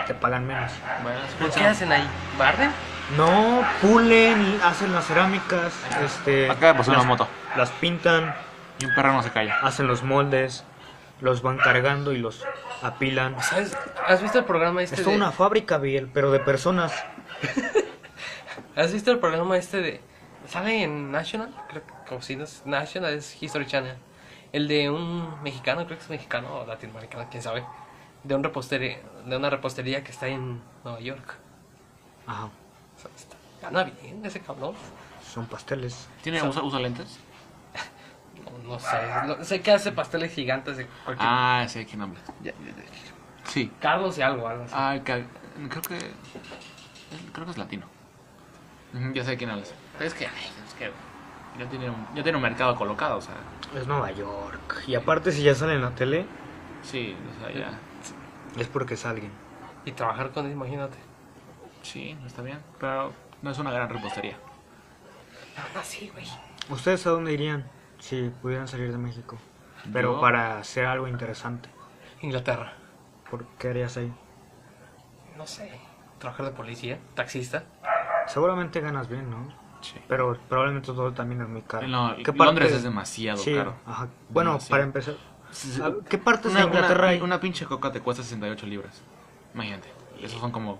te pagan menos.
Bueno, es
¿Pero qué
funciona.
hacen ahí? ¿Barden?
No, pulen, hacen las cerámicas, este,
Acaba de pasar
las-
una moto.
las pintan,
Y un perro no se calla.
hacen los moldes, los van cargando y los apilan.
¿Sabes? ¿Has visto el programa este
Es toda
de...
una fábrica, Biel, pero de personas.
¿Has visto el programa este de Sale en National, creo que como si no es National, es History Channel. El de un mexicano, creo que es mexicano o latinoamericano, quién sabe. De, un repostería, de una repostería que está en Nueva York.
Ajá.
O sea, está- Gana bien ese cabrón.
Son pasteles.
¿Tiene, usa, usa lentes?
No, no sé, no- sé que hace pasteles gigantes de cualquier.
Ah, sí, ¿quién habla? Sí.
Carlos y algo, algo así.
Ah, ca- creo que. es- Creo que es latino. Ujú, Ya sé de quién hablas. Es que. ay, es que ya, tiene un, ya tiene un mercado colocado, o sea.
Es Nueva York. Y aparte, si ya sale en la tele,
Sí, o sea, ya.
es porque salgan.
Y trabajar con él, imagínate.
Sí, está bien. Pero no es una gran repostería.
Ah, sí, güey.
¿Ustedes a dónde irían si pudieran salir de México? Pero
Yo-
para hacer algo interesante.
Inglaterra.
¿Por qué harías ahí?
No sé. Trabajar de policía, taxista.
Seguramente ganas bien, ¿no?
Sí.
Pero probablemente todo también es muy caro.
No,
¿Qué
Londres
parte-
es demasiado
Sí,
caro.
ajá. Bueno,
Demasiado.
para empezar,
Sí, sí.
a ver, ¿qué partes
Una,
de Inglaterra
una-
hay?
una pinche coca te cuesta 68 libras. Imagínate. Esos son como.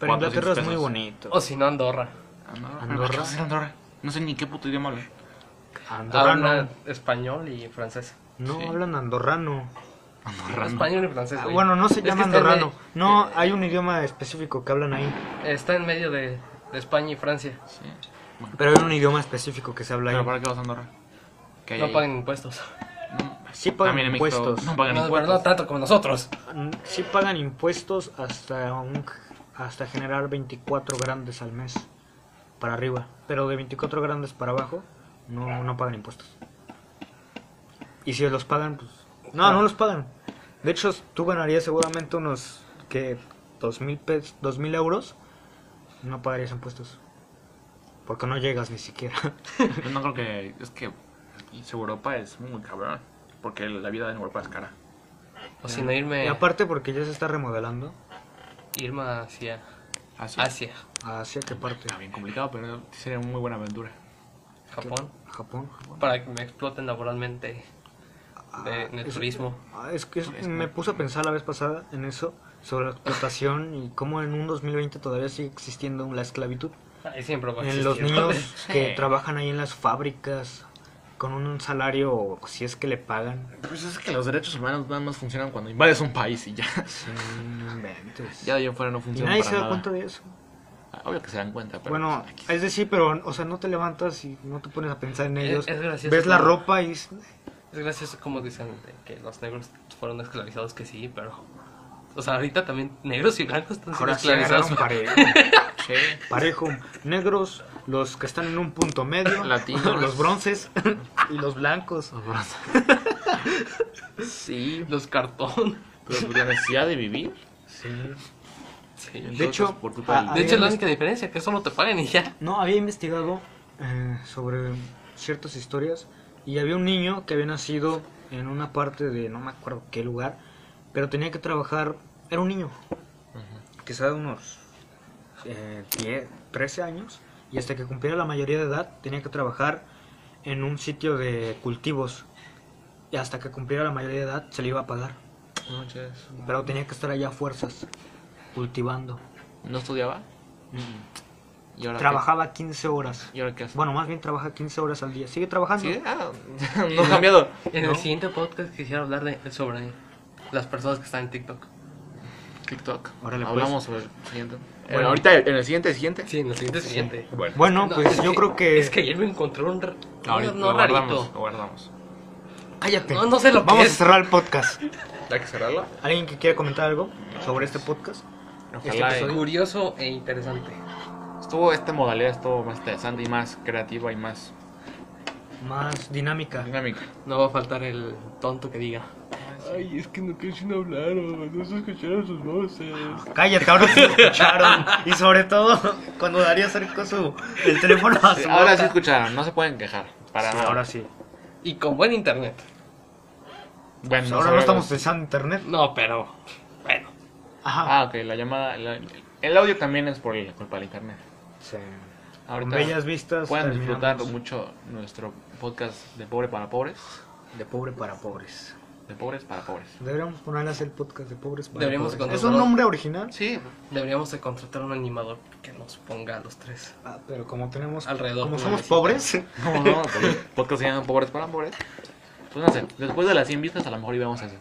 Pero
400
Inglaterra es muy
pesos.
bonito.
O si no, Andorra.
Andorra.
Andorra.
¿Qué vas a hacer en Andorra? No sé ni qué puto idioma hablan.
Andorra
Habla
no.
español y francés.
No,
Sí.
hablan andorrano.
Andorra. no.
Español y francés.
Ah,
güey.
bueno, no se
Es que
llama
está en
andorrano.
medio-
No, hay un idioma específico que hablan ahí.
Está en medio de, de España y Francia.
Sí. Bueno,
Pero hay un idioma específico que se habla
pero
ahí.
¿para qué vas a Andorra? ¿Qué hay
No
ahí?
pagan impuestos.
No,
Sí pagan
también en México
impuestos.
No pagan
No, pero
impuestos.
no tanto como nosotros.
Mm, Sí pagan impuestos hasta un- hasta generar 24 grandes al mes para arriba, pero de 24 grandes para abajo no no pagan impuestos. Y si los pagan, pues no, no los pagan. De hecho, tú ganarías seguramente unos que dos mil pes- dos mil euros, no pagarías impuestos, porque no llegas ni siquiera.
Yo *laughs* no creo que. Es que. pues, Europa es muy cabrón. Porque la vida en Europa es cara.
O si no irme,
Y aparte porque ya se está remodelando.
irme hacia
Así.
Ah,
Asia,
¿Hacia qué parte?
Está bien complicado, pero sería una muy buena aventura.
Japón,
Japón.
para que me exploten laboralmente de, en el
es-
turismo.
Ah, Es que es- me puse a pensar la vez pasada en eso, sobre la explotación y cómo en un 2020 todavía sigue existiendo la esclavitud.
Ahí siempre va a
En los
existir. *laughs*
niños que trabajan ahí en las fábricas, con un salario, o si es que le pagan.
Pues es que los derechos humanos nada más funcionan cuando invades un país y ya.
Sí, no inventes.
Ya de ahí en fuera no
Y
funciona.
nadie
para
se da
nada.
cuenta de eso.
Ah, Obvio que se dan cuenta, pero. pues,
Bueno, es decir, pero, o sea, no te levantas y no te pones a pensar en
Es-
ellos.
es gracioso,
Ves la
¿no?
ropa y... dices,
Es gracioso como dicen de que los negros fueron esclavizados, que sí, pero... O sea, ahorita también negros y blancos están siendo
Ahora sí
esclavizados.
agarraron parejo. *laughs*
Sí.
Parejo. Negros, los que están en un punto medio. *laughs*
Latinos.
Los bronces y los blancos.
Sí.
Los cartón.
Pero por la necesidad de vivir.
Sí.
Sí.
Entonces,
hecho,
por culpa del-
ah,
De hecho, es la
Habíamos-
única diferencia, que solo te paguen y ya.
No, había investigado eh, sobre ciertas historias y había un niño que había nacido en una parte de no me acuerdo qué lugar, pero tenía que trabajar, era un niño, quizá de unos eh, 10, 13 años, y hasta que cumpliera la mayoría de edad tenía que trabajar en un sitio de cultivos, y hasta que cumpliera la mayoría de edad se le iba a pagar,
Noches.
pero tenía que estar allá a fuerzas, cultivando.
No estudiaba. Y ahora. qué?
Trabajaba 15 horas.
¿Y ahora qué hace?
Bueno, más bien trabaja 15 horas al día. Sigue trabajando.
Sí, ah, *laughs* no ha cambiado.
En el siguiente podcast quisiera hablar de, sobre las personas que están en TikTok.
TikTok.
Órale, pues.
Hablamos sobre el siguiente. Bueno, ahorita en el siguiente, siguiente.
Sí, en el siguiente siguiente.
Bueno.
Bueno,
No,
pues
es
yo creo que.
Es que ayer me encontré un... ra-
Ahorita
no,
lo guardamos. Lo
rarito.
guardamos.
Cállate.
No, no sé lo
este,
que
Vamos
es.
a cerrar el podcast.
Hay que cerrarlo.
¿Alguien que quiera comentar algo sobre este podcast?
Ojalá.
Este
eh,
Curioso e interesante.
estuvo esta Este modalidad estuvo más interesante y más creativa y más
Más dinámica.
dinámica.
No va a faltar el tonto que diga.
Ay, es que no quieren hablar, no se escucharon sus voces.
Cállate, ahora sí lo escucharon. Y sobre todo, cuando Darío acercó su, el teléfono a su
Ahora sí
boca.
Ah, escucharon, no se pueden quejar. Para
Sí,
nada.
ahora sí.
Y con buen internet.
Bueno,
Pues ahora no
sobre-
estamos usando internet.
No, pero... Bueno.
Ajá.
Ah, ok, la llamada. la- el audio también es por la culpa del internet.
Sí. Con
Ahorita
bellas vistas.
pueden
terminamos
disfrutar mucho nuestro podcast de Pobre para Pobres.
De pobre para pobres.
De pobres para pobres.
Deberíamos poner a hacer el podcast de pobres. para
Deberíamos
pobres.
de
¿Es un
contratar-
nombre original?
Sí,
Deberíamos de contratar un animador que nos ponga a los tres.
Ah, pero como tenemos.
Alrededor,
Como
como
somos
decía.
pobres.
no, no, *laughs* porque el podcast se llama Pobres para Pobres. Pues no sé, después de las 100 vistas a lo mejor íbamos a hacer.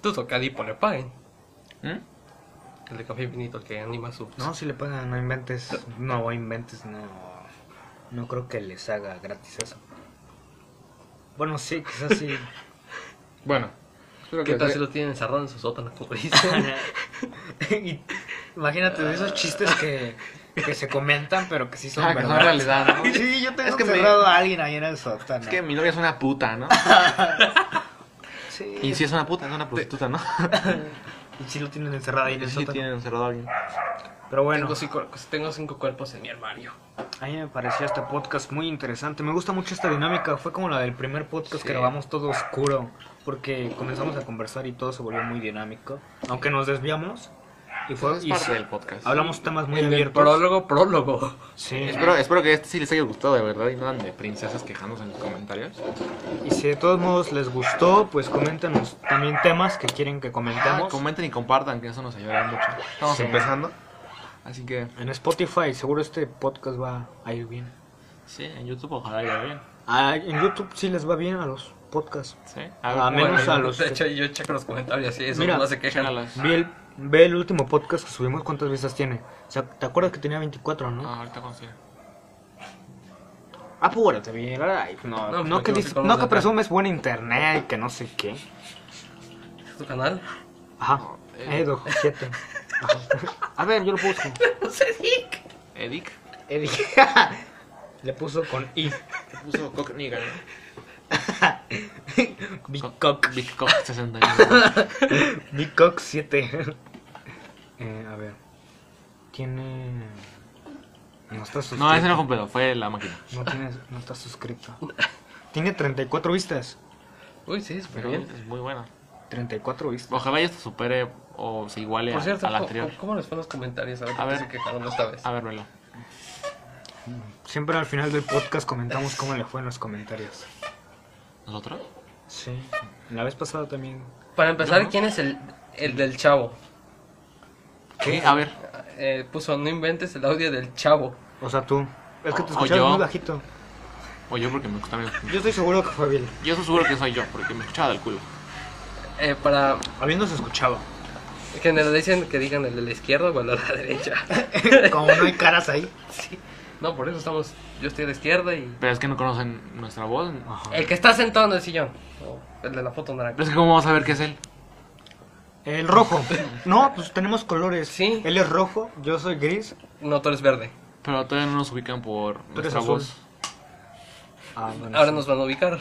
Tú toca a Dipo, le paguen.
¿Mm?
El de Café Infinito que anima su.
No, si le pagan, no inventes. No, inventes, no. No creo que les haga gratis eso. Bueno, sí, quizás
*laughs*
sí.
Bueno. Ah, creo
¿Qué
que
tal si
sí.
lo tienen encerrado en su sótano, *laughs* Pues, como dicen?
Y imagínate de esos chistes que, que se comentan, pero que sí son
Ah, que no es
verdad.
realidad,
*laughs*
¿no?
Sí, yo tengo
Es que me-
encerrado a alguien ahí en el sótano.
Es que mi novia es una puta, ¿no?
Sí.
Y si es una puta, es una prostituta, *laughs* ¿no?
Y sí lo tienen encerrado ahí en el
Sí
sótano.
tiene encerrado a alguien.
Pero bueno,
Tengo cinco, pues, tengo cinco cuerpos en mi armario.
a mí me pareció este podcast muy interesante. Me gusta mucho esta dinámica. Fue como la del primer podcast que grabamos todo oscuro. Porque comenzamos a conversar y todo se volvió muy dinámico. Aunque nos desviamos. Y fue
Es
y
parte
sí,
del podcast.
Hablamos temas muy
El del
abiertos.
prólogo, prólogo.
Sí.
Espero, espero que este sí les haya gustado de verdad y no anden de princesas quejándose en los comentarios.
Y si de todos modos les gustó, pues coméntenos también temas que quieren que
Ah,
comentemos.
comenten y compartan, que eso nos ayudará mucho. Estamos
Sí.
empezando. Así que,
En Spotify, seguro este podcast va a ir bien.
sí, en YouTube ojalá vaya bien.
Ah, en YouTube sí les va bien a los podcasts.
Sí,
A menos a los.
De hecho, yo checo los comentarios y eso
Mira,
no se quejan.
Chécalas.
Vi el, ve el último podcast que subimos, ¿cuántas vistas tiene? O sea, ¿te acuerdas que tenía 24, no?
Ah, ahorita consigo.
Apúrate bien, ay, no,
No,
no,
pues,
que,
yo
dis-
sé cómo
no
se
que
hace.
presumes buen internet y que no sé qué.
¿Tu canal?
Ajá,
eh.
Edo
*laughs*
7. A ver, yo lo busco.
No sé, Dick.
Edic.
Eddie. *laughs* Le puso con I.
Puso Cocknigan.
*laughs* Big Cock.
*laughs* Big Cock 61.
Big Cock 7. *laughs* Eh, a ver. Tiene. No está suscrito.
No, ese no fue un pedo, fue la máquina.
No, tienes, no está suscrito. Tiene 34 vistas.
Uy, sí, súper
Pero
bien.
es muy buena.
34 vistas.
Ojalá y esto supere o se iguale a,
Por cierto,
a la
¿cómo-
anterior.
¿cómo les fue en los comentarios? A ver,
A
¿por qué
ver.
se quejaron esta vez?
A ver, velo.
Siempre al final del podcast comentamos cómo le fue en los comentarios.
¿Nosotros?
Sí. La vez pasada también.
Para empezar, ¿quién es el, el del chavo?
¿Qué? A ver.
Eh, puso, no inventes el audio del chavo.
O sea, tú. Es que te
O- o
escuchabas
yo.
muy bajito.
O yo porque me gusta bien.
Yo estoy seguro que fue bien.
Yo estoy seguro que soy yo, porque me escuchaba del culo.
Eh, para
Habiéndose escuchado.
que nos dicen que digan el de la izquierda o el de la *laughs* derecha.
*laughs* *laughs* Como no hay caras ahí.
Sí. No, por eso estamos, yo estoy de izquierda y...
Pero es que no conocen nuestra voz.
El que está sentado en el sillón. O el de la foto naranja.
Pero es que cómo vamos a ver qué es él.
El rojo. No, pues tenemos colores.
Sí.
Él es rojo, yo soy gris.
No, tú eres verde.
Pero todavía no nos ubican por
eres
nuestra
azul.
voz.
Ah, bueno.
Ahora nos van a ubicar.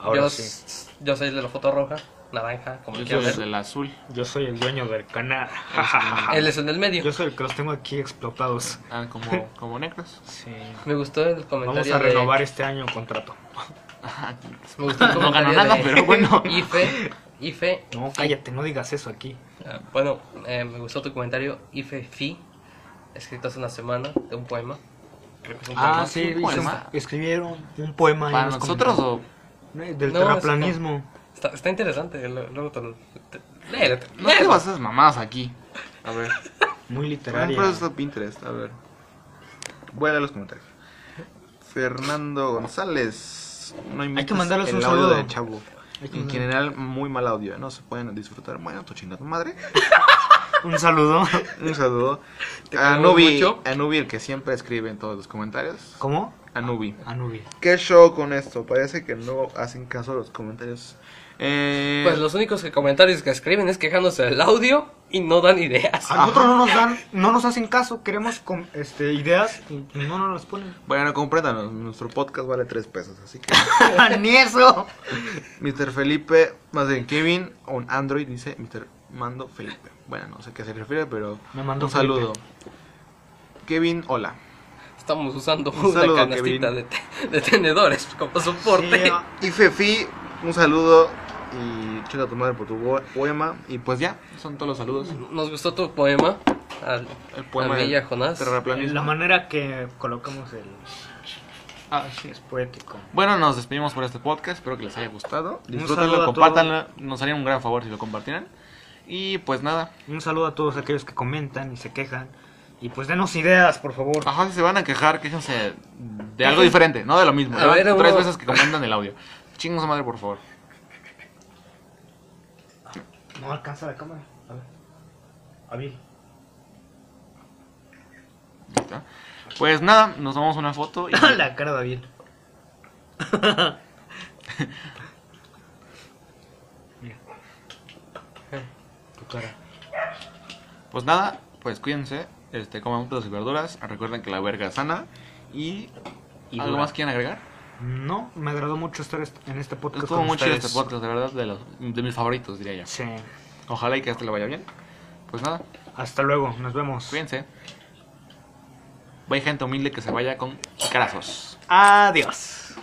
Ahora
yo,
sí.
s- yo soy el de la foto roja, naranja, como
Yo
lo
soy
quieras
el
ver.
del azul.
Yo soy el dueño del canal. *laughs*
Él es el del medio.
Yo soy el que los tengo aquí explotados.
Ah,
*laughs*
como, como negros.
Sí.
Me gustó el comentario
Vamos a
de-
renovar este año contrato.
Me gustó el
*laughs* No
comentario
ganó nada,
de-
pero bueno.
*laughs* Ife, Ife.
No, cállate, no digas eso aquí.
Ah, Bueno, eh, me gustó tu comentario, Ife Fi, escrito hace una semana, de un poema. Creo que es un
Ah,
Ah,
sí,
sí, un
hizo-
poema.
escribieron un poema. ahí
¿Para
en los
nosotros
comentarios.
o.?
No, Del
No,
terraplanismo.
poema. Está, está interesante, eh, lo- luego te lo. te- léelo, te-
No te vas a esas mamadas aquí. A ver.
Muy literario.
Pinterest, a ver.
Voy a leer los comentarios. Fernando González. No
Hay que
inventes
mandarles
el
un
audio
saludo.
de Chavo.
Hay que
En
mandar-
general, muy mal audio. ¿eh? No se pueden disfrutar. Bueno, tu chingada madre.
Un *laughs* saludo.
Un saludo. A
queremos
Nubi,
mucho.
a Nubi, el que siempre escribe en todos los comentarios.
¿Cómo? Ah,
A Nubi.
Anubia.
¿Qué show con esto? Parece que no hacen caso a los comentarios. Eh,
Pues los únicos que- comentarios que escriben es quejándose del audio y no dan ideas.
A nosotros no nos dan, no nos hacen caso, queremos com- este, ideas y no nos las ponen.
Bueno, comprendan, nuestro podcast vale 3 pesos,
*laughs*
así que...
Ah,
¡Ni eso!
Mr. Felipe, más bien Kevin, un Android, dice Mr. Mando Felipe. Bueno, no sé a qué se refiere, pero
Me mandó
un saludo. Kevin, hola.
Estamos usando
Un
una
saludo,
canastita
Kevin.
de, te- de tenedores como soporte.
Sí, ah,
Y Fefi, un saludo y chica tu madre por tu bo- poema. Y pues ya,
Son todos los saludos.
Nos gustó tu poema. Al,
El poema
a mí y
de
a Jonás.
la
terraplanismo.
manera que colocamos el,
Ah, sí.
Es poético.
Bueno, nos despedimos por este podcast. Espero que les haya gustado.
saludo
Disfrútenlo,
a
compártanlo. Nos harían un gran favor si lo compartieran. Y pues nada.
Un saludo a todos aquellos que comentan y se quejan. Y pues denos ideas, por favor.
Ajá, si se van a quejar, quéjense de algo diferente, no de lo mismo.
A
Llevan
ver, uno-
tres veces que comentan el audio. Chingos madre, por favor.
No alcanza la cámara. A ver. A ver.
Ahí está. Pues nada, nos tomamos una
*laughs*
foto y
*coughs* la cara de David. *coughs* Mira. Tu cara.
pues nada, pues cuídense, este coman frutas y verduras, recuerden que la verga es sana y,
Y
algo
dura.
más quieren agregar.
No, me agradó mucho estar est- en este podcast.
Estuvo
con
muy chido
ustedes.
este podcast, de verdad, de los de mis favoritos, diría yo.
Sí.
Ojalá y que este le vaya bien. Pues nada,
Hasta luego, nos vemos.
cuídense. Hay gente humilde que se vaya con jicarazos.
Adiós.